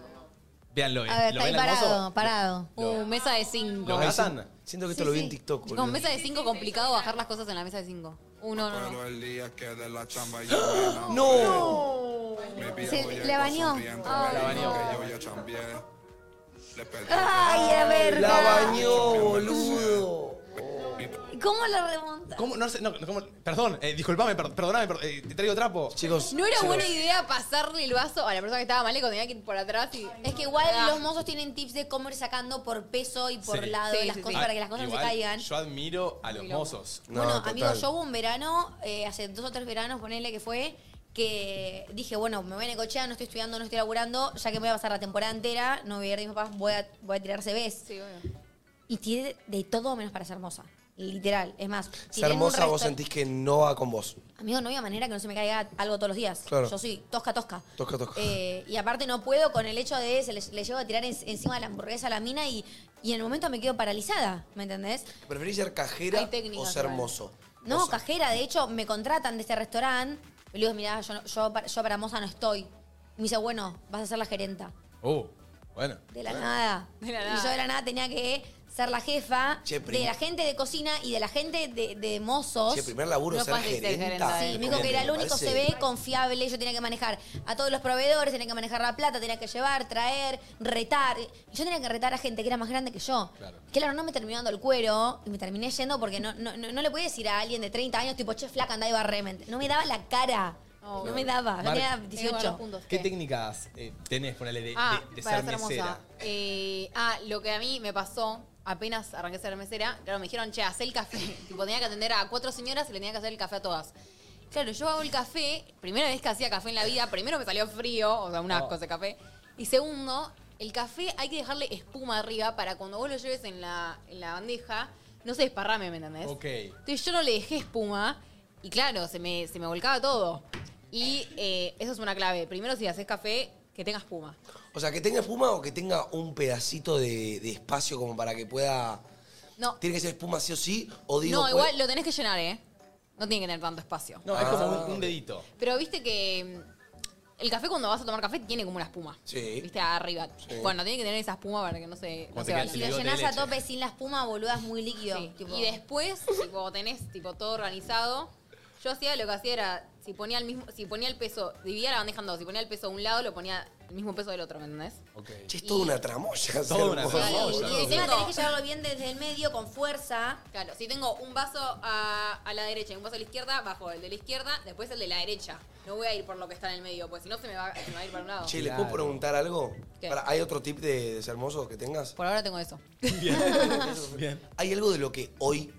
A: Véanlo, ¿eh?
D: Uh. A ver,
A: ¿Lo
D: está ahí
A: ven al mozo?
D: parado, parado.
C: Uh, mesa de 5.
A: ¿Lo matan?
B: Siento que esto lo vi en TikTok,
C: Con mesa de 5 complicado bajar las cosas en la mesa de 5. Uno, no, no.
H: Pero el día que de la chamba yo me enamoré. Baby,
C: Se
H: voy a
C: le bañó.
H: sonriendo,
C: Ay,
H: me
C: La
H: dijo
C: bañó.
H: que yo ya chambié. Le pedí-
D: ¡Ay, a verga!
B: La bañó, boludo.
D: ¿Cómo lo remonta?
A: ¿Cómo? No sé, no, no, ¿cómo? Perdón, eh, disculpame, per- perdoname, per- eh, te traigo trapo.
B: Chicos.
C: No era buena idea pasarle el vaso a la persona que estaba mal y cuando tenía que ir por atrás y.
D: Es que igual los mozos tienen tips de cómo ir sacando por peso y por
A: Sí.
D: lado
A: Sí,
D: las
A: sí,
D: cosas
A: sí.
D: para que las cosas no
A: Igual,
D: se caigan.
A: Yo admiro a los mozos.
D: bueno, amigo, yo hubo un verano, eh, hace dos o tres veranos, ponele que fue, que dije, bueno, me voy a necochea, no estoy estudiando, no estoy laburando, ya que me voy a pasar la temporada entera, no voy a ir de mis papás, voy a, voy a tirar CVs. Y tiré de todo menos para ser hermosa. Literal. Es más,
B: Ser
D: tiré en un
B: hermosa, vos
D: resto-
B: sentís que no va con vos.
D: Amigo, no había manera que no se me caiga algo todos los días.
B: Claro.
D: Yo soy tosca, tosca.
B: Toca, toca.
D: Eh, y aparte no puedo con el hecho de se le, le llevo a tirar en- encima de la hamburguesa a la mina y, y en el momento me quedo paralizada, ¿me entendés?
B: ¿Preferís ser cajera
D: Hay técnicas,
B: o ser
D: igual.
B: mozo?
D: No, cajera, de hecho, me contratan de este restaurante. Y le digo, mirá, yo, no- yo, para- yo para moza no estoy. Me dice, bueno, vas a ser la gerenta.
A: Oh, bueno.
D: De la
B: ¿Eh?
A: Bueno.
D: nada.
C: De la
D: Y yo de la nada tenía que ser la jefa
B: Che, prim-
D: de la gente de cocina y de la gente de, de mozos.
B: Che, primer laburo, ser
D: fácil
B: gerenta, eh,
D: Sí, me dijo que era el
B: me
D: único
B: parece-
D: CV confiable. Yo tenía que manejar a todos los proveedores, tenía que manejar la plata, tenía que llevar, traer, retar. Y Yo tenía que retar a gente que era más grande que yo.
A: Claro.
D: Claro, no me terminó dando el cuero y me terminé yendo porque no, no, no, no le podía decir a alguien de 30 años, tipo, che, flaca, andá y barremen. No me daba la cara. no me daba. Yo
A: Mar-
D: tenía
C: Tengo
D: 18.
C: los puntos.
A: ¿Qué técnicas eh, tenés, ponele, de,
C: Ah,
A: de- de
C: para
A: ser
C: ser hermosa.
A: mesera?
C: Eh, ah, lo que a mí me pasó, apenas arranqué a ser mesera, claro, me dijeron, che, hacé el café. tipo, tenía que atender a cuatro señoras y le tenía que hacer el café a todas. Claro, yo hago el café, primera vez que hacía café en la vida, primero me salió frío, o sea, un
E: No.
A: Oh.
C: asco ese café. Y segundo, el café hay que dejarle espuma arriba para cuando vos lo lleves en la, en la bandeja, no se desparrame, ¿me entendés?
A: Ok.
C: Entonces yo no le dejé espuma y claro, se me, se me volcaba todo. Y eh, eso es una clave. Primero, si haces café, que tenga espuma.
B: O sea, que tenga espuma o que tenga un pedacito de, de espacio como para que pueda.
C: No,
B: ¿Tiene que ser espuma sí o sí? O digo, pues.
C: no
A: pues.
B: puede-
C: igual lo tenés que llenar, ¿eh? No tiene que tener tanto espacio.
A: No, es
B: Ah.
A: como un, un dedito.
C: Pero viste que mm, el café cuando vas a tomar café tiene como una espuma.
A: Sí.
C: Viste, arriba.
A: Sí.
C: Bueno, tiene que tener esa espuma para que no se,
A: Cuando te
C: no se
A: queda
C: vaya.
A: el
D: Si lo
A: bigote de
D: llenás a
A: leche.
D: tope sin la espuma, boluda, es muy líquido. tipo.
C: Y después, tipo, tenés tipo todo organizado. Yo hacía lo que hacía era, si ponía el mismo, si ponía el peso, dividía la bandeja en dos, si ponía el peso de un lado, lo ponía el mismo peso del otro, ¿me entendés?
B: Che, es toda una tramoya.
A: Toda una
D: Y
A: tramoya.
D: y
C: Ah,
D: encima tenés que llevarlo bien desde el medio, con fuerza.
C: Claro, si tengo un vaso a, a la derecha y un vaso a la izquierda, bajo el de la izquierda, después el de la derecha. No voy a ir por lo que está en el medio, porque si no se me va, se me va a ir para un lado.
B: Che, ¿les puedo preguntar algo?
C: ¿Qué?
B: Pará, ¿Hay otro tip de, de ser hermoso que tengas?
C: Por ahora tengo eso.
B: ¿Hay algo de lo que hoy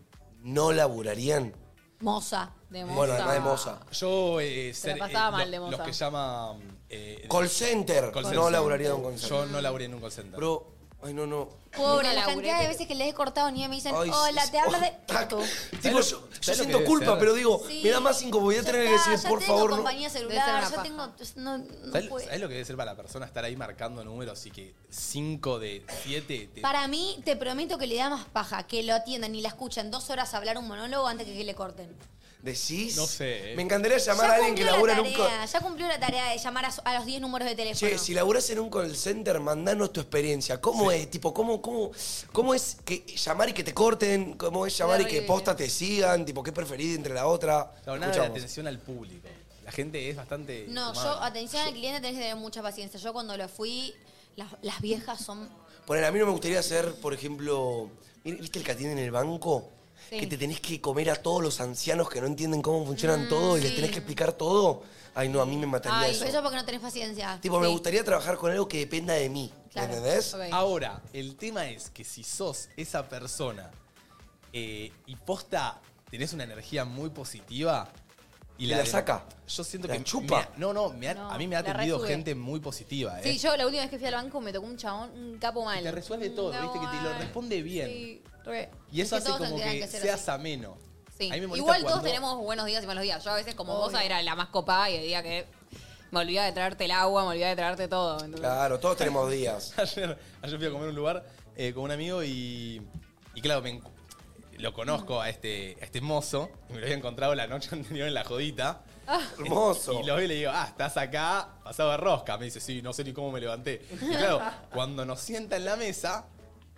B: no laburarían?
D: Moza.
C: De
B: Bueno, además de moza.
A: Yo, eh,
C: Se la
A: ser, eh,
C: pasaba mal de
A: lo-
C: moza.
A: los que llama... eh,
B: Call center.
A: Call
B: No laburaría en un call
A: Yo
B: center.
A: no laburaría en un call center.
B: Bro, ay, no, no.
D: Pobre, la
C: laburé,
D: cantidad de
C: pero-
D: veces que les he cortado ni me dicen,
B: Ay,
D: hola,
B: sí,
D: te hablas de. Tú.
B: Tipo, yo, yo
A: ¿sabes lo
B: siento
A: que
B: culpa,
A: debe
B: pero digo,
D: Sí.
B: me da más incomodidad
D: Ya
B: tener que
D: está,
B: decir,
D: ya
B: por
D: tengo
B: favor, no.
D: compañía
C: Debe
D: celular, ya
C: ser una
D: tengo. pues, No, no
A: ¿Sabes,
D: puedo.
A: sabes lo que debe ser para la persona estar ahí marcando números y que 5 de 7 te...
D: Para mí, te prometo que le da más paja que lo atiendan y la escuchen dos horas hablar un monólogo antes que, que le corten.
B: ¿Decís?
A: No sé. eh.
B: Me encantaría llamar
D: ya
B: a alguien que
D: cumplió
B: labura
D: la
B: en un call
D: tarea, Ya cumplió la tarea de llamar a, su- a los 10 números de teléfono.
B: Che, si laburás en un call center, mandanos tu experiencia. ¿Cómo es? Tipo, ¿cómo, cómo, ¿cómo es que llamar y que te corten? ¿Cómo es llamar y que
A: Terrible.
B: posta te sigan? Tipo, ¿qué preferís entre la otra?
A: Claro, nada de
B: Escuchamos.
A: atención al público. La gente es bastante...
D: No,
A: humana.
D: yo, atención al cliente, tenés que tener mucha paciencia. Yo cuando lo fui, las, las viejas son.
B: Poner, a mí no me gustaría ser, por ejemplo, mire, ¿viste el que atiende en el banco?
D: Sí.
B: Que te tenés que comer a todos los ancianos que no entienden cómo funcionan todo y les
D: Mm, sí.
B: tenés que explicar todo. Ay, no, a mí me mataría
D: Ay,
B: eso.
D: pero eso porque no tenés paciencia.
B: Tipo, me
D: Sí.
B: gustaría trabajar con algo que dependa de mí.
D: Claro.
B: ¿Entendés?
D: Ok.
A: Ahora, el tema es que si sos esa persona eh, y posta tenés una energía muy positiva y
B: Te la saca.
A: Yo siento
B: La
A: que.
B: chupa.
A: me ha- no, no, me ha-
C: No,
A: a mí me ha
C: la
A: atendido
C: resube.
A: gente muy positiva, ¿eh?
C: Sí, yo la última vez que fui al banco me tocó un chabón, un capo mal.
A: Te resuelve
C: Un
A: todo,
C: capo
A: viste, que te lo
C: mal.
A: responde bien.
C: Sí, re.
A: Y eso
D: Es que
A: hace
D: todos
A: como
D: tendrían
A: que,
D: que ser
A: seas ameno.
C: Sí.
A: A mí me molesta
C: Igual todos
A: cuando-
C: tenemos buenos días y malos días. Yo a veces, como vos,
D: Obvio.
C: era la más copada y el día que me olvidaba de traerte el agua, me olvidaba de traerte todo. ¿entendés?
B: Claro, todos tenemos días.
A: ayer, ayer fui a comer a un lugar eh, con un amigo y, y claro, me encu- lo conozco a este, a este mozo, y me lo había encontrado la noche anterior en la jodita.
B: Hermoso.
A: Y lo veo y le digo, ah, estás acá, pasado de rosca. Me dice, sí, no sé ni cómo me levanté. Y claro, cuando nos sienta en la mesa,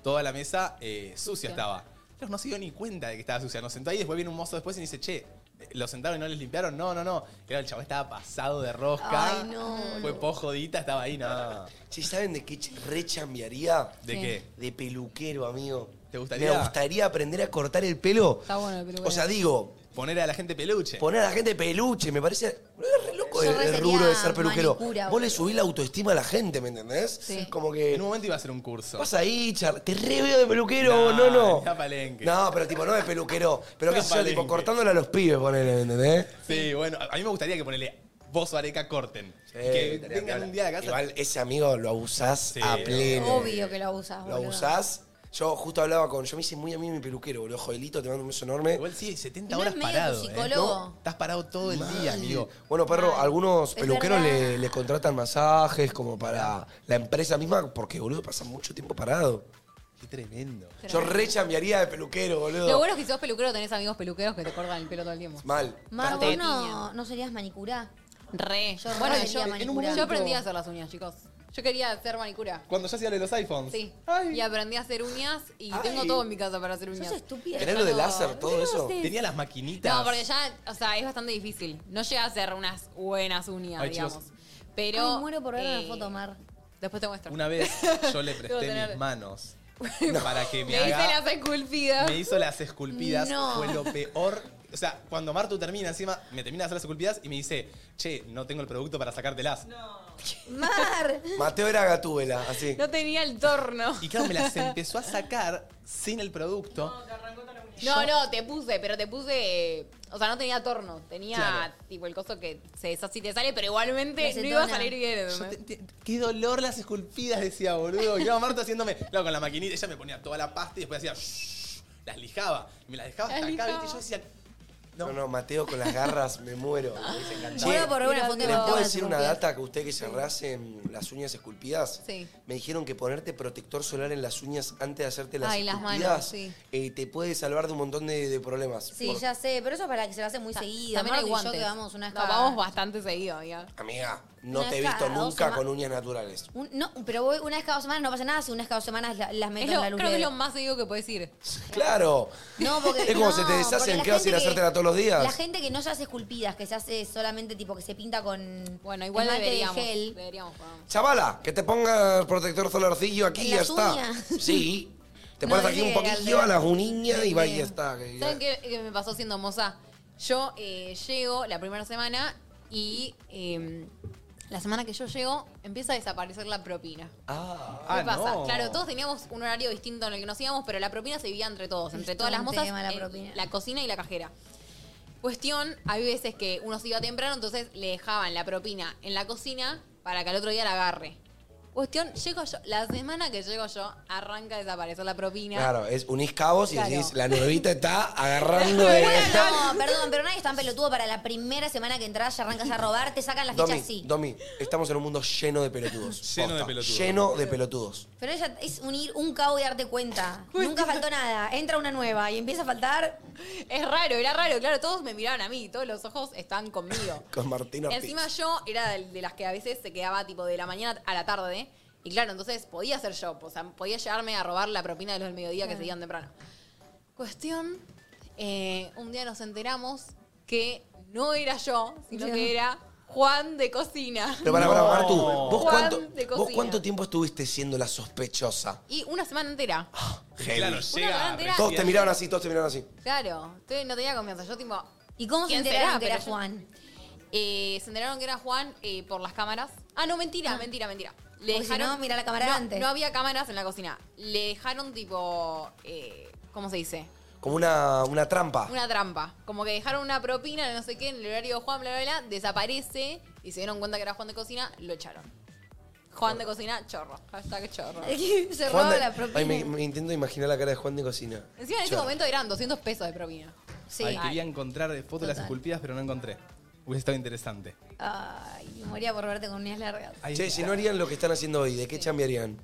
A: toda la mesa eh, sucia estaba. Claro, no se dio ni cuenta de que estaba sucia. Nos sentó ahí, después viene un mozo después y dice, che, lo sentaron y no les limpiaron. No, no, no. Claro, el chabón estaba pasado de rosca.
B: Ay, no.
A: Fue pojodita, estaba ahí, no.
B: Che, ¿saben de qué ch- re chambearía?
A: ¿De Sí. qué?
B: De peluquero, amigo. ¿Te
A: gustaría?
B: Me gustaría aprender a cortar el pelo.
C: Está bueno el peluquero.
B: O sea, digo.
A: Poner a la gente peluche.
B: Poner a la gente peluche, me parece. Es re loco
A: Yo
B: el,
A: re
B: el
A: sería
B: rubro de ser peluquero.
A: manicura,
B: Vos le subís la autoestima a la gente, ¿me entendés?
A: Sí.
B: Como que. En
A: un momento iba a hacer un curso.
B: Vas ahí, char... te re veo de peluquero, no, no.
A: ya palenque.
B: No, pero tipo, no de peluquero. Pero qué
A: Ya
B: sé yo, tipo,
A: palenque.
B: cortándole a los pibes, ponele, ¿me entendés?
A: Sí, bueno, a a mí me gustaría que ponele vos, Areca, corten. que
B: estaría
A: tengan
B: piola.
A: un día de casa.
B: Igual ese amigo lo abusás a pleno.
D: Obvio que lo usas,
B: Lo
D: Ah, boludo.
B: abusás. Yo justo hablaba con. Yo me hice muy amigo de mi peluquero, boludo. Joelito, te mando un beso enorme.
A: Igual sí, 70
D: ¿No es
A: horas
D: medio tu
A: parado. ¿eh?
D: psicólogo?
A: No, Estás parado todo el día, amigo.
B: Bueno, perro, algunos
A: Es
B: peluqueros
A: verdad.
B: le, le contratan masajes como para la empresa misma, porque, boludo, pasa mucho tiempo parado.
A: Qué tremendo.
B: Yo re chambearía de peluquero, boludo.
C: Lo bueno es que si sos peluquero tenés amigos peluqueros que te cortan el pelo todo el tiempo.
B: Mal.
D: Mar,
C: Parte
D: ¿vos
C: de
D: no, no serías manicura?
C: Re.
D: Yo
C: bueno,
D: re
C: yo,
D: quería
C: en un
D: manicura.
C: momento- yo aprendí a hacer las uñas, chicos. Yo quería hacer manicura.
A: Cuando ya hacía lo de los iPhones.
C: Sí. Y aprendí a hacer uñas y tengo todo en mi casa para hacer uñas. Eso es estúpida.
A: ¿Tenés lo de láser, todo eso?
C: sé.
A: Tenía las maquinitas.
C: No, porque ya, o sea, es bastante difícil. No llegué a hacer unas buenas uñas,
A: Ay, chicos.
C: digamos. Pero.
D: Ay, muero por ver una
C: eh,
D: foto, Mar.
C: Después te muestro.
A: Una vez yo le
C: Debo
A: presté
C: tener-
A: mis manos para que me
C: Le hice
A: haga.
C: las esculpidas.
A: Me hizo las esculpidas.
C: No.
A: Fue lo peor. O sea, cuando Martu termina encima, me termina de hacer las esculpidas y me dice, che, no tengo el producto para sacártelas.
D: Mar.
B: Mateo era gatúbela, así.
C: No tenía el torno.
A: Y claro, me las empezó a sacar sin el producto.
C: No, no, te puse, pero te puse. eh, O sea, no tenía torno. Tenía
A: Claro.
C: tipo el coso que se deshace y te sale, pero igualmente
A: Macetona.
C: no iba a salir bien.
A: Yo
C: ¿entendés?
A: Qué dolor las esculpidas, decía, boludo. Y no, Marta haciéndome. Claro, con la maquinita, ella me ponía toda la pasta y después hacía. shhh, las lijaba. Y me las dejaba hasta
C: Las
A: acá,
C: lijaba.
A: ¿viste? Y yo decía.
B: No. no, Mateo con las garras me muero.
D: Muero por ver una foto
B: ¿Les puedo
D: de Mateo ¿eh? con
B: decir
D: las
B: una
D: esculpidas?
B: data que usted que se rasen las uñas esculpidas?
C: Sí.
B: Me dijeron que ponerte protector solar en las uñas antes de hacerte las
D: Ay, las
B: esculpidas
D: manos, sí.
B: eh, te puede salvar de un montón de, de problemas.
D: Sí,
B: Por-
D: ya sé, pero eso es para que se lo hace muy
C: Ta-
D: seguido.
C: también
D: Mar
C: hay
D: y yo
C: guantes.
D: que vamos una vez
C: No,
D: cada-
C: vamos bastante seguido, ya.
B: Amiga, no
D: Una
B: te he
D: vez
B: visto
D: cada dos
B: nunca
D: sema-
B: con uñas naturales.
D: Un- no, pero voy una vez cada dos semanas no pasa nada, si una vez cada dos semanas la- las meto
C: Es lo-
D: en la luz.
C: creo que es
D: LED.
C: lo más seguido que puedes ir.
B: Claro.
D: No, porque.
B: Es como
D: no,
B: se te deshacen,
D: porque la
B: ¿qué vas a ir a
D: gente que-
B: hacértela todos los días?
D: La gente que no se hace esculpidas, que se hace solamente tipo que se pinta con. Bueno,
C: igual deberíamos,
D: De gel.
C: Deberíamos,
B: Chavala, que te ponga protector solarcillo aquí
D: ¿En
B: y ya
D: las
B: está.
D: uñas?
B: Sí. Te
D: No,
B: pones
D: es
B: aquí un
D: legal,
B: poquillo
D: legal.
B: a las uñas y va y ya
D: Bien.
B: está. que-
C: ¿Saben qué, qué me pasó siendo moza? Yo eh, llego la primera semana y eh, la semana que yo llego empieza a desaparecer la propina.
B: Ah,
C: ¿Qué pasa? Claro, todos teníamos un horario distinto en el que nos íbamos, pero la propina se vivía entre todos, entre
D: Es
C: todas
D: todo
C: las
D: un
C: mozas,
D: tema la
C: en
D: propina.
C: la cocina y la cajera. Cuestión, hay veces que uno se iba temprano, entonces le dejaban la propina en la cocina para que al otro día la agarre. Cuestión, llego yo, la semana que llego yo, arranca a desaparecer la propina.
B: Claro, es unís cabos y
C: Claro.
B: decís, la nuevita está agarrando de.
D: No, perdón, pero nadie es tan pelotudo para la primera semana que entras y arrancas a robar, te sacan las
B: Domi,
D: fichas así.
B: Domi, estamos en un mundo lleno de pelotudos.
A: Lleno de
B: Posta,
A: pelotudos.
B: Lleno de pelotudos.
D: Pero ella es unir un cabo y darte cuenta. Nunca faltó nada. Entra una nueva y empieza a faltar.
C: Es raro, era raro, claro, todos me miraban a mí, todos los ojos estaban conmigo.
B: Con Martina Ortiz.
C: Encima yo era del- de las que a veces se quedaba tipo de la mañana a la tarde. Y claro, entonces podía hacer yo, o sea, podía llegarme a robar la propina de los del mediodía que
D: Claro.
C: seguían temprano. Cuestión, eh, un día nos enteramos que no era yo, sino
D: Ya.
C: que era Juan de cocina.
B: Pero para, para, Martu, ¿vos
C: Juan
B: cuánto,
C: de
B: vos
C: cocina.
B: cuánto tiempo estuviste siendo la sospechosa?
C: Y una semana entera.
B: Heavy.
A: Claro,
C: semana entera.
B: Todos te miraron así, todos te miraron así.
C: Claro, entonces no tenía confianza. Yo tipo.
D: ¿Y cómo se
C: ¿quién
D: enteraron
C: será?
D: que era
C: Pero yo-
D: Juan?
C: Eh, se enteraron que era Juan eh, por las cámaras. Ah, no, mentira, mentira, mentira. Le
D: Porque si no, mira la cámara
C: no,
D: de antes.
C: No había cámaras en la cocina. Le dejaron tipo. eh, ¿Cómo se dice?
B: Como una, una trampa.
C: Una trampa. Como que dejaron una propina, no sé qué, en el horario de Juan, bla, bla, bla. Desaparece y se dieron cuenta que era Juan de cocina, lo echaron. Juan de cocina, chorro. Hashtag chorro.
D: se
B: Juan
D: roba
B: de-
D: la propina.
B: Ay, me, me intento imaginar la cara de Juan de cocina.
C: Encima en ese
B: Chorro.
C: momento eran 200 pesos de propina. Sí.
A: Ay, quería encontrar fotos de las
D: Total.
A: esculpidas, pero no encontré. Hubiese estado interesante.
D: Ay, moría por verte con uñas largas.
B: Che, si no harían lo que están haciendo hoy, ¿de qué chambearían?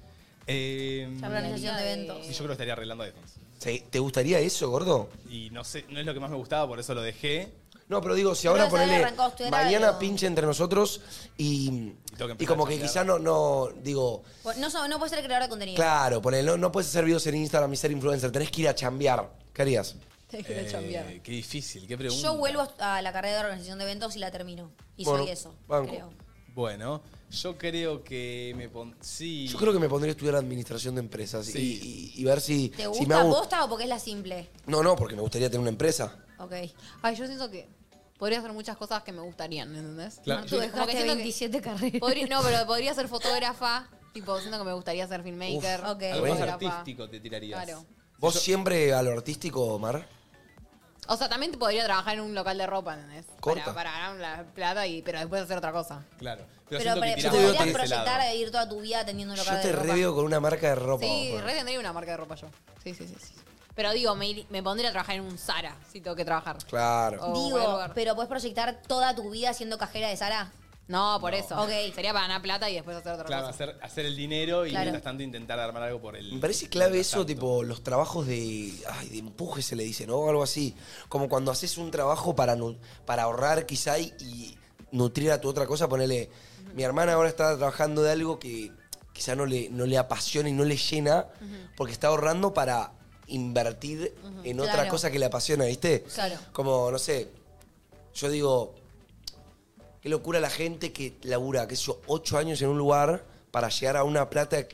A: Eh,
D: La organización de eventos.
A: Sí, yo creo que estaría arreglando iPhones.
B: Sí, ¿Te gustaría eso, gordo?
A: Y no sé, no es lo que más me gustaba, por eso lo dejé.
B: No, pero digo, si
A: Pero
B: ahora
A: esa había
B: ponele.
A: arrancado a estudiar
B: Mañana
A: algo.
B: pinche entre nosotros y.
A: tengo que
B: Y
A: empezar
B: como
A: a
B: que
A: chambear.
B: quizás no, no. Digo,
D: No, so- no puedes ser creador de contenido.
B: claro, ponele, no, no puedes hacer videos en Instagram y ser influencer, tenés que ir a chambear. ¿Qué harías?
D: Te quiero
A: Eh,
D: chambear.
A: qué difícil, qué pregunta.
D: Yo vuelvo a la carrera de organización de eventos y la termino. Y soy
A: Bueno,
D: eso,
B: banco.
D: creo.
A: Bueno, yo creo que me pon... Sí.
B: Yo creo que me pondría a estudiar administración de empresas y-
A: Sí.
B: y, y ver si,
D: ¿Te
B: si
D: gusta
B: me hago.
D: posta o porque es la simple?
B: No, no, porque me gustaría tener una empresa.
D: Ok.
C: Ay, yo siento que podría hacer muchas cosas que me gustarían, ¿entendés?
B: Claro,
C: No,
B: yo-
C: tuve- como que
D: Dejaste
C: siento que
D: 27 carreras.
C: podría- no, pero podría ser fotógrafa. Tipo, siento que me gustaría ser filmmaker.
D: Uf, ok.
A: Algo más
B: Bueno.
A: artístico te tirarías.
C: Claro.
B: ¿Vos siempre a lo artístico, Mar?
C: O sea, también te podría trabajar en un local de ropa, ¿entendés?
B: Corta.
C: Para, para ganar la plata y pero después hacer otra cosa.
A: Claro.
D: Pero,
A: siento que
D: pre-
A: tirás más
D: podrías
A: por ese
D: proyectar
A: lado.
D: a ir toda tu vida atendiendo un local
B: Yo
D: de
B: te
D: ropa.
B: reveo con una marca de ropa.
C: Sí,
B: vos,
C: re tendría una marca de ropa yo. Sí, sí, sí. sí. Pero digo, me, ir- me pondría a trabajar en un Zara si tengo que trabajar.
B: Claro.
C: Oh, buen
D: Digo,
C: lugar.
D: pero puedes proyectar toda tu vida siendo cajera de Sara.
C: No, por eso.
D: Ok.
C: Sería para ganar plata y después hacer otra
A: Claro,
C: cosa.
A: hacer, hacer el dinero y
C: Claro.
A: mientras tanto intentar armar algo por el.
B: Me parece clave eso, tipo, los trabajos de, ay, de empuje se le dice, ¿no? Algo así. Como cuando haces un trabajo para, nu- para ahorrar quizá y, y nutrir a tu otra cosa, ponele, mi hermana ahora está trabajando de algo que quizá no le, no le apasiona y no le llena, porque está ahorrando para invertir en otra
R: Claro.
B: cosa que le apasiona, ¿viste?
R: Claro.
B: Como, no sé, yo digo, qué locura la gente que labura, qué sé yo, ocho años en un lugar para llegar a una plata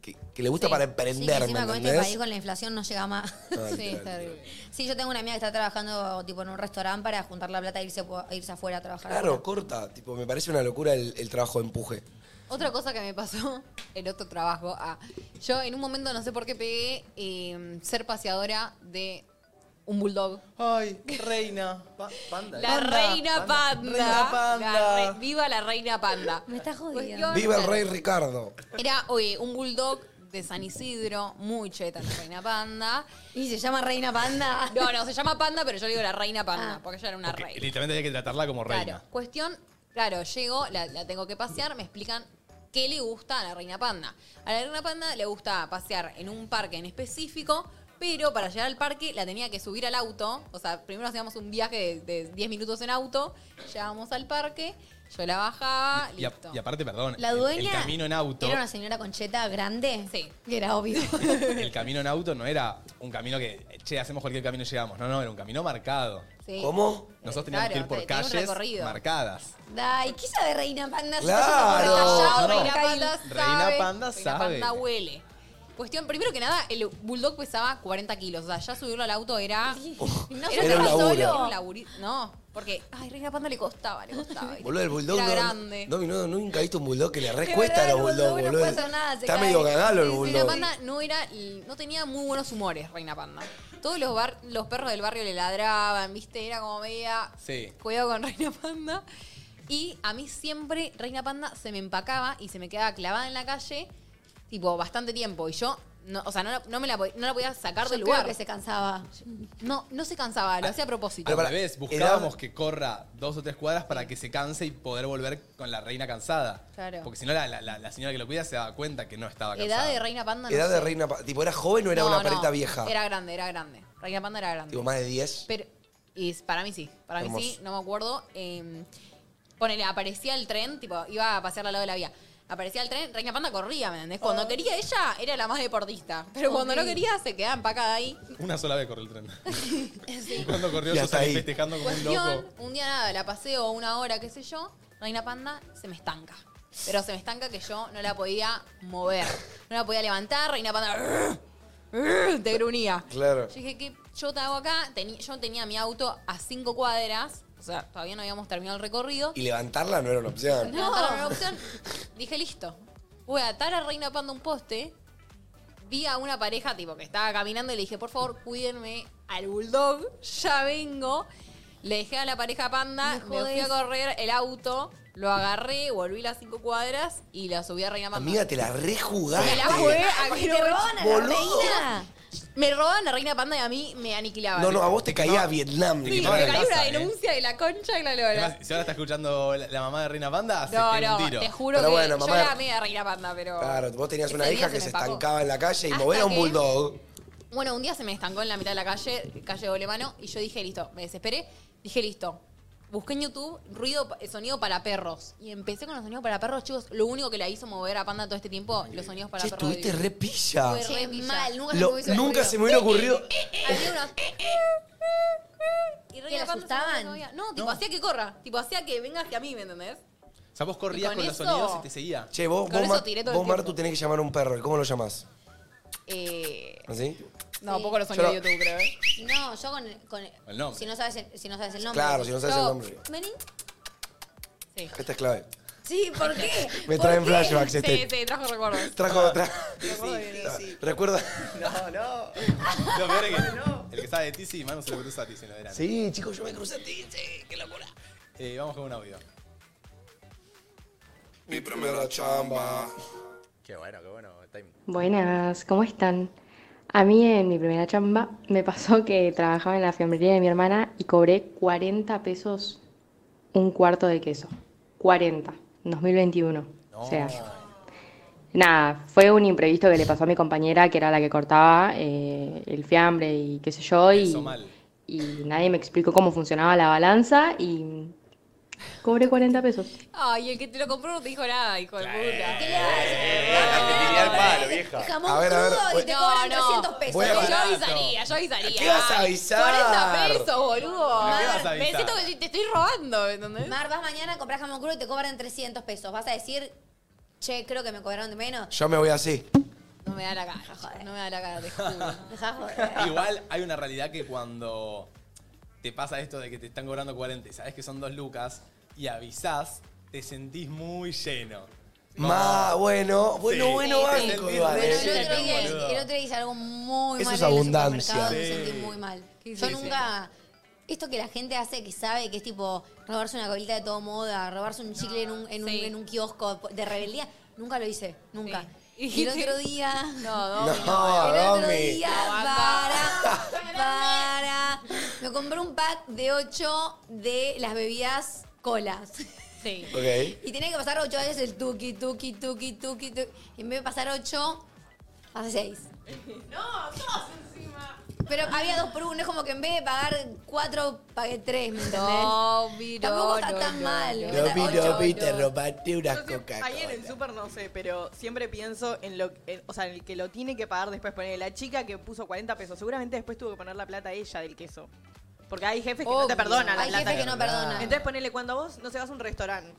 B: que, que le gusta para
D: Sí,
B: emprender, ¿me
D: que encima con este
B: entendés?
D: país con la inflación no llega más.
B: Tal,
D: sí,
B: tal,
D: está
B: tal.
D: horrible. Sí, yo tengo una amiga que está trabajando tipo en un restaurante para juntar la plata e irse, po- irse afuera a trabajar.
B: Claro, corta. Tipo, me parece una locura el, el trabajo de empuje.
C: Otra cosa que me pasó en otro trabajo. ah, yo en un momento no sé por qué pegué eh, ser paseadora de un bulldog.
A: Ay, reina. panda.
C: La reina panda.
A: Reina panda.
C: La re- viva la reina panda. Me está jodiendo.
B: ¡Viva el rey Ricardo!
C: Era oye, un bulldog de San Isidro, muy cheta la reina panda.
D: ¿Y se llama reina panda?
C: No, no, se llama panda, pero yo le digo la reina panda, porque ella era una reina.
A: Literalmente había que tratarla como reina.
C: Claro, cuestión, claro, llego, la, la tengo que pasear, me explican qué le gusta a la reina panda. A la reina panda le gusta pasear en un parque en específico, pero para llegar al parque la tenía que subir al auto. O sea, primero hacíamos un viaje de, de 10 minutos en auto, llegábamos al parque, yo la bajaba,
A: Y, a-
C: listo.
A: y aparte, perdón,
D: La
A: el- el,
D: dueña
A: camino en auto.
D: ¿Era una señora concheta grande?
C: Sí.
D: Que era obvio.
A: El camino en auto no era un camino que, che, hacemos cualquier camino y llegamos. No, no, era un camino marcado.
D: Sí.
B: ¿Cómo?
A: Nosotros teníamos
D: Claro,
A: que ir por
D: te- tenía un
A: calles
D: recorrido.
A: marcadas.
D: Ay, ¿qué sabe reina panda? Si
A: Claro.
D: está yendo por Callao,
A: No.
D: reina panda.
A: Reina Panda
C: Reina
A: sabe.
C: Panda huele. Cuestión, primero que nada, el bulldog pesaba 40 kilos. O sea, ya subirlo al auto era.
D: No
B: Era un laburo.
C: Era un laburi- No, porque. Ay, Reina Panda le costaba, le costaba.
B: Boludo, el bulldog.
C: Era
B: no-
C: grande.
B: No, no, nunca viste un bulldog que le
D: De
B: recuesta a
D: verdad,
B: los
D: el bulldog
B: bulldogs,
D: no
B: boludo.
D: puede hacer nada, se
B: Está
D: cae.
B: medio cagalo el
C: Reina
B: bulldog.
C: Panda no era. No tenía muy buenos humores, Reina Panda. Todos los, bar- los perros del barrio le ladraban, ¿viste? Era como media.
A: Sí.
C: Cuidado con Reina Panda. Y a mí siempre Reina Panda se me empacaba y se me quedaba clavada en la calle, tipo, bastante tiempo. Y yo, no, o sea, no, la- no me la, po- no la podía sacar
D: Yo
C: del
D: creo
C: lugar.
D: que se cansaba.
C: No, no se cansaba, lo hacía a propósito.
A: Al revés, buscábamos que corra dos o tres cuadras para que se canse y poder volver con la reina cansada.
C: Claro.
A: Porque si no, la, la- la- la señora que lo cuida se daba cuenta que no estaba cansada.
C: Edad de Reina Panda no
B: Edad de
C: sé.
B: reina. pa- Tipo, ¿era joven o era
C: No,
B: una
C: no,
B: perrita vieja?
C: Era grande, era grande. Reina Panda era grande.
B: Tipo, más de 10.
C: Pero, y para mí sí, para mí sí,
B: Hermoso.
C: no me acuerdo. Eh, ponele, aparecía el tren, tipo, iba a pasear al lado de la vía. Aparecía el tren, Reina Panda corría, ¿me entendés? Cuando quería ella, era la más deportista. Pero cuando
A: Ok.
C: no quería, se quedaba empacada ahí.
A: Una sola vez corrió el tren. Cuando corrió
B: Y
A: yo
B: hasta
A: salí
B: ahí.
A: festejando como un
C: Cuestión,
A: loco.
C: un día nada, la paseo una hora, qué sé yo, Reina Panda se me estanca. Pero se me estanca que yo no la podía mover. No la podía levantar, Reina Panda te gruñía.
B: Claro.
C: Yo dije, ¿qué yo te hago acá? Teni- yo tenía mi auto a cinco cuadras, o sea, todavía no habíamos terminado el recorrido.
B: Y levantarla no era una opción.
C: No. era una opción. Dije, listo. Voy a atar a Reina Panda a un poste. Vi a una pareja, tipo, que estaba caminando y le dije, por favor, cuídenme al bulldog. Ya vengo. Le dejé a la pareja panda,
D: Me
C: me fui
D: jodés.
C: a correr el auto, lo agarré, volví las cinco cuadras y la subí a Reina Panda.
B: Amiga, te la rejugaste.
C: Me la jugué a que
D: Pero
C: te
D: roban a Este, la
C: Boludo.
D: reina.
C: Me roban a Reina Panda y a mí me aniquilaban.
B: No, no, a vos te caía Vietnam.
C: Ah, Sí,
A: no
C: me
A: la
C: caí una
A: casa, ¿eh?
C: denuncia de la concha y la lora.
A: Además, si ahora está escuchando la, la mamá de Reina Panda, se
C: No,
A: pega un
C: no,
A: tiro.
C: te juro
B: Pero
C: que
B: bueno,
C: yo
B: mamá-
C: era media reina panda, pero...
B: Claro, vos tenías
C: Ese
B: una
C: día
B: hija
C: se
B: que
C: me
B: se
C: empapó.
B: estancaba en la calle y
C: Hasta
B: mover a un
C: que-
B: bulldog.
C: Bueno, un día se me estancó en la mitad de la calle, calle Doble Mano, y yo dije, listo, me desesperé, dije, listo, busqué en YouTube ruido, sonido para perros. Y empecé con los sonidos para perros, chicos. Lo único que la hizo mover a Panda todo este tiempo, los sonidos para
B: Che,
C: perros.
B: estuviste re pilla.
C: Estuve re pilla.
D: nunca
B: Lo- nunca se me hubiera ocurrido.
C: Había unos- Y
D: ¿Que la
C: Panda se
D: asustaban?
C: movía, se movía. No, tipo, hacía que corra. Tipo, hacía que venga hacia mí, ¿me entendés?
A: O sea, vos corrías
C: Y
A: con,
C: con
A: los
C: eso-
A: sonidos y te seguía.
B: Che, vos,
C: Con
B: vos,
C: eso
B: Mar-
C: tiré todo el
B: vos Martu,
C: tiempo.
B: tenés que llamar a un perro. ¿Y ¿Cómo lo llamás?
C: Eh,
B: ¿Así?
C: no, poco los
B: Yo
C: sonidos de
B: no-
C: YouTube, creo. ¿eh?
D: No, yo con. con
B: El nombre.
D: Si no sabes el, si no sabes el nombre.
B: Claro, si no sabes el
D: Yo-
B: nombre.
D: Vení.
B: Esta es clave.
D: Sí, ¿por qué?
B: Me
D: ¿Por
B: traen
D: qué?
B: flashbacks este.
C: Sí, sí, trajo recuerdos.
B: Trajo otra. Recuerda.
J: No, no.
A: Lo peor es que el que sabe de Tizi, mano se lo cruza a Tizi en la verano.
B: Sí, chicos, yo me crucé a ti. Sí, qué locura.
A: Eh, vamos con un audio.
B: Mi primera chamba.
J: Qué bueno, qué bueno. timing.
R: Buenas, ¿cómo están? A mí en mi primera chamba me pasó que trabajaba en la fiambrería de mi hermana y cobré 40 pesos un cuarto de queso. 40, en 2021. O sea, nada, fue un imprevisto que le pasó a mi compañera, que era la que cortaba eh, el fiambre y qué sé yo, y, y nadie me explicó cómo funcionaba la balanza y cobré 40 pesos.
C: Ay, el que te lo compró no te dijo nada, hijo de puta. ¿Qué le
J: vieja.
C: Jamón
B: A ver, a ver.
C: crudo y te cobran
D: no.
C: 300 pesos.
B: Voy a
C: yo
B: parar.
C: avisaría, yo avisaría.
B: ¿Qué vas a
C: Ay,
B: avisar?
C: 40 pesos, boludo.
B: ¿Qué vas a
C: Me
B: avisar?
C: siento que te estoy robando, ¿entendés?
D: Mar, vas mañana a comprar jamón crudo y te cobran 300 pesos. Vas a decir, che, creo que me cobraron de menos.
B: Yo me voy así.
C: No me da la cara, no me da la cara, te juro.
D: Dejá joder.
A: Igual hay una realidad que cuando te pasa esto de que te están cobrando 40 y sabes que son dos lucas y avisás, te sentís muy lleno.
B: Ma, bueno, bueno,
A: Sí.
B: bueno,
A: Sí, te
B: banco.
A: sentís
B: Iván,
A: re
B: eh.
D: El otro, día,
A: boludo.
D: el otro día hice algo muy
B: Eso
D: mal
B: es
D: en el
B: abundancia.
D: supermercado, me
B: Sí.
D: sentí muy mal.
C: ¿Qué
D: Yo
C: hiciste?
D: nunca... Esto que la gente hace que sabe que es tipo robarse una colita de todo moda, robarse un chicle en, un, en, un, en un kiosco de rebeldía, nunca lo hice, nunca. Y el otro día...
C: No,
B: No,
D: El otro
B: Domi.
D: día, para, para. Me compré un pack de 8 de las bebidas colas. Sí.
B: Ok.
D: Y tenía que pasar 8 veces el tuki, tuki, tuki, tuki, tuki. Y en vez de pasar 8, hace 6.
E: No, dos encima.
D: Pero había 2 por 1. Es como que en vez de pagar 4, pagué 3, ¿me entendés?
C: No, mi, no,
D: Tampoco está
C: no,
D: tan
C: no,
D: mal.
C: no.
B: Domi,
D: Ocho,
B: Domi,
D: no.
B: te robaste una coca.
F: Ahí en el súper no sé, pero siempre pienso en lo en- o sea, en el que lo tiene que pagar después. Poner la chica que puso 40 pesos, seguramente después tuvo que poner la plata ella del queso. Porque hay jefes que no te
D: Obvio.
F: perdonan la
D: Hay
F: plata.
D: jefes que no perdonan.
F: Entonces ponele, cuando vos no se vas a un restaurante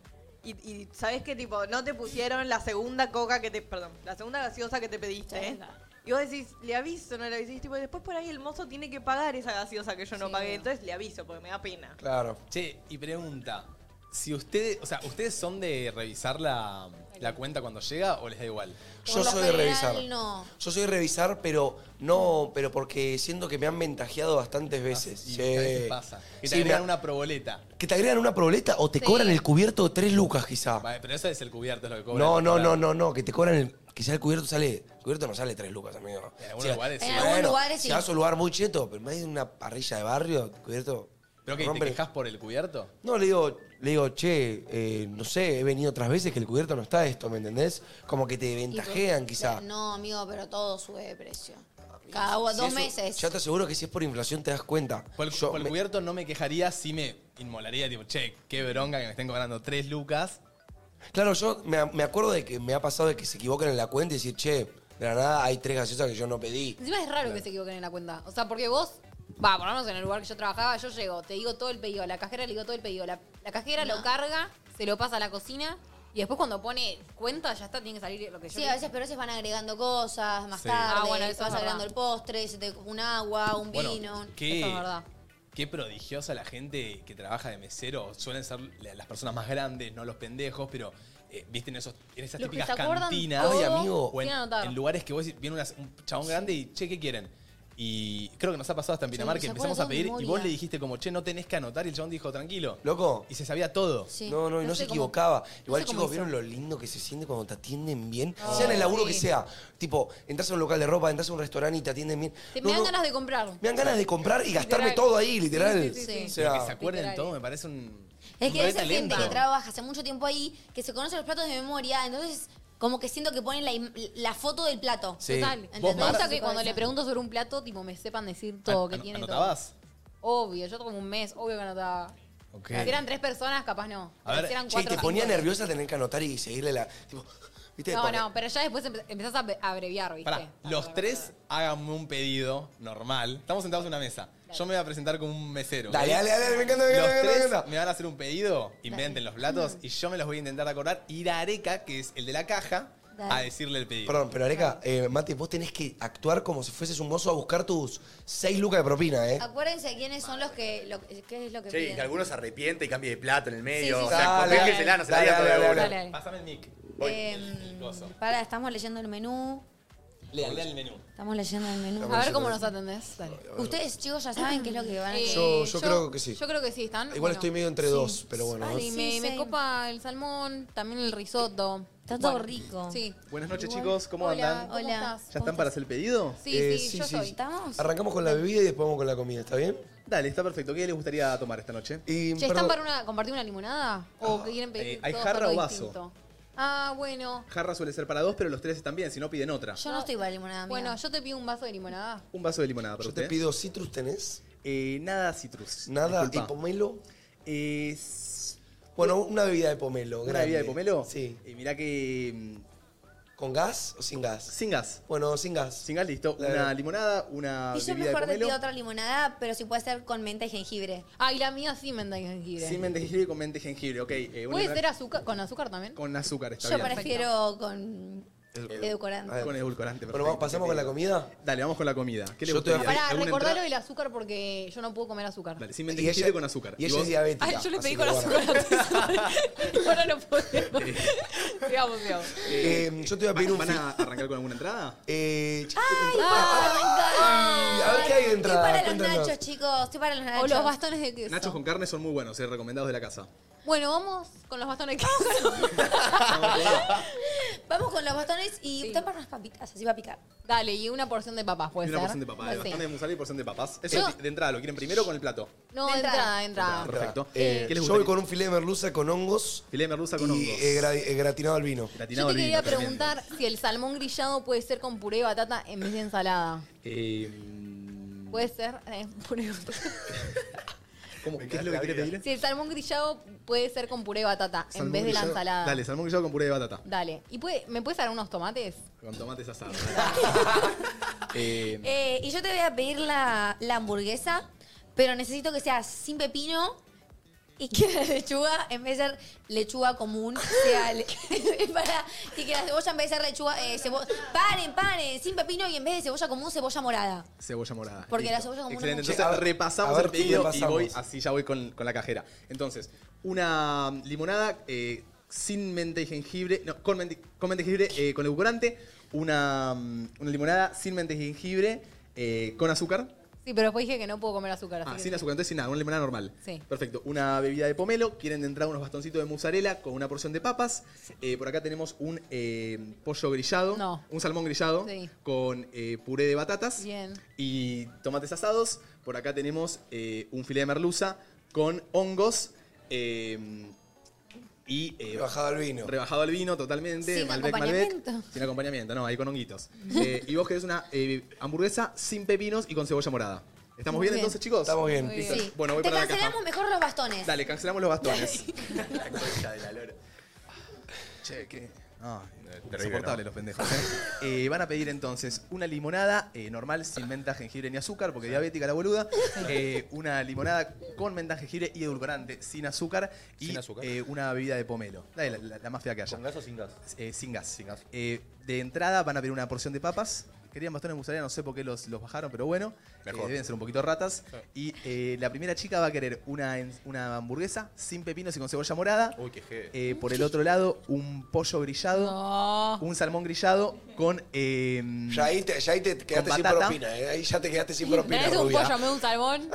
F: y, y sabes que tipo no te pusieron la segunda coca que te. Perdón, la segunda gaseosa que te pediste. ¿eh? Y vos decís, le aviso, no le avisís, tipo, y después por ahí el mozo tiene que pagar esa gaseosa que yo no pagué, entonces le aviso porque me da pena.
B: Claro.
A: Che, y pregunta, si ustedes, o sea, ¿ustedes son de revisar la, la cuenta cuando llega o les da igual?
B: Yo soy de revisar.
D: No.
B: Yo soy de revisar, pero no, pero porque siento que me han ventajeado bastantes
C: Ah,
B: veces.
A: Y
B: Sí.
A: a veces pasa. Que te
B: Sí, me
A: agregan
B: ha-
A: una proboleta.
B: que te agregan una proboleta o te
A: Sí.
B: cobran el cubierto de tres lucas, quizá.
A: Vale, pero eso es el cubierto, es lo que cobran.
B: No, no,
A: Ahora,
B: no, no, no, que te cobran el. Quizá el cubierto sale. El cubierto no sale tres lucas, amigo. En
A: algunos lugares sí. En
D: algunos lugares
B: Si
D: sí.
B: vas a un lugar muy cheto, pero me de una parrilla de barrio, el cubierto.
A: ¿Pero que te
B: rompe-
A: quejas por el cubierto?
B: No, le digo, le digo, che, eh, no sé, he venido otras veces que el cubierto no está esto, ¿me entendés? Como que te ventajean, quizá.
D: No, amigo, pero todo sube de precio. Cada dos
B: Si eso-
D: meses.
B: Yo te aseguro que si es por inflación te das cuenta.
A: Por el, por el cubierto no me quejaría si me inmolaría, tipo, che, qué bronca que me estén cobrando tres lucas.
B: Claro, yo me, me acuerdo de que me ha pasado de que se equivocan en la cuenta y decir, che, de la nada hay tres gaseosas que yo no pedí.
C: Encima es raro que se equivoquen en la cuenta. O sea, porque vos, va, por lo menos en el lugar que yo trabajaba, yo llego, te digo todo el pedido, a la cajera le digo todo el pedido, la, la cajera lo carga, se lo pasa a la cocina y después cuando pone cuenta ya está, tiene que salir lo que yo
D: Sí,
C: le-
D: a veces, pero a veces van agregando cosas más
A: Sí.
D: tarde.
C: Ah, bueno,
D: te
C: eso
D: vas
C: es verdad.
D: agregando el postre, se te- un agua, un
A: Bueno,
D: vino.
A: ¿qué?
D: Eso es verdad.
A: Qué prodigiosa la gente que trabaja de mesero. Suelen ser la- las personas más grandes, no los pendejos, pero eh, viste en, esos, en esas
C: Los que
A: típicas
C: se acuerdan
A: cantinas.
C: todo, Ay,
A: amigo. O en,
C: quieren anotar.
A: en lugares que vos decís, viene una- un chabón grande y che, ¿qué quieren? Y creo que nos ha pasado hasta en
J: Sí,
A: Pinamar que
J: se acuerda
A: empezamos
J: todo
A: a pedir
J: de
A: y vos
J: memoria.
A: le dijiste como, che, no tenés que anotar. Y el chabón dijo, tranquilo.
B: ¿Loco?
A: Y se sabía todo.
D: Sí.
B: No, no, y no,
A: No
B: se
A: sé cómo-
B: equivocaba. Igual,
A: sé cómo
B: chicos,
A: hizo.
B: ¿vieron lo lindo que se siente cuando te atienden bien?
C: Oh,
B: sea en el laburo que
C: sí.
B: sea. Tipo, entras a un local de ropa, entras a un restaurante y te atienden bien.
C: Te-
B: No,
C: me dan
B: no,
C: ganas de comprar.
B: me dan ganas de comprar y gastarme
C: Literal.
B: todo ahí, literal.
D: Sí, sí, sí, sí.
B: O
A: Pero
B: sea,
A: que se acuerden
D: Literal.
A: todo, me parece un.
D: Es
A: un
D: que hay
A: re
D: esa gente que
A: talento.
D: trabaja hace mucho tiempo ahí, que se conoce los platos de memoria, entonces como que siento que ponen la, im- la foto del plato.
A: Sí.
D: Total.
A: Vos,
D: ¿entendés?
C: Me gusta
A: Mar-
C: que cuando le pregunto sobre un plato, tipo, me sepan decir todo,
A: An-
C: que
A: an-
C: tiene todo.
A: ¿Anotabas?
C: Obvio, yo como un mes, obvio que anotaba.
A: Ok.
C: Si eran tres personas, capaz no.
B: A
C: si eran
B: ver, che, ¿y
C: cuatro,
B: te ponía
C: cinco.
B: nerviosa tener que anotar y seguirle la. tipo, ¿viste?
C: No,
B: Porque-
C: no, pero ya después empe- empezás a abre- abreviar, ¿viste?
A: Pará, los tres háganme un pedido normal. Estamos sentados en una mesa. Yo me voy a presentar como un mesero. ¿ok?
B: Dale, dale, dale, me encanta, me encanta,
A: Los
B: me encanta, me
A: tres
B: encanta.
A: me van a hacer un pedido, inventen los platos y yo me los voy a intentar acordar. Ir a Areca, que es el de la caja,
B: Dale.
A: a decirle el pedido.
B: Perdón, pero Areca, eh, Mate, vos tenés que actuar como si fueses un mozo a buscar tus seis lucas de propina,
C: Ah,
B: ¿eh?
D: Acuérdense quiénes son los que. Lo, ¿Qué es lo que
J: Che, y
D: piden?
J: que alguno se arrepiente y cambie de plato en el
D: Sí,
J: medio.
D: sí,
J: o
D: sí.
J: sea,
D: Dale,
J: corrígesela, no se la
B: dale,
J: diga todo
B: dale,
J: de
B: dale,
J: una.
B: dale.
A: Pásame el mic.
D: Em, pará, estamos leyendo el menú.
A: Lean, lean el menú.
D: Estamos leyendo el menú.
B: Estamos A ver leyendo cómo el-
D: nos
C: atendés.
D: Ustedes, chicos, ya saben qué es lo que van a
C: Eh,
B: Yo- yo creo que sí.
C: Yo creo que sí, están.
B: Igual
C: bueno.
B: estoy medio entre dos, pero bueno.
C: Ay,
B: ¿no?
C: me, me copa el salmón, también el risotto. Está
D: todo rico.
C: Sí.
A: Buenas noches, chicos. ¿Cómo
C: Hola,
A: andan?
C: hola.
A: ¿Ya están para hacer el pedido?
C: Sí,
B: Eh,
C: sí,
B: sí,
C: yo
B: sí,
C: soy.
B: sí. Arrancamos con la bebida y después vamos con la comida, ¿está bien?
A: Dale, está perfecto. ¿Qué les gustaría tomar esta noche?
B: Y,
C: Che, ¿Están para una, compartir una limonada?
B: Ah,
C: ¿O que quieren pedir?
A: Eh, ¿hay
C: todos
A: jarra
C: algo
A: o vaso?
C: distinto? Ah, bueno.
A: Jarra suele ser para dos, pero los tres están bien, si no piden otra.
D: Yo no estoy para limonada.
C: Bueno, yo te pido un vaso de limonada.
A: Un vaso de limonada para
B: Yo
A: usted.
B: te pido citrus, ¿tenés?
A: nada citrus.
B: Nada.
A: Disculpa.
B: ¿Y pomelo?
A: Es...
B: Bueno, una bebida de pomelo.
A: ¿Una
B: grande.
A: bebida de pomelo?
B: Sí.
A: Y Eh, mirá que... mm,
B: ¿Con gas o sin gas?
A: Sin gas.
B: Bueno, sin gas. Sin
A: gas, listo. Una limonada, una
D: Y yo
A: bebida de
D: mejor te
A: pomelo.
D: pido otra limonada, pero si puede ser con menta y jengibre.
C: Ay, la mía sí menta y jengibre.
A: Sin mente jengibre y con mente jengibre, ok. eh, una
C: ¿Puede
A: limonada
C: ser azúcar, con azúcar también?
A: Con azúcar, está
D: Yo
A: bien.
D: prefiero con edulcorante.
A: Con edulcorante,
B: Bueno, vamos- ¿pasamos Ah, con la
A: comida? Dale, vamos con la comida. ¿Qué le
B: Yo te voy
A: gustaría?
B: a-
C: Pará,
A: ¿Alguna
C: recordá lo
A: entrada?
C: del azúcar porque yo no puedo comer azúcar.
A: Dale, sin mente
B: Y ella-
A: jengibre con azúcar.
B: y ella
A: vos?
B: es diabética.
C: Ay, yo le
B: Así
C: pedí con
B: que
C: azúcar antes. Ahora no podemos. Sigamos, sigamos.
B: Eh, yo te voy a pedir un...
A: ¿Van a arrancar con alguna entrada?
B: Eh,
C: Ah,
D: ¡Ay,
B: a ver qué hay de entrada.
D: Estoy para
A: Cuéntanos.
D: los nachos, chicos. Estoy para los nachos.
C: O los bastones de queso.
A: Nachos con carne son muy buenos, eh, recomendados de la casa.
C: Bueno, vamos con los bastones de queso.
D: Vamos con los bastones y están para unas papitas, así va a picar.
C: Dale, y una porción de papas puede
A: Y una
C: ser.
A: porción de papas,
C: No
A: de
C: sé.
A: bastante de musala y porción de papas. Eso
C: Yo-
A: de entrada, ¿lo quieren primero o con el plato?
C: No, de entrada, de entrada.
A: Perfecto.
B: Eh,
A: ¿Qué les
B: yo voy
A: gustaría?
B: con un filé de merluza con hongos.
A: Filé de merluza con
B: y,
A: hongos.
B: eh, gra- eh, gratinado al vino.
C: Yo te quería preguntar si el salmón grillado puede ser con puré de batata en vez de ensalada.
B: Eh,
C: Puede ser eh, puré de batata.
A: ¿Cómo? ¿Qué es lo que quieres pedir?
C: Si el salmón grillado puede ser con puré de batata en
A: Salmón
C: vez de la
A: grillado.
C: ensalada.
A: Dale, salmón grillado con puré de batata.
C: Dale. ¿Y puede- me puedes dar unos tomates?
A: Con tomates asados. eh,
D: Eh, y yo te voy a pedir la, la hamburguesa, pero necesito que sea sin pepino y que la lechuga, en vez de ser lechuga común, sea. le- para- y que la cebolla, en vez de ser lechuga. eh, cebo- paren, paren, sin pepino y en vez de cebolla común, cebolla morada.
A: Cebolla morada.
D: Porque la cebolla común
A: Excelente.
D: es
A: Entonces
B: mucho.
A: repasamos
B: A ver,
A: el pedido
B: repasamos.
A: y voy así ya voy con, con la cajera. Entonces, una limonada eh, sin menta y jengibre, no, con menta, con menta y jengibre, eh, con edulcorante, una, mm, una limonada sin menta y jengibre, eh, con azúcar.
C: Sí, pero después dije que no puedo comer azúcar. Así
A: Ah,
C: que-
A: sin azúcar, entonces sin nada, una limonada normal.
C: Sí.
A: Perfecto. Una bebida de pomelo, quieren de entrada unos bastoncitos de mozzarella con una porción de papas. Eh, por acá tenemos un eh, pollo grillado, un salmón grillado
C: Sí.
A: con eh, puré de batatas
C: Bien.
A: y tomates asados. Por acá tenemos eh, un filé de merluza con hongos eh, y... eh,
B: Rebajado al vino.
A: Rebajado al vino, totalmente.
B: Sin
A: Malbec,
B: acompañamiento.
A: Malbec. Sin acompañamiento, no, ahí con honguitos. Eh, y vos querés una eh, hamburguesa sin pepinos y con cebolla morada. ¿Estamos
D: Muy
A: bien,
D: bien.
A: entonces, chicos? Estamos
B: bien.
D: Muy bien. Sí.
A: Bueno, voy
D: Te
A: para la caja.
D: cancelamos mejor los bastones.
A: Dale, cancelamos los bastones. la concha de la lora. Che, qué. Ah, insoportable los pendejos. ¿eh? Eh, van a pedir entonces una limonada eh, normal sin menta, jengibre ni azúcar, porque diabética la boluda. Eh, una limonada con menta, jengibre y edulcorante, sin azúcar. Y eh, una bebida de pomelo. Dale, la, la- la más fea que haya. ¿Con gas o sin gas? sin gas. Sin gas. de entrada van a pedir una porción de papas. Querían bastones de mozzarella, no sé por qué los, los bajaron, pero bueno.
J: Mejor.
A: Eh, deben ser un poquito ratas. Y eh, la primera chica va a querer una, en- una hamburguesa sin pepinos y con cebolla morada.
J: Uy, qué jefe.
A: Eh, por el otro lado, un pollo grillado, un salmón grillado con. eh,
B: Ya ahí te, ya ahí te quedaste
A: con
B: sin
A: batata.
B: propina, eh. Ahí ya te quedaste sin
C: Me
B: propina,
C: traes un
B: rubia.
C: pollo, me un salmón.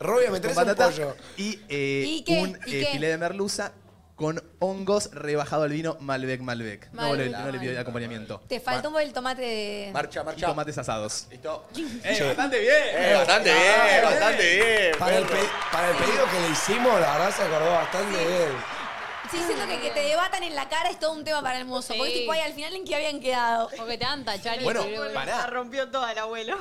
B: Rubia, me
A: Con
B: traes un
A: batata
B: pollo.
A: Y, eh,
C: ¿Y qué?
A: un
C: ¿Y
A: eh,
C: qué?
A: filé de merluza con hongos rebajado al vino Malbec Malbec. No le-
D: Malbec,
A: no, le, pido
D: Malbec.
A: acompañamiento.
D: Te faltó un poco el tomate de.
A: Marcha, marcha. tomates asados.
J: Listo.
A: Sí.
J: Eh, bastante bien, bastante bien.
B: Para el, pe- para el pedido que le hicimos, la verdad se acordó bastante bien.
D: Sí, siento que que te debatan en la cara es todo un tema para el mozo. Porque
C: Sí.
D: tipo, ay, al final en qué habían quedado.
C: Porque te dan tachar
A: Bueno, pará. La
F: rompió toda el abuelo.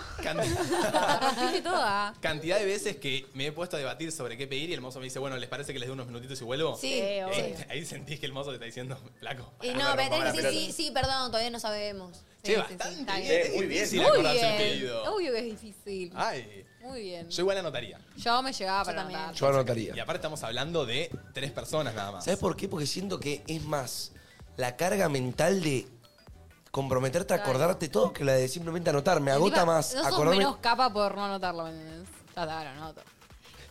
C: rompiste toda.
A: Cantidad de veces que me he puesto a debatir sobre qué pedir y el mozo me dice, bueno, ¿les parece que les dé unos minutitos y vuelvo?
D: Sí,
A: Y ahí,
D: obvio.
A: ahí sentís que el mozo te está diciendo, flaco.
D: Y
A: pará,
D: no,
A: rompa
D: pero tenés
A: la
D: que decir,
A: pelota".
D: sí, sí, perdón, todavía no sabemos.
A: Che,
D: Sí, sí, sí,
A: bastante
D: está
A: bien. Es muy difícil acordarse el pedido.
C: Eh, Obvio que es difícil.
A: Ay.
C: Muy bien.
A: Yo igual anotaría.
C: Yo me llegaba para anotar.
B: Yo anotaría.
A: Y aparte estamos hablando de tres personas nada más.
B: ¿Sabes por qué? Porque siento que es más la carga mental de comprometerte a acordarte todo que la de simplemente anotar. Me agota
C: Encima,
B: más
C: No sos
B: acordarme.
C: menos capa por no anotarlo, ¿me entendés? Ya está, lo anoto.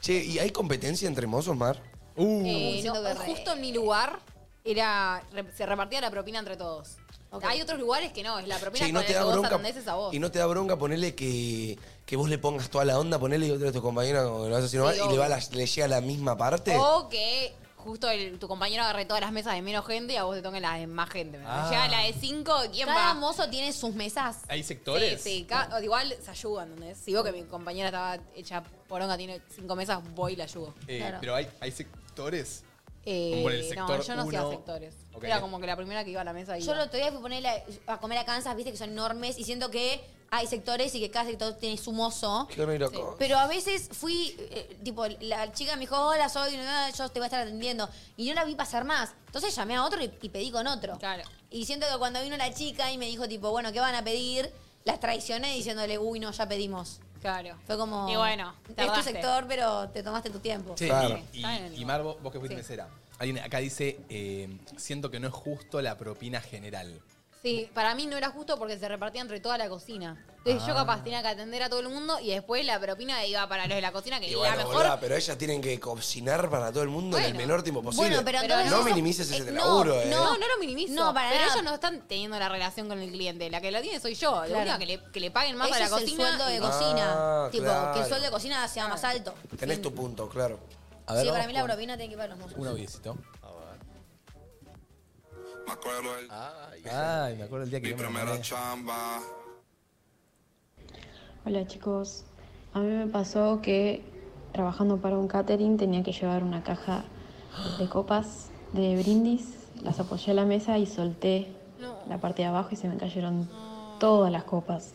B: Che, ¿y hay competencia entre mozos, Mar? Uh.
C: Eh, no, justo en mi lugar era re- se repartía la propina entre todos. Hay otros lugares que no, es la propina
B: Che, y no
C: con
B: te
C: el
B: da
C: que vos
B: bronca.
C: atendés es a vos.
B: Y no te da bronca ponerle que, que vos le pongas toda la onda, ponerle y otro de tus compañeros como que lo vas haciendo mal
C: Sí,
B: y le,
C: obvio.
B: va la- le llega la misma parte.
C: O que justo el- tu compañero agarre todas las mesas de menos gente y a vos te toquen las de más gente. ¿me entendés?
A: Ah.
C: Llega la de cinco, ¿quién va?
D: Cada mozo tiene sus mesas.
A: ¿Hay sectores?
C: Sí, sí, ca- o igual se ayudan, ¿entendés? Si veo que mi compañera estaba hecha poronga, tiene cinco mesas, voy y la ayudo.
A: Eh,
C: Claro.
A: Pero hay, hay sectores.
C: Eh,
A: Como por el
C: no,
A: sector
C: yo no hacía
A: uno.
C: sectores.
A: Ok.
C: Era como que la primera que iba a la mesa y
D: Yo el otro día fui a, ponerle- a comer a Kansas, viste que son enormes, y siento que hay sectores y que cada sector tiene su mozo.
B: Qué loco.
D: Sí. Pero a veces fui, eh, tipo, la chica me dijo, hola, soy, una- yo te voy a estar atendiendo. Y no la vi pasar más. Entonces llamé a otro y, y pedí con otro.
C: Claro.
D: Y siento que cuando vino la chica y me dijo, tipo, bueno, ¿qué van a pedir? Las traicioné diciéndole, uy, no, ya pedimos.
C: Claro.
D: Fue como.
C: Y bueno,
D: es tu
C: tardaste.
D: sector, pero te tomaste tu tiempo.
A: Che,
B: Claro.
A: y, y, y Mar, vos, vos que fuiste
D: Sí.
A: mesera. Alguien acá dice, eh, siento que no es justo la propina general.
C: Sí, para mí no era justo porque se repartía entre toda la cocina. Entonces yo
A: Ah.
C: capaz tenía que atender a todo el mundo y después la propina iba para los de la cocina, que
B: Y
C: iba
B: bueno,
C: mejor.
B: boluda, pero ellas tienen que cocinar para todo el mundo en el menor tiempo posible.
C: Bueno, pero entonces
B: no
C: eso-
B: minimices ese
C: eh,
B: laburo, ¿eh?
C: No, no lo minimizo.
D: No, para
C: pero
D: nada.
C: ellos no están teniendo la relación con el cliente. La que la tiene soy yo.
D: Claro.
C: La única que le, que le paguen más
D: Ese
C: para
D: es
C: la
D: el
C: cocina.
D: sueldo de
C: y-
D: cocina.
B: Ah,
D: tipo,
B: claro.
D: que el sueldo de cocina sea más alto.
B: Tenés tu punto, claro. A
D: sí, para mí la propina tiene que pagar los mozos.
A: Un audiocito. Ay, me acuerdo el día que yo me enamoré.
S: Hola chicos, a mí me pasó que trabajando para un catering tenía que llevar una caja de copas de brindis, las apoyé a la mesa y solté la parte de abajo y se me cayeron todas las copas.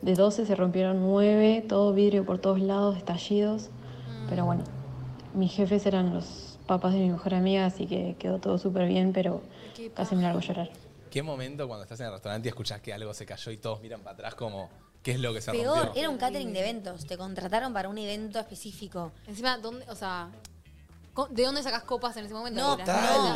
S: De 12 se rompieron 9, todo vidrio por todos lados, estallidos,
D: Mm.
S: pero bueno, mis jefes eran los papás de mi mejor amiga, así que quedó todo súper bien, pero casi me largo a llorar.
A: ¿Qué momento cuando estás en el restaurante y escuchás que algo se cayó y todos miran para atrás como, ¿qué es lo que se
D: Peor,
A: rompió?
D: era un catering de eventos. Te contrataron para un evento específico.
C: Encima, ¿dónde, o sea, co- ¿de dónde sacas copas en ese momento?
D: No,
C: Las-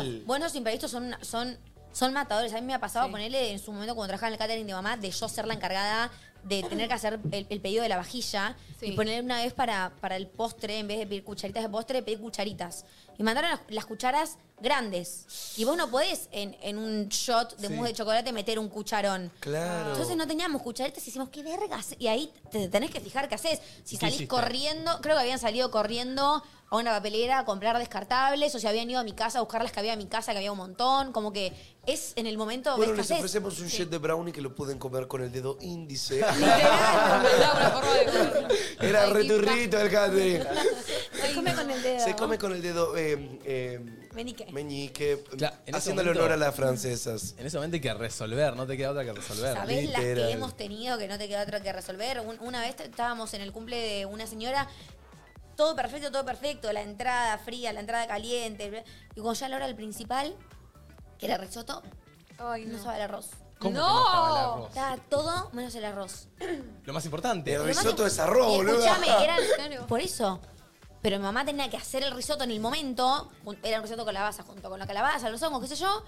D: no. Buenos imprevistos son, son, son matadores. A mí me ha pasado ponerle en su momento cuando trabajaba en el catering de mamá de yo ser la encargada de tener que hacer el, el pedido de la vajilla
C: Sí.
D: y ponerle una vez para, para el postre, en vez de pedir cucharitas de postre, pedí cucharitas. Y mandaron las, las cucharas grandes. Y vos no podés en, en un shot de
B: Sí.
D: mousse de chocolate meter un cucharón.
B: Claro.
D: Entonces no teníamos cucharitas y decimos, ¿qué vergas? Y ahí te tenés que fijar qué haces. Si
B: ¿Qué
D: salís
B: hiciste?
D: corriendo, creo que habían salido corriendo a una papelera a comprar descartables, o si habían ido a mi casa a buscar las que había en mi casa, que había un montón, como que es en el momento
B: Bueno,
D: ves
B: les
D: qué haces.
B: ofrecemos un
D: Sí.
B: jet de brownie que lo pueden comer con el dedo índice. Era returrito el catering.
D: Se come con el dedo.
B: Se come con el dedo eh, eh,
D: Meñique.
B: meñique,
A: Claro, en ese
B: haciéndole
A: momento-
B: honor a las francesas.
A: En ese momento hay que resolver, no te queda otra que resolver.
D: ¿Sabés las que hemos tenido que no te queda otra que resolver? Un- una vez estábamos en el cumple de una señora, todo perfecto, todo perfecto, la entrada fría, la entrada caliente, bla, y cuando ya a la hora del principal, que era risotto, no. sabe el arroz.
A: ¿Cómo que no estaba el arroz?
D: Estaba todo menos el arroz.
A: Lo más importante.
B: El
A: Lo más
B: risotto
A: im-
B: es arroz,
D: Y
B: boludo.
D: escúchame, eran- por eso. Pero mi mamá tenía que hacer el risotto en el momento, jun- era un risotto con calabaza, junto con la calabaza, los hongos, qué sé yo,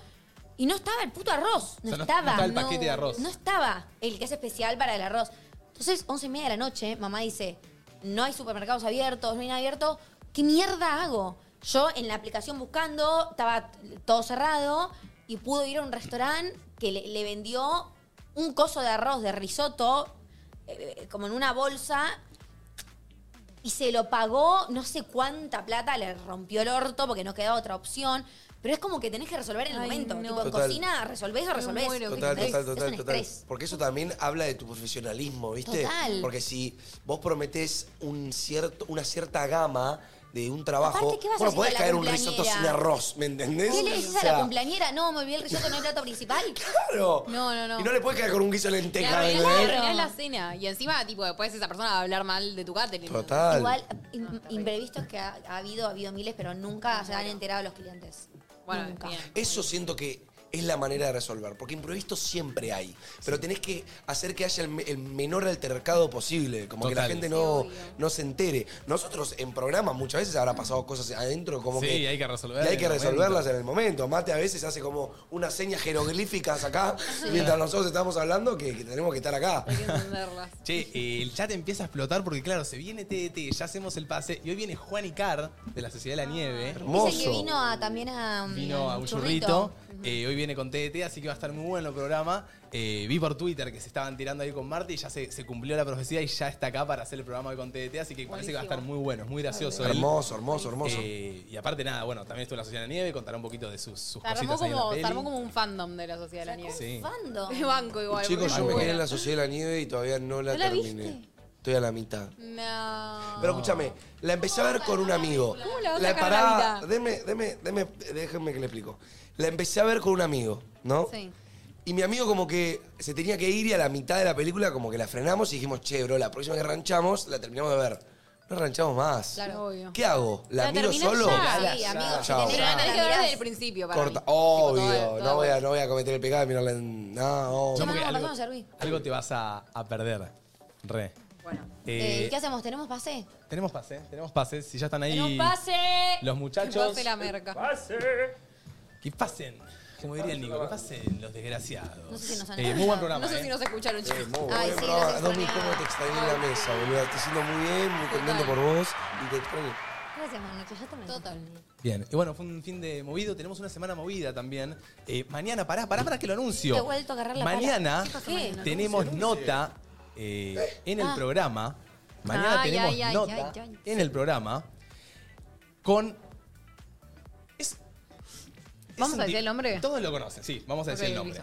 D: y no estaba el puto arroz, no
A: O sea, no- no
D: estaba.
A: estaba el paquete de arroz.
D: No estaba el que es especial para el arroz. Entonces, once y media de la noche, mamá dice, no hay supermercados abiertos, no hay nada abierto, ¿qué mierda hago? Yo en la aplicación buscando, estaba t- todo cerrado, y pudo ir a un restaurante que le, le vendió un coso de arroz, de risotto, eh, como en una bolsa, y se lo pagó no sé cuánta plata, le rompió el orto porque no quedaba otra opción. Pero es como que tenés que resolver en el
C: Ay,
D: momento.
C: no.
D: Tipo, en
B: Total.
D: cocina, resolvés o resolvés.
B: Total, total,
D: Es
B: total,
D: un
B: total.
D: estrés.
B: Porque eso también habla de tu profesionalismo, ¿viste?
D: Total.
B: Porque si vos prometés un cierto, una cierta gama de un trabajo,
D: Aparte, ¿qué vas a
B: vos no
D: hacer
B: podés
D: con la
B: caer un risotto
D: cumpleañera?
B: sin arroz, ¿me entendés?
D: ¿Qué le dices
B: O
D: a la
B: sea,
D: cumpleañera? No, me olvidé el risotto, no hay plato principal.
B: Claro.
C: No, no, no.
B: Y no le podés caer con un guiso de
C: Le
B: lenteja, ¿me
C: arruinás-
B: entendés?
C: le arruinás la cena. Y encima, tipo, después esa persona va a hablar mal de tu catering.
B: Total.
D: Igual, im- imprevistos que ha, ha habido, ha habido miles, pero nunca se han enterado los clientes.
C: Bueno,
D: nunca.
B: Eso siento que es la manera de resolver, porque imprevistos siempre hay, pero tenés que hacer que haya el, me- el menor altercado posible, como que la
A: Total.
B: gente no, no se entere. Nosotros en programas muchas veces habrá pasado cosas adentro como
A: Sí,
B: que...
A: hay que resolver
B: Y hay
A: en
B: que
A: el
B: resolverlas
A: momento.
B: en el momento. Mate a veces hace como unas señas jeroglíficas acá, mientras nosotros estamos hablando que, que tenemos que estar acá.
A: Che, eh, el chat empieza a explotar porque, claro, se viene TDT, ya hacemos el pase. Y hoy viene Juan Icar, de la Sociedad de la Nieve.
D: Dicen que vino a- también a. um,
A: Vino a un churrito. Eh, hoy viene con TDT, así que va a estar muy bueno el programa. Eh, vi por Twitter que se estaban tirando ahí con Marty y ya se, se cumplió la profecía y ya está acá para hacer el programa hoy con TDT, así que parece que va a estar muy bueno, es muy gracioso. él.
B: Hermoso, hermoso, hermoso.
A: Eh, y aparte, nada, bueno, también estuvo en la Sociedad de la Nieve, contará un poquito de sus, sus
C: Se armó,
A: cositas ahí en la
C: como, se
A: peli.
C: armó como un fandom de la Sociedad de la Nieve.
B: Sí.
D: Fandom.
C: De banco igual.
B: Chicos,
C: porque
B: yo
C: es
B: me
C: muy
B: quedé en
C: buena.
B: la Sociedad de la Nieve y todavía no la
C: ¿No la
B: terminé.
C: viste?
B: Estoy a la mitad.
C: No.
B: Pero escúchame, la empecé a ver con un amigo.
C: ¿Cómo la vas a sacar la
B: pará,
C: mitad?
B: deme, deme, deme, déjenme que le explico. La empecé a ver con un amigo, ¿no?
C: Sí.
B: Y mi amigo como que se tenía que ir y a la mitad de la película como que la frenamos y dijimos, che, bro, la próxima que ranchamos la terminamos de ver. No ranchamos más.
C: Claro, obvio.
B: ¿Qué hago? ¿La,
C: La
B: miro
C: terminás
B: solo?
C: ya. Sí, amigo, si
B: Chao.
C: tenés ganas, Hay que verla desde el principio para
B: Corta.
C: mí.
B: Obvio,
C: todo- todo
B: no, voy a, no voy a cometer el pecado de mirarla en... No,
D: Yo
B: obvio.
D: me hago pasó, me serví.
A: Algo te vas a, a perder, re. Bueno.
D: Eh, ¿y ¿Qué hacemos? ¿Tenemos pase?
A: Tenemos pase, tenemos pase. Si ya están ahí.
D: ¡Tenemos pase!
A: Los muchachos.
D: Pase la merca.
A: ¡Pase! Que pasen. Como diría el Nico, que pasen los desgraciados.
D: No sé si nos han
A: Eh,
D: escuchado.
A: muy buen programa.
D: No sé
A: eh.
D: si nos escucharon,
B: Sí,
D: chicos.
B: muy buen
D: Ay, sí,
B: programa.
D: los
B: Domi,
D: extrañaba.
B: cómo te extrañé en la mesa, boludo. Estoy siendo muy bien, muy contento por vos y te extraño.
D: Gracias, Manucho. Ya te Total.
A: Bien, y bueno, fue un fin de movido. Tenemos una semana movida también. Eh, mañana, pará, pará, pará que lo anuncio.
D: Te he vuelto a agarrar la pala.
A: Mañana
D: ¿Qué pasó mañana?
A: tenemos
D: Anuncie,
A: nota eh, en el
D: Ah.
A: programa. Mañana
D: Ay,
A: tenemos
D: ay, ay,
A: nota
D: ay, ay.
A: en el programa con. es-
C: ¿Vamos
A: un
C: a
A: ti-
C: decir el nombre?
A: Todos lo conocen, sí, vamos a decir
C: Ok,
A: el nombre.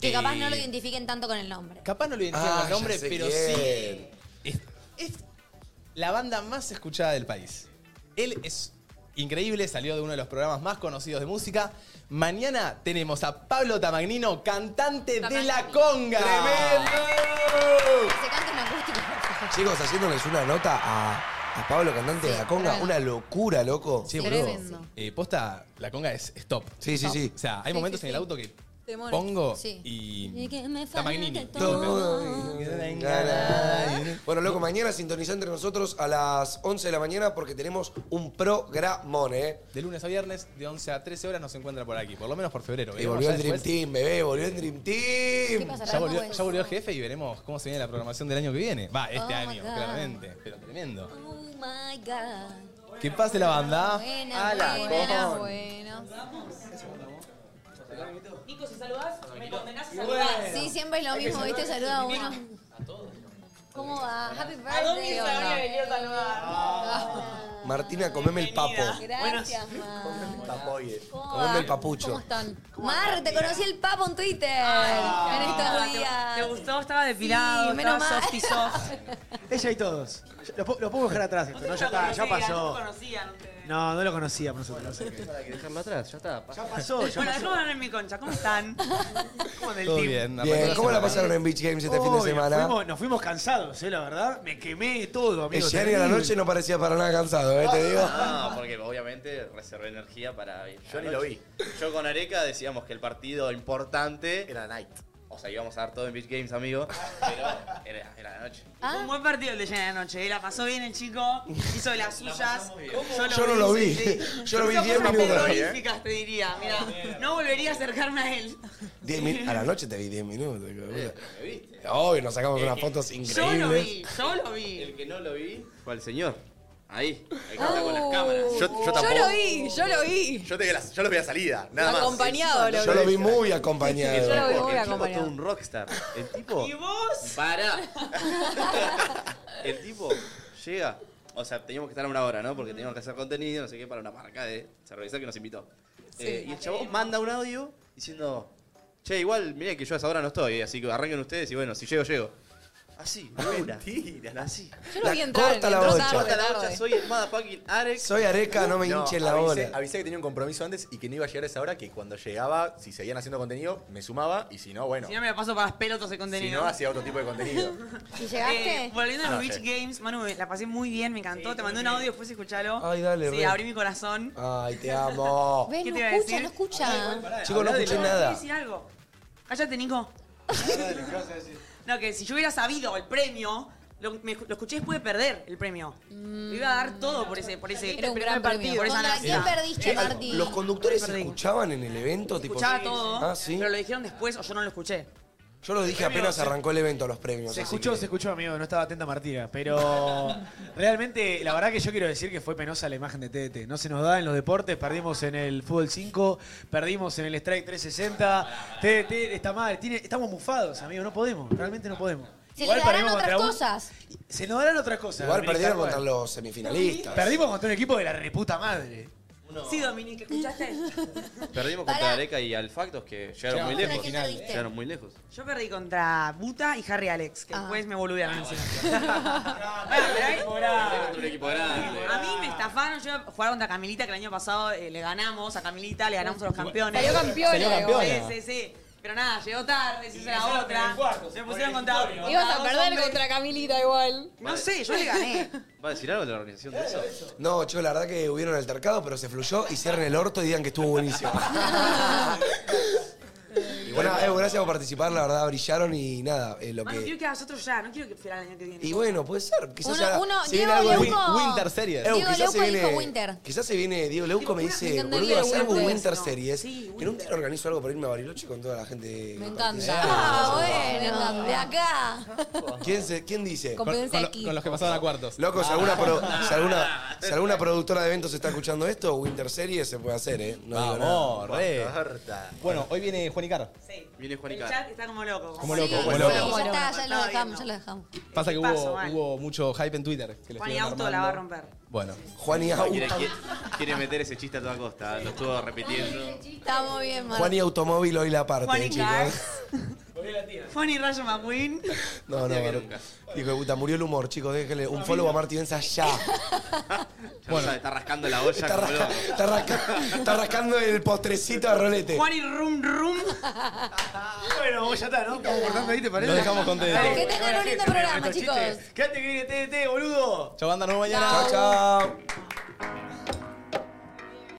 D: Que capaz
A: Eh,
D: no lo identifiquen tanto con el nombre.
A: Capaz no lo identifican
B: Ah,
A: con el nombre,
B: ya sé
A: pero
B: quién.
A: sí. Es, es la banda más escuchada del país. Él es increíble, salió de uno de los programas más conocidos de música. Mañana tenemos a Pablo Tamagnino, cantante de La Conga.
B: ¡Tremendo!
D: Se canta una acústica.
B: Chicos, haciéndoles una nota a, a Pablo, cantante de la conga.
D: tremendo.
B: Una locura, loco.
A: Sí, boludo. Eh, posta, La Conga es stop.
B: Sí, sí,
A: Stop.
B: sí.
A: O sea, hay
D: Sí,
A: momentos
D: sí,
A: en el
D: sí.
A: auto que
D: Te mueres.
A: pongo
D: Sí.
A: y...
D: Y que me
A: Tamagnini.
D: falte todo.
B: Bueno, loco, mañana sintoniza entre nosotros a las 11 de la mañana porque tenemos un programón, ¿eh?
A: De lunes a viernes, de 11 a 13 horas nos encuentra por aquí, por lo menos por febrero.
B: Y
A: Veremos
B: volvió
A: ya
B: el Dream
A: después.
B: Team, bebé, volvió el Dream Team.
A: Ya volvió, ya volvió el jefe y veremos cómo se viene la programación del año que viene. Va,
D: Oh
A: este
D: my
A: año,
D: God.
A: claramente. Pero tremendo.
D: Oh my god.
A: Que pase la banda.
D: Buena,
A: A la
D: buena,
A: con.
D: buena.
E: Nico, si saludás, me condenás a
D: Ah,
E: saludar.
D: Sí, siempre es lo
E: Hay que
D: mismo, ¿viste? Saluda a uno. ¿Cómo va? Happy birthday.
E: ¿A dónde se
D: hola.
E: había venido a
T: Ah.
E: saludar?
B: Martina, comeme el papo.
D: Ah, Gracias, ma.
B: Papoye.
D: ¿Cómo
B: Comeme
D: va?
B: el papucho.
D: ¿Cómo están? Mar, te conocí el papo en Twitter
A: Ah.
D: en estos días.
E: ¿Te gustó? Estaba depilado,
D: Sí, menos
E: estaba
D: mal.
E: soft y soft.
T: Ella y todos. Yo- Lo, pu- lo puedo dejar atrás esto, ¿no? Ya, está, ya pasó. No, no lo conocíamos nosotros. no sé qué.
U: Dejarlo atrás, ya está.
T: Ya pasó, ya
E: Bueno,
T: pasó.
E: ayúdanos en mi concha, ¿cómo están? ¿Cómo
T: del
B: Todo
T: team.
B: bien, la Bien, pasaron ¿cómo la bien. pasaron en Beach Games este fin de
T: Obvio,
B: semana?
T: fuimos- nos fuimos cansados, eh, la verdad. Me quemé todo,
B: El
T: amigo.
B: Jerry a la
T: terrible.
B: noche no parecía para nada cansado, ¿eh? Te digo.
U: Ah, No, porque obviamente reservé energía para ir. Yo
J: ni lo vi.
U: Yo con Areca decíamos que el partido importante era Night. O sea, íbamos a dar todo en Beach Games, amigo. Pero era, era la noche.
D: Ah.
E: Fue Un buen partido el de llena de noche, ¿eh? la pasó bien el chico, hizo de las suyas.
B: Yo no lo vi. Yo lo vi 10 minutos. ¿eh?
E: Terroríficas, te diría, mira, no volvería a acercarme a él.
B: Diez min- a la noche te vi 10 minutos. hijo de puta. Obvio, nos sacamos unas fotos
U: eh,
E: Yo lo
B: increíbles.
E: vi, yo lo vi.
U: El que no lo vi fue el señor. Ahí, el que
E: Oh.
U: está con las cámaras.
E: Yo- yo Yo tampoco. lo vi, yo lo vi.
U: Yo, te vi la- yo lo vi a salida, nada más.
E: Acompañado
U: Encima,
B: Yo lo vi muy acompañado.
U: Yo lo vi muy
B: acompañado.
U: todo un rockstar. El tipo.
E: ¿Y vos?
U: Para. El tipo llega. O sea, teníamos que estar a una hora, ¿no? Porque teníamos que hacer contenido, no sé qué, para una marca de cerveza que nos invitó.
E: Sí.
U: Eh, y el chabón manda un audio eh, diciendo, che, igual, miren que yo a esa hora no estoy, así que arranquen ustedes y bueno, si llego, llego. Así, de una. así.
C: Yo
U: La
C: lo vi entrar.
B: corta la
C: entró
B: bocha.
C: tarde,
B: Corta la
C: tarde.
U: bocha, soy el motherfucking Arex.
B: Soy Areca, no me hinchen la
J: avisé-
B: bola.
J: Avisé que tenía un compromiso antes y que no iba a llegar a esa hora, que cuando llegaba, si seguían haciendo contenido, me sumaba y si no, bueno.
E: Si no me la paso para las pelotas de contenido.
J: Si no, hacía otro tipo de contenido.
E: ¿Y
D: llegaste?
E: Eh,
B: Ah,
E: volviendo a los
J: No,
E: Beach
J: llegué.
E: Games, Manu, me la pasé muy bien, me encantó. Te mandé un audio, después escuchalo.
B: Ay, dale,
E: Sí,
B: re.
E: abrí mi corazón.
B: Ay, te amo.
E: ¿Qué
C: no
E: te iba a
C: escucha,
E: decir?
C: no escucha.
B: Chicos, no
E: Hablá de
B: escuché
E: lo-
B: nada.
E: Quiero decir algo. Cállate, Nico. No, que si yo hubiera sabido el premio, lo, me- lo escuché después de perder el premio. Le iba a dar todo por ese, por ese
D: Era un gran
E: primer
D: premio.
E: por esa
D: ¿Contra
E: nada.
D: quién perdiste,
E: Eh,
D: Martín?
B: ¿Los conductores escuchaban en el evento? Tipo,
E: Escuchaba todo,
B: Ah, sí.
E: pero lo dijeron después o yo no lo escuché.
B: Yo lo dije
T: Los premios,
B: apenas
T: sí.
B: arrancó el evento, los premios.
T: Se
B: así
T: escuchó,
B: que-
T: se escuchó, amigo, no estaba atenta Martina, pero realmente la verdad que yo quiero decir que fue penosa la imagen de TDT. No se nos da en los deportes, perdimos en el fútbol 5, perdimos en el Strike 360. TDT está mal, tiene- estamos mufados, amigo, no podemos, realmente no podemos.
D: Se le darán
T: perdimos
D: otras
T: contra un-
D: cosas.
T: Se nos darán otras cosas.
B: Igual
T: Dominic,
B: perdieron
T: tal cual.
B: contra los semifinalistas.
T: Perdimos contra un equipo de la reputa madre.
E: Sí, Dominique, ¿escuchaste?
U: Perdimos contra Areca y Alfactos que llegaron muy
E: Llegaron
U: lejos.
E: a la final.
U: Llegaron muy lejos.
E: Yo perdí contra Buta y Harry Alex, que después me volvieron encima. ¿Eh?
G: Ah.
U: Un equipo grande.
E: A mí me estafaron, yo iba a jugar contra Camilita, que el año pasado eh, le ganamos a Camilita, le ganamos a los campeones.
U: Salió campeona, Salió campeona.
E: Sí, sí, sí. Pero nada, llegó tarde, se hizo
T: ingresaron
E: la
T: en
E: otra.
T: el cuarto,
E: me
T: por
E: pusieron
T: el
E: contra
T: escritorio.
E: contra
C: Ibas a
E: dos
C: perder
E: hombres.
C: contra Camilita igual.
E: No sé, yo le gané.
U: ¿Va a decir algo de la organización de eso?
B: No, chicos, la verdad que hubieron altercado, pero se fluyó y cierren el orto y digan que estuvo buenísimo. y bueno, Evo, gracias por participar, la verdad, brillaron y nada, eh, lo
E: Mano,
B: que.
E: quiero que hagas otro ya, no quiero que fuera el año que viene.
B: Y bueno, puede ser. Quizás
E: Ah, Uno-
B: haga-
E: uno-
B: se viene
E: Diego
B: algo de
E: Leuco-
B: Win- Winter Series.
E: Diego
B: quizás se
E: Leuco
B: viene,
E: dijo Winter.
B: Quizás se viene Diego Leuco, me
E: me
B: dice,
E: encanta
B: boludo,
E: el
B: hacer algo
E: Winter,
B: Winter
E: no.
B: Series.
E: Sí,
B: Que en un día organizo algo para irme a Bariloche con toda la gente.
C: Me
B: que
C: encanta.
B: participa.
C: Ah, bueno, de acá.
B: ¿Quién, se- quién dice?
C: Con- Competencia con lo- de equipo. con los que
A: pasaron a cuartos. Ah.
B: Loco, si alguna, pro- si alguna, si alguna productora de eventos está escuchando esto, Winter Series se puede hacer, ¿eh? No digo
A: Vamos,
B: nada.
A: re. Bueno, hoy viene Juan Icar.
U: Viene Juan
E: El chat está como loco.
A: Como loco, como
C: Sí,
A: loco.
C: ya está, ya
E: Estaba
C: lo dejamos,
E: viendo.
C: ya lo dejamos.
A: Pasa que
E: Paso,
A: hubo,
E: mal.
A: hubo mucho hype en Twitter. Que lo
E: Juan y
A: estuvieron
E: Auto la va a
A: armando.
E: romper.
A: Bueno.
B: Juan y
U: Quiere, quiere- quiere meter ese chiste a toda costa. Lo estuvo repitiendo.
C: Está muy bien, Martín.
B: Juan y Automóvil hoy la parte,
E: Juan y
B: chicos.
E: Cars. Juan y Rayo McQueen.
B: No, no, pero- Hijo de puta, murió el humor, chicos. Déjenle un follow a Marty Benza ya.
U: Bueno. Está rascando la olla
B: Está,
U: como
B: rasca-
U: loco.
B: está rasca- está rascando el postrecito a rolete.
E: Juan y Rum Rum.
T: Bueno, vos ya está, ¿no? Estamos cortando ahí, ¿te parece?
A: Lo dejamos con TDT.
T: Dale,
A: Que tengan
T: buena
A: un lindo
T: gente,
A: programa,
T: nuestros
A: chicos.
T: chistes. Quédate que viene TDT, boludo.
A: Chau, banda, nos vemos mañana.
B: Chao, chao.